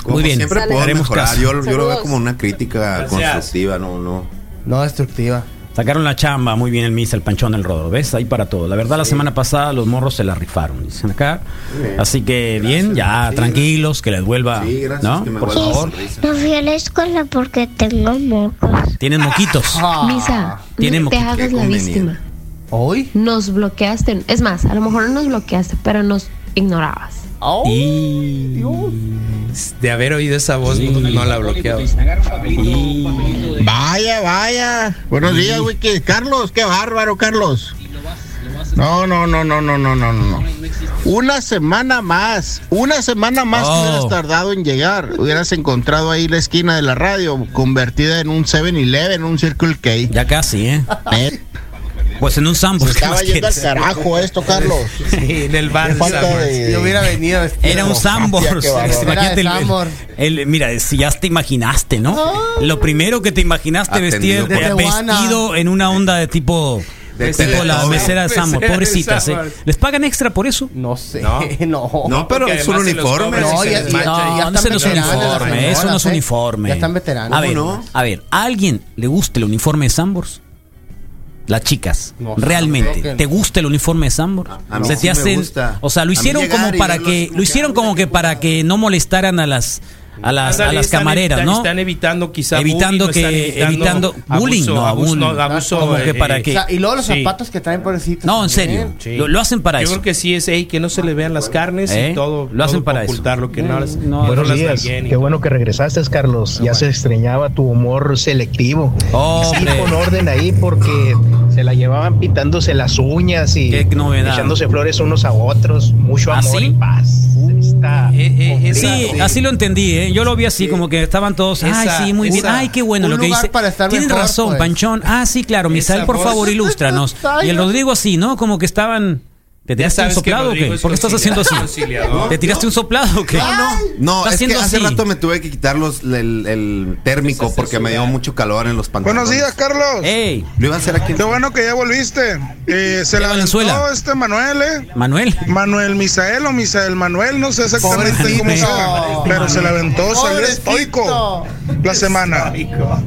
Speaker 6: Como
Speaker 3: bien,
Speaker 6: Siempre
Speaker 15: sale.
Speaker 6: puedo
Speaker 3: haremos
Speaker 6: mejorar.
Speaker 3: caso.
Speaker 6: Yo, yo lo
Speaker 15: Saludos.
Speaker 6: veo como una crítica
Speaker 3: Gracias.
Speaker 6: constructiva, no, no.
Speaker 3: No destructiva. Sacaron la chamba, muy bien el Miss, el Panchón, el Rodo, ¿ves? Ahí para todo. La verdad, la semana pasada los morros se la rifaron, dicen acá.
Speaker 18: bien.
Speaker 3: Así que bien, ya, tranquilos, que les vuelva, ¿no? Por favor.
Speaker 18: No fui a la escuela porque tengo mocos.
Speaker 3: Tienen moquitos.
Speaker 19: Ah.
Speaker 13: Misa,
Speaker 3: Tiene
Speaker 13: no te
Speaker 3: moquito.
Speaker 13: hagas
Speaker 3: Qué
Speaker 13: la
Speaker 3: conveniente.
Speaker 13: víctima.
Speaker 4: ¿Hoy?
Speaker 13: Nos bloqueaste. Es más, a lo mejor no nos bloqueaste, pero nos ignorabas.
Speaker 5: Y de haber oído esa voz, no, no la bloqueaba.
Speaker 19: Vaya, vaya. Buenos
Speaker 5: Sí.
Speaker 19: días, Wiki. Carlos, qué bárbaro, Carlos. No, no, no, no, no, no, no, no. Una semana más, una semana más te
Speaker 20: Oh.
Speaker 19: hubieras tardado en llegar. Hubieras encontrado ahí la esquina de la radio convertida en un 7-Eleven, un Circle K.
Speaker 3: Ya casi, ¿eh? Pues en un sambo.
Speaker 19: Se estaba yendo al
Speaker 6: <laughs>
Speaker 19: carajo esto, Carlos.
Speaker 5: Sí, en el bar.
Speaker 19: Qué falta
Speaker 5: Sambors.
Speaker 19: de- Yo hubiera venido vestido
Speaker 3: Era un
Speaker 19: como mafia,
Speaker 3: <laughs> Sambors.
Speaker 19: qué bárbaro.
Speaker 3: Este, imagínate
Speaker 19: Era de
Speaker 3: el- el- el- mira, si ya te imaginaste, ¿no? Lo primero que te imaginaste vestido,
Speaker 6: Atendido por- De Tehuana.
Speaker 3: vestido en una onda de tipo.
Speaker 6: De
Speaker 3: tipo la
Speaker 6: telenovela.
Speaker 3: mesera de Sambors.
Speaker 6: Mesera <laughs> de
Speaker 3: Pobrecitas, ¿eh?
Speaker 6: Sambors.
Speaker 3: ¿Les pagan extra por eso?
Speaker 4: No sé.
Speaker 3: No.
Speaker 4: <laughs> No.
Speaker 6: <laughs> No, pero Porque es un además se los uniforme. cobran y
Speaker 4: No,
Speaker 6: se
Speaker 4: ya,
Speaker 6: les
Speaker 4: ya-
Speaker 6: mancha
Speaker 4: ya
Speaker 3: No,
Speaker 6: y-
Speaker 4: están
Speaker 3: no se los
Speaker 4: veteranas las
Speaker 3: uniforme, eso no
Speaker 4: señoras,
Speaker 3: es
Speaker 4: ¿eh?
Speaker 3: uniforme.
Speaker 4: Ya están veteranas.
Speaker 3: A ver,
Speaker 4: ¿no?
Speaker 3: a ver, ¿a alguien le gusta el uniforme de Sambors? Las chicas,
Speaker 4: No,
Speaker 3: realmente,
Speaker 4: creo que no.
Speaker 3: ¿te gusta el uniforme de Sambors?
Speaker 6: a mí
Speaker 3: Se
Speaker 6: sí
Speaker 3: te
Speaker 6: me
Speaker 3: hacen-
Speaker 6: gusta.
Speaker 3: o sea, lo
Speaker 6: A mí
Speaker 3: hicieron
Speaker 6: llegar
Speaker 3: como
Speaker 6: y
Speaker 3: para
Speaker 6: verlos
Speaker 3: que, lo hicieron como que para que no molestaran a las a las, a
Speaker 5: Ándale,
Speaker 3: las
Speaker 5: están
Speaker 3: camareras,
Speaker 5: evita-
Speaker 3: ¿no?
Speaker 5: Están evitando quizá
Speaker 3: Evitando
Speaker 5: bullying, no
Speaker 3: que-
Speaker 5: están
Speaker 3: evitando bullying, no,
Speaker 5: abuso,
Speaker 3: bullying.
Speaker 5: no, abuso,
Speaker 3: Como que para
Speaker 5: eh,
Speaker 3: que-
Speaker 4: O sea, y luego los
Speaker 5: sí.
Speaker 4: zapatos que traen pobrecitos.
Speaker 3: No, en
Speaker 4: también.
Speaker 3: serio. Lo, lo hacen para
Speaker 5: Yo
Speaker 3: eso.
Speaker 5: creo que sí es ey, que no se le vean las carnes
Speaker 3: ¿Eh?
Speaker 5: y todo.
Speaker 3: Lo hacen
Speaker 5: todo
Speaker 3: para eso.
Speaker 5: ocultar lo que no, las- no
Speaker 20: Buenos
Speaker 5: las
Speaker 20: días,
Speaker 5: nalguen y
Speaker 20: qué bueno que regresaste, Carlos. Ya se extrañaba tu humor selectivo. sí,
Speaker 3: Oh, Hombre.
Speaker 20: con orden ahí porque se la llevaban pitándose las uñas y
Speaker 3: novedad. ¿Ah,
Speaker 20: echándose flores unos a otros. Mucho amor
Speaker 3: ¿Así?
Speaker 20: y paz.
Speaker 3: Uh,
Speaker 20: Está
Speaker 5: Eh,
Speaker 3: eh,
Speaker 20: complicado.
Speaker 3: Sí, así lo entendí, ¿eh? Yo lo vi así, como que estaban todos.
Speaker 20: Esa-
Speaker 3: ay, sí, muy bien.
Speaker 20: esa-
Speaker 3: Ay, qué bueno
Speaker 20: un
Speaker 3: lo que
Speaker 20: lugar
Speaker 3: dice.
Speaker 20: para estar
Speaker 3: Tienes
Speaker 20: mejor,
Speaker 3: razón,
Speaker 20: pues.
Speaker 3: Panchón. Ah, sí, claro. Misael, por
Speaker 20: voz.
Speaker 3: favor,
Speaker 20: <laughs>
Speaker 3: ilústranos. Y el Rodrigo así, ¿no? Como que estaban. ¿Te tiraste un
Speaker 6: sabes que
Speaker 3: soplado o qué?
Speaker 6: Rodrigo es
Speaker 3: ¿Por qué estás haciendo
Speaker 6: conciliador.
Speaker 3: así?
Speaker 6: Conciliador.
Speaker 3: ¿Te tiraste un soplado o qué?
Speaker 6: No,
Speaker 3: Estás
Speaker 6: es que
Speaker 3: haciendo
Speaker 6: hace
Speaker 3: así.
Speaker 6: rato me tuve que quitar los, el, el térmico porque me dio mucho calor en los pantalones.
Speaker 21: Buenos días, Carlos.
Speaker 6: Lo iba a hacer aquí.
Speaker 21: Qué bueno que ya volviste. Eh, se la aventó este Manuel, ¿eh?
Speaker 3: Manuel.
Speaker 21: Manuel Misael o Misael Manuel, no sé exactamente
Speaker 3: Pobrecito.
Speaker 21: cómo se llama, pero se la aventó, salió estoico la semana.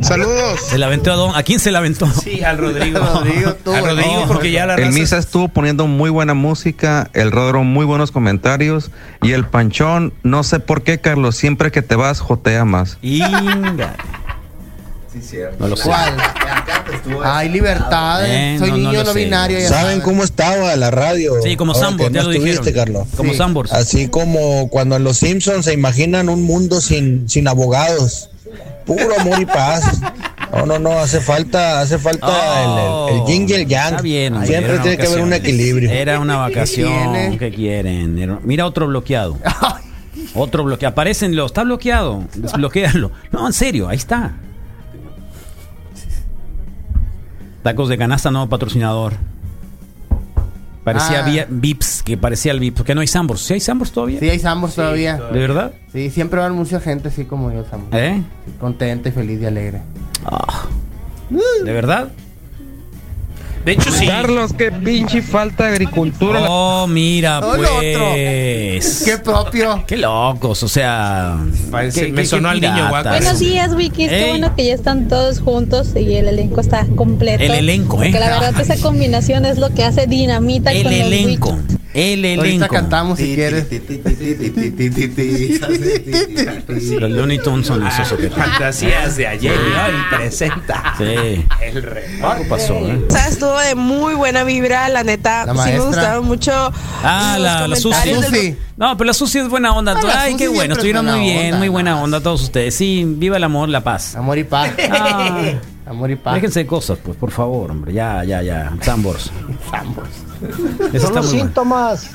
Speaker 21: Saludos.
Speaker 3: Se la aventó a Don. ¿A quién se la aventó?
Speaker 21: <laughs>
Speaker 3: Sí,
Speaker 5: al
Speaker 4: <laughs>
Speaker 5: Rodrigo.
Speaker 21: Rodrigo,
Speaker 5: tú, A Rodrigo, porque ya la
Speaker 22: El
Speaker 5: raza-
Speaker 22: Misa estuvo poniendo muy buena música, el Rodro muy buenos comentarios y el Panchón, no sé por qué, Carlos, siempre que te vas jotea más.
Speaker 3: Inga.
Speaker 6: Sí, cierto.
Speaker 22: No lo sé.
Speaker 4: ¿Cuál? Hay libertad.
Speaker 3: Eh,
Speaker 4: soy
Speaker 3: no, no
Speaker 4: niño no,
Speaker 3: lo sé.
Speaker 4: binario. ya
Speaker 11: ¿Saben cómo estaba la radio?
Speaker 3: Sí, como
Speaker 11: Ahora
Speaker 3: Sambors,
Speaker 11: que
Speaker 3: ya
Speaker 11: no
Speaker 3: lo
Speaker 11: estuviste,
Speaker 3: dijeron.
Speaker 11: Carlos.
Speaker 3: Como Sambors.
Speaker 11: Así como cuando en Los Simpsons se imaginan un mundo sin, sin abogados. Puro amor y paz. No, no, no, hace falta, hace falta
Speaker 3: Oh,
Speaker 11: el, el, el yin y el yang.
Speaker 3: Está bien, hombre, Eh,
Speaker 11: Siempre
Speaker 3: era
Speaker 11: tiene que haber un
Speaker 3: vacaciones.
Speaker 11: equilibrio.
Speaker 3: Era una vacación.
Speaker 11: Tiene.
Speaker 3: ¿Qué quieren? Era- Mira otro
Speaker 4: <laughs>
Speaker 3: bloqueado. Otro bloqueado. Aparecen los. Está bloqueado. Desbloquéalo. No, en serio, ahí está. Tacos de canasta, no patrocinador. Parecía
Speaker 4: Ah.
Speaker 3: vía- Vips, que parecía el Vips. Porque no hay Sambors. ¿Sí hay Sambors todavía?
Speaker 4: Sí, hay Sambors todavía.
Speaker 3: ¿De verdad?
Speaker 4: Sí, siempre van mucha gente así como yo, Sambors.
Speaker 3: ¿Eh?
Speaker 4: Contenta y feliz y alegre.
Speaker 3: ¿De verdad?
Speaker 5: De hecho, sí.
Speaker 22: Carlos, qué pinche falta de agricultura.
Speaker 3: Oh, mira,
Speaker 4: No,
Speaker 3: pues.
Speaker 4: lo otro. Qué propio.
Speaker 3: Qué locos, o sea.
Speaker 5: Parece-
Speaker 3: qué-
Speaker 5: me
Speaker 3: qué-
Speaker 5: sonó
Speaker 3: qué
Speaker 5: al niño
Speaker 3: piratas.
Speaker 5: guaco.
Speaker 15: Buenos días, Wikis. Qué
Speaker 3: Ey.
Speaker 15: bueno que ya están todos juntos y el elenco está completo.
Speaker 3: El elenco, ¿eh?
Speaker 15: Porque la verdad, esa combinación es lo que hace dinamita
Speaker 3: El
Speaker 15: con los
Speaker 3: elenco.
Speaker 15: Wikis.
Speaker 3: El
Speaker 4: Ahorita
Speaker 3: elenco.
Speaker 4: cantamos si quieres.
Speaker 3: Los Looney Tunes son esos. ¿o qué?
Speaker 5: Fantasías de ayer y hoy presenta
Speaker 3: Ah. Sí.
Speaker 5: el remoto.
Speaker 3: ¿Qué pasó, eh?
Speaker 23: O sea, estuvo de muy buena vibra, la neta.
Speaker 3: La
Speaker 23: sí me
Speaker 3: maestra.
Speaker 23: gustaron mucho.
Speaker 3: Ah,
Speaker 23: los
Speaker 3: la, la Susi.
Speaker 23: comentarios del-
Speaker 3: No, pero la Susi es buena onda.
Speaker 23: Ah, la
Speaker 3: Ay,
Speaker 23: Susi
Speaker 3: qué bueno.
Speaker 23: siempre
Speaker 3: Estuvieron
Speaker 4: es
Speaker 3: muy
Speaker 4: buena
Speaker 3: bien,
Speaker 4: onda,
Speaker 3: muy buena onda todos ustedes. Sí, viva el amor, la paz.
Speaker 4: Amor
Speaker 3: <laughs>
Speaker 4: y paz.
Speaker 3: Ah.
Speaker 4: Amor y paz.
Speaker 3: Déjense de cosas, pues, por favor, hombre. Ya, ya, ya. Sambors. Eso
Speaker 16: Son
Speaker 3: está
Speaker 16: los
Speaker 3: muy bueno.
Speaker 16: síntomas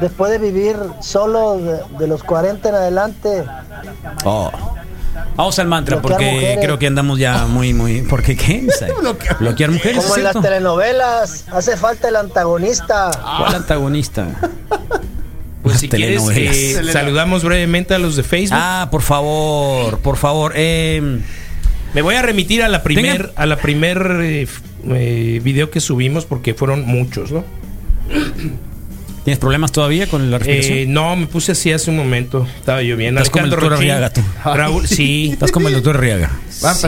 Speaker 16: después de vivir solo de, de los 40 en adelante.
Speaker 3: Oh. Vamos al mantra
Speaker 16: Bloquear
Speaker 3: porque
Speaker 16: mujeres.
Speaker 3: creo que andamos ya muy, muy. ¿Por qué qué? Isai? Bloquear mujeres.
Speaker 16: Como en
Speaker 3: ¿es
Speaker 16: las
Speaker 3: cierto?
Speaker 16: telenovelas, hace falta el antagonista.
Speaker 3: ¿Cuál antagonista?
Speaker 5: Pues si quieres,
Speaker 3: telenovelas.
Speaker 5: eh, saludamos brevemente a los de Facebook.
Speaker 3: Ah, por favor, por favor. eh,
Speaker 5: Me voy a remitir a la primer, a la primer eh, f- eh, video que subimos porque fueron muchos, ¿no?
Speaker 3: ¿Tienes problemas todavía con la respiración?
Speaker 5: Eh, no, me puse así hace un momento. Estaba yo bien.
Speaker 3: Estás como el
Speaker 5: Alejandro
Speaker 3: doctor
Speaker 5: Rochín,
Speaker 3: Arriaga, tú.
Speaker 5: <laughs> Raúl, sí.
Speaker 3: Estás como el doctor Arriaga.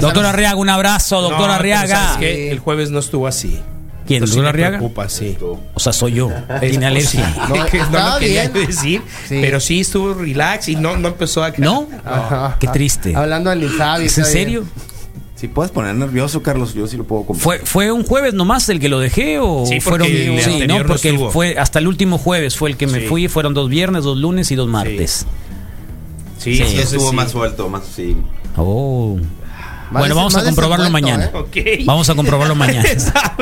Speaker 3: Doctor Arriaga, un abrazo,
Speaker 5: No,
Speaker 3: doctor
Speaker 5: pero
Speaker 3: Arriaga.
Speaker 5: ¿sabes qué? El jueves no estuvo así.
Speaker 3: ¿Quién,
Speaker 5: Entonces
Speaker 3: doctor
Speaker 5: me
Speaker 3: Arriaga?
Speaker 5: preocupa, sí.
Speaker 3: O sea, soy yo. Tiene alergia.
Speaker 5: No, <laughs> no lo
Speaker 4: estaba
Speaker 5: quería
Speaker 4: bien.
Speaker 5: decir, pero sí estuvo relax y no, no empezó a caer.
Speaker 3: ¿No?
Speaker 5: Ah,
Speaker 3: Qué triste.
Speaker 4: Hablando del Insabi.
Speaker 3: Este, ¿Es en serio?
Speaker 6: Si puedes poner nervioso, Carlos, yo sí lo puedo comprar.
Speaker 3: ¿Fue, ¿Fue un jueves nomás el que lo dejé o
Speaker 5: Sí, porque
Speaker 3: fueron
Speaker 5: el
Speaker 3: sí,
Speaker 5: anterior
Speaker 3: no,
Speaker 5: no
Speaker 3: porque
Speaker 5: estuvo.
Speaker 3: fue hasta el último jueves fue el que me
Speaker 5: Sí.
Speaker 3: fui, fueron dos viernes, dos lunes y dos martes.
Speaker 5: Sí,
Speaker 6: Sí,
Speaker 5: entonces
Speaker 6: estuvo
Speaker 5: sí.
Speaker 6: más suelto, más sí.
Speaker 3: Oh. bueno, vamos a comprobarlo
Speaker 4: ¿eh?
Speaker 3: mañana.
Speaker 5: ¿eh? Ok.
Speaker 3: Vamos a
Speaker 5: <laughs>
Speaker 3: comprobarlo mañana.
Speaker 4: Ah,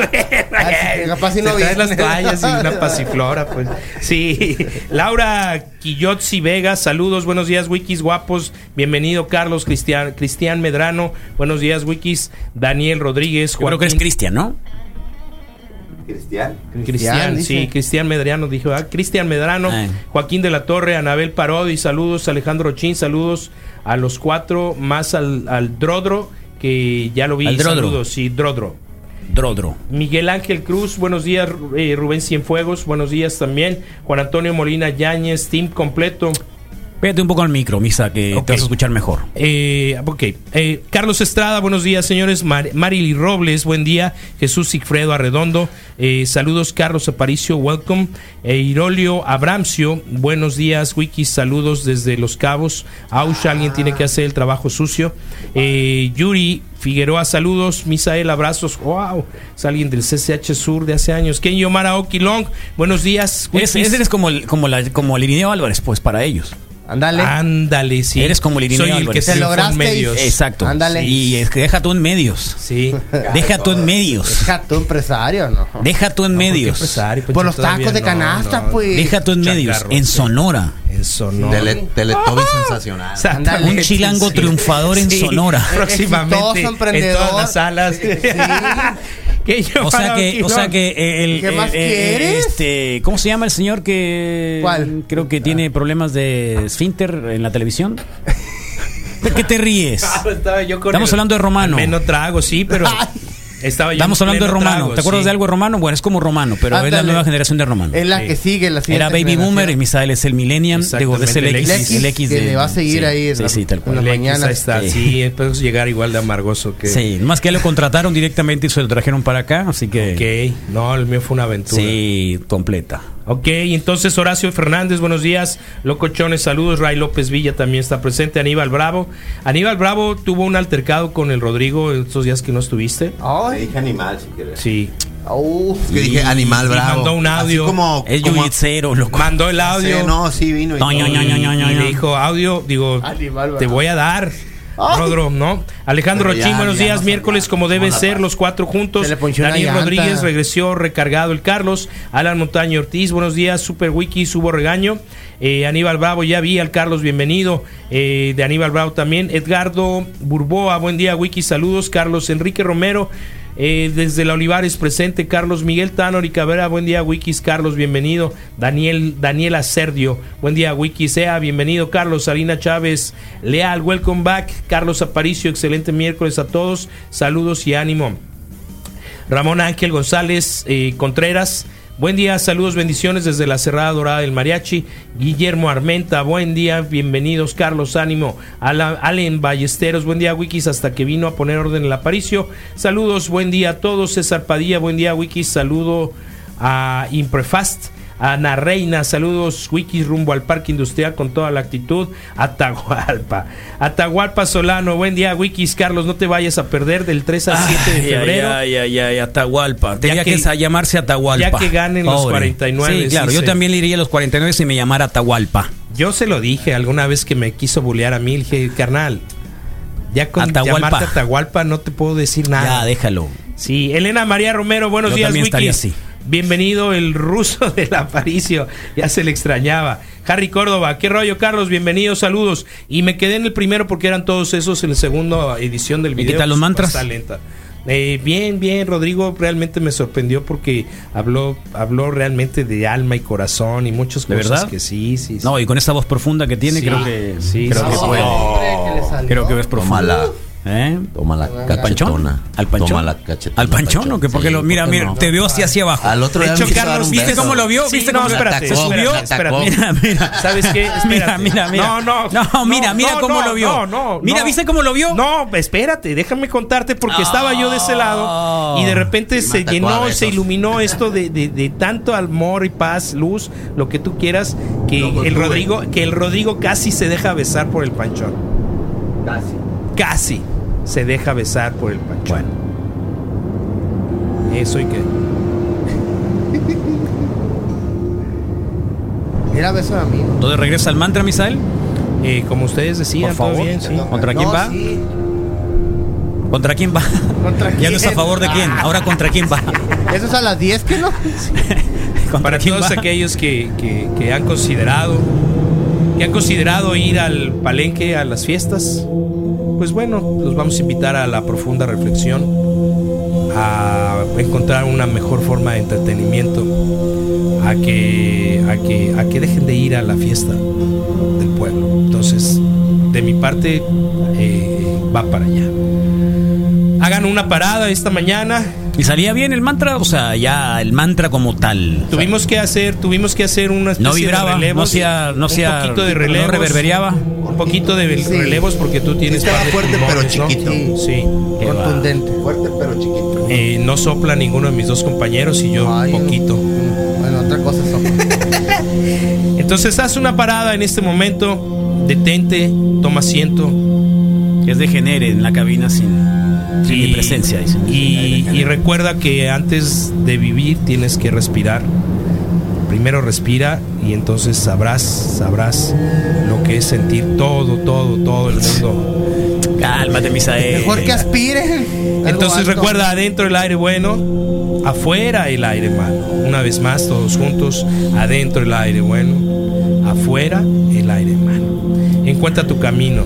Speaker 4: Capaz si
Speaker 5: Te
Speaker 4: no viene.
Speaker 5: traes las toallas
Speaker 4: <laughs>
Speaker 5: y una pasiflora, pues. Sí. <laughs> Laura Quillotzi Vega, saludos, buenos días, Wikis guapos. Bienvenido, Carlos Cristian, Cristian Medrano. Buenos días, Wikis. Daniel Rodríguez,
Speaker 3: Yo creo que es
Speaker 5: Joaquín-
Speaker 3: Cristian, ¿no?
Speaker 6: Cristian.
Speaker 5: Cristian,
Speaker 4: dice.
Speaker 5: sí, Cristian Medrano dijo, ah, Cristian Medrano,
Speaker 3: Ay.
Speaker 5: Joaquín de la Torre, Anabel Parodi, saludos, Alejandro Chin, saludos a los cuatro, más al, al Drodro, que ya lo vi,
Speaker 3: Al Drodro.
Speaker 5: saludos, sí, Drodro.
Speaker 3: Drodro.
Speaker 5: Miguel Ángel Cruz, buenos días, Ru- eh, Rubén Cienfuegos, buenos días también, Juan Antonio Molina Yáñez, team completo.
Speaker 3: Pégate un poco al micro, Misa, que
Speaker 5: Ok.
Speaker 3: te vas a escuchar mejor.
Speaker 5: Eh, ok, eh, Carlos Estrada, buenos días, señores. Mar Marily Robles, buen día. Jesús Sigfredo Arredondo, eh, saludos. Carlos Aparicio, welcome. Eh, Irolio Abramcio, buenos días. Wiki, saludos desde Los Cabos. Ausha, alguien tiene que hacer el trabajo sucio. Eh, Yuri Figueroa, saludos. Misael, abrazos. Wow, es alguien del CCH Sur de hace años. Kenny Omar Aoki Long, buenos días.
Speaker 3: Ese,
Speaker 5: Wikis.
Speaker 3: ese eres como el, como la, como el Irineo Álvarez, pues para ellos.
Speaker 4: Ándale.
Speaker 3: Ah,
Speaker 5: Ándale, sí.
Speaker 3: Eres como el Irineo
Speaker 5: Soy el que
Speaker 3: Álvarez.
Speaker 5: se en medios.
Speaker 3: Exacto.
Speaker 4: Ándale.
Speaker 3: Y es que deja tú en medios.
Speaker 5: Sí.
Speaker 3: Deja tú en medios.
Speaker 4: Deja tú empresario, ¿no? pues,
Speaker 3: Deja tú en medios.
Speaker 5: pues,
Speaker 4: Por los tacos de canasta, pues.
Speaker 3: Deja tú en medios. En Sonora.
Speaker 5: En Sonora.
Speaker 6: Tele, Teletubbies
Speaker 5: <laughs>
Speaker 6: sensacional.
Speaker 4: Ándale.
Speaker 3: Un chilango
Speaker 5: Sí.
Speaker 3: triunfador en
Speaker 5: Sí.
Speaker 4: <laughs>
Speaker 3: Sonora.
Speaker 5: Próximamente.
Speaker 4: Exitoso,
Speaker 5: En
Speaker 4: emprendedor.
Speaker 5: todas las salas. <laughs> Que yo
Speaker 3: O sea
Speaker 5: para
Speaker 3: que, o
Speaker 5: Oquilón.
Speaker 3: sea que el,
Speaker 4: ¿Qué más
Speaker 3: el- el-
Speaker 4: quieres?
Speaker 3: este, ¿cómo se llama el señor que
Speaker 4: ¿Cuál? Ah.
Speaker 3: creo que tiene problemas de esfínter en la
Speaker 4: <laughs>
Speaker 3: televisión? ¿De qué te ríes?
Speaker 5: Claro, estaba yo con
Speaker 3: Estamos
Speaker 5: el-
Speaker 3: hablando de Romano.
Speaker 5: al Menos trago, sí, pero. Estaba yo
Speaker 3: Estamos
Speaker 5: en
Speaker 3: hablando de
Speaker 5: pleno
Speaker 3: Romano.
Speaker 5: trago,
Speaker 3: ¿Te acuerdas
Speaker 5: sí.
Speaker 3: de algo de Romano? Bueno, es como Romano, pero es la
Speaker 4: Ándale.
Speaker 3: nueva generación de Romano.
Speaker 4: Es la que sigue la
Speaker 3: Era
Speaker 4: siguiente
Speaker 3: Baby
Speaker 4: generación.
Speaker 3: Boomer y Misael es el Millennium. Digo, es el
Speaker 5: Exactamente,
Speaker 3: X.
Speaker 5: el X,
Speaker 3: el X
Speaker 4: que
Speaker 3: de-
Speaker 4: le va a seguir
Speaker 3: sí,
Speaker 4: ahí en
Speaker 3: Sí,
Speaker 4: la-
Speaker 3: sí, tal cual.
Speaker 4: en
Speaker 5: Lex,
Speaker 4: mañana.
Speaker 5: pues, ahí está.
Speaker 3: Sí.
Speaker 5: Sí, espero llegar igual de amargoso que.
Speaker 3: Sí, más que lo contrataron directamente y se lo trajeron para acá, así que.
Speaker 5: Ok, no, el mío fue una aventura.
Speaker 3: Sí, completa.
Speaker 5: Ok, entonces Horacio Fernández, buenos días. Locochones, saludos. Ray López Villa también está presente. Aníbal Bravo. Aníbal Bravo tuvo un altercado con el Rodrigo estos días que no estuviste.
Speaker 6: Te
Speaker 4: Ay,
Speaker 6: dije animal, si quieres.
Speaker 5: Sí.
Speaker 4: au.
Speaker 6: Es que dije animal
Speaker 5: y
Speaker 6: bravo.
Speaker 5: mandó un
Speaker 6: Así
Speaker 5: audio.
Speaker 6: como,
Speaker 3: Es
Speaker 6: como-
Speaker 3: Yuyitsero, loco.
Speaker 5: Mandó el audio.
Speaker 6: Sí, no, sí vino. y
Speaker 3: No,
Speaker 6: todo.
Speaker 3: ño, ño, ño, ño, ño,
Speaker 5: y
Speaker 3: ño.
Speaker 5: le dijo, audio, digo,
Speaker 4: Animal
Speaker 5: te
Speaker 4: bravo.
Speaker 5: voy a dar.
Speaker 4: Ay.
Speaker 5: Rodro, ¿no? Alejandro
Speaker 6: Pero ya,
Speaker 5: Rochín, buenos
Speaker 6: ya
Speaker 5: días.
Speaker 6: nos
Speaker 5: Miércoles,
Speaker 6: hablamos,
Speaker 5: como debe
Speaker 6: nos
Speaker 5: ser,
Speaker 6: hablamos.
Speaker 5: los cuatro juntos.
Speaker 4: Se le ponchó una
Speaker 5: Daniel
Speaker 4: llanta.
Speaker 5: Rodríguez regresó recargado el Carlos. Alan Montaño Ortiz, buenos días. Super Wiki, subo regaño. Eh, Aníbal Bravo, ya vi al Carlos, bienvenido. Eh, de Aníbal Bravo también. Edgardo Burboa, buen día, Wiki, saludos. Carlos Enrique Romero. eh, desde la Olivares presente, Carlos Miguel Tanor y Cabrera, buen día, Wikis, Carlos, bienvenido. Daniel, Daniela Serdio, buen día, Wikis, sea bienvenido, Carlos, Sarina Chávez, Leal, welcome back, Carlos Aparicio, excelente miércoles a todos, saludos y ánimo. Ramón Ángel González eh, Contreras. Buen día, saludos, bendiciones desde la Cerrada Dorada del Mariachi. Guillermo Armenta, buen día, bienvenidos. Carlos Ánimo, Ala- Allen Ballesteros, buen día, Wikis, hasta que vino a poner orden el aparicio. Saludos, buen día a todos. César Padilla, buen día, Wikis, saludo a Imprefast. Ana Reina, saludos, Wikis rumbo al Parque Industrial con toda la actitud. Atahualpa. Atahualpa Solano, buen día, Wikis. Carlos, no te vayas a perder del 3 al 7 de febrero.
Speaker 3: Ah, Ay, ay, ay, ay, Atahualpa. Tenía que,
Speaker 5: que-
Speaker 3: sa- llamarse Atahualpa.
Speaker 5: ya que ganen los 49,
Speaker 3: Sí, claro.
Speaker 5: sí,
Speaker 3: yo
Speaker 5: sí.
Speaker 3: también le iría a los 49 si me llamara Atahualpa.
Speaker 5: Yo se lo dije alguna vez que me quiso bulear a mí, le dije, carnal, ya con
Speaker 3: Atahualpa.
Speaker 5: llamarte Atahualpa no te puedo decir
Speaker 3: Ya,
Speaker 5: nada.
Speaker 3: déjalo.
Speaker 5: sí, Elena María Romero, buenos
Speaker 3: Yo
Speaker 5: días,
Speaker 3: también estaría
Speaker 5: Wikis.
Speaker 3: así.
Speaker 5: Bienvenido el ruso <laughs> del Aparicio, ya se le extrañaba. Harry Córdoba, qué rollo Carlos, bienvenido, saludos. Y me quedé en el primero porque eran todos esos en la segunda edición del
Speaker 3: qué
Speaker 5: video.
Speaker 3: tal los
Speaker 5: pues,
Speaker 3: mantras?
Speaker 5: está lenta. Eh, bien, bien, Rodrigo realmente me sorprendió porque habló, habló realmente de alma y corazón y muchas
Speaker 3: ¿De
Speaker 5: cosas
Speaker 3: verdad?
Speaker 5: que sí, sí, sí.
Speaker 3: No, y con esa voz profunda que tiene,
Speaker 5: Sí,
Speaker 3: creo que
Speaker 5: sí,
Speaker 3: creo
Speaker 5: sí,
Speaker 3: que
Speaker 5: sí.
Speaker 3: puede. Creo que ves profunda.
Speaker 6: Tómala.
Speaker 3: ¿Eh?
Speaker 6: Toma la
Speaker 3: ¿Al panchón?
Speaker 6: cachetona.
Speaker 3: ¿Al panchón?
Speaker 6: Toma la cachetona.
Speaker 3: ¿Al panchón o qué? Porque
Speaker 6: Sí,
Speaker 3: lo, mira,
Speaker 6: ¿por qué
Speaker 3: mira,
Speaker 6: no?
Speaker 3: te veo así hacia abajo.
Speaker 6: Al otro
Speaker 3: De
Speaker 6: día
Speaker 3: hecho,
Speaker 6: me quiso dar
Speaker 3: Carlos,
Speaker 6: un
Speaker 3: ¿viste
Speaker 6: beso.
Speaker 3: cómo lo vio?
Speaker 5: Sí,
Speaker 3: ¿Viste
Speaker 5: no,
Speaker 3: cómo lo-
Speaker 5: espérate,
Speaker 3: se subió?
Speaker 5: espérate, espérate.
Speaker 3: <laughs> Mira, mira.
Speaker 5: ¿Sabes
Speaker 3: <laughs>
Speaker 5: qué?
Speaker 3: Mira,
Speaker 5: Espérate.
Speaker 3: mira, mira.
Speaker 5: No, no.
Speaker 3: No, mira, mira
Speaker 5: no,
Speaker 3: cómo
Speaker 5: no,
Speaker 3: lo vio.
Speaker 5: No, no.
Speaker 3: Mira,
Speaker 5: no.
Speaker 3: ¿viste cómo lo vio?
Speaker 5: No, espérate, déjame contarte porque estaba yo de ese lado
Speaker 3: Oh.
Speaker 5: y de repente se
Speaker 6: atacó a
Speaker 5: llenó,
Speaker 6: besos.
Speaker 5: se iluminó esto de, de- de tanto amor y paz, luz, lo que tú quieras, que el Rodrigo, que el Rodrigo casi se deja besar por el panchón. Casi. Casi se deja besar por el panchón. Eso y qué.
Speaker 4: Era beso a mí.
Speaker 3: Entonces regresa al mantra, Misael.
Speaker 5: Eh, como ustedes decían,
Speaker 3: Por favor.
Speaker 5: todo bien, sí.
Speaker 3: ¿Contra quién
Speaker 4: No,
Speaker 3: va?
Speaker 4: Oh, sí.
Speaker 3: ¿Contra quién va? <laughs> Ya no es a favor de quién.
Speaker 4: Ah,
Speaker 3: Ahora contra quién va. <laughs>
Speaker 4: Eso es a las 10 que no.
Speaker 3: ¿Contra <laughs>
Speaker 5: Para
Speaker 3: quién
Speaker 5: todos
Speaker 3: va?
Speaker 5: aquellos que, que- que han considerado que han considerado ir al palenque a las fiestas, pues bueno, los vamos a invitar a la profunda reflexión, a encontrar una mejor forma de entretenimiento, a que, a que, a que dejen de ir a la fiesta del pueblo. Entonces, de mi parte, eh, va para allá. Hagan una parada esta mañana,
Speaker 3: ¿Y salía bien el mantra? O sea, ya el mantra como tal.
Speaker 5: Tuvimos que hacer, tuvimos que hacer una especie
Speaker 3: No vibraba,
Speaker 5: de relevos,
Speaker 3: no hacía- no
Speaker 5: un
Speaker 3: hacía-
Speaker 5: poquito de
Speaker 3: no
Speaker 5: relevos,
Speaker 3: reverberiaba.
Speaker 5: un poquito de
Speaker 4: Sí.
Speaker 5: relevos porque tú tienes
Speaker 6: estaba
Speaker 5: par de
Speaker 6: fuerte, pero
Speaker 5: pulmones, ¿no?
Speaker 6: chiquito.
Speaker 5: Sí, que va.
Speaker 4: Contundente.
Speaker 6: Fuerte pero chiquito.
Speaker 5: Eh, no sopla ninguno de mis dos compañeros y yo un poquito.
Speaker 4: Bueno, otra cosa es
Speaker 5: Entonces haz una parada en este momento, detente, toma asiento
Speaker 3: Que es de genere en la cabina sin, sin mi presencia. dice.
Speaker 5: y, y recuerda que antes de vivir tienes que respirar. Primero respira y entonces sabrás, sabrás lo que es sentir todo, todo, todo el mundo.
Speaker 3: Cálmate, Misael.
Speaker 4: Mejor que aspiren.
Speaker 5: Entonces
Speaker 4: Algo alto.
Speaker 5: recuerda, adentro el aire bueno, afuera el aire malo. Una vez más, todos juntos, adentro el aire bueno, afuera el aire malo. Encuentra tu camino,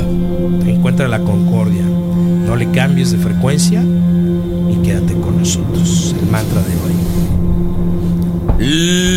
Speaker 5: encuentra la concordia, no le cambies de frecuencia y quédate con nosotros. El mantra de hoy.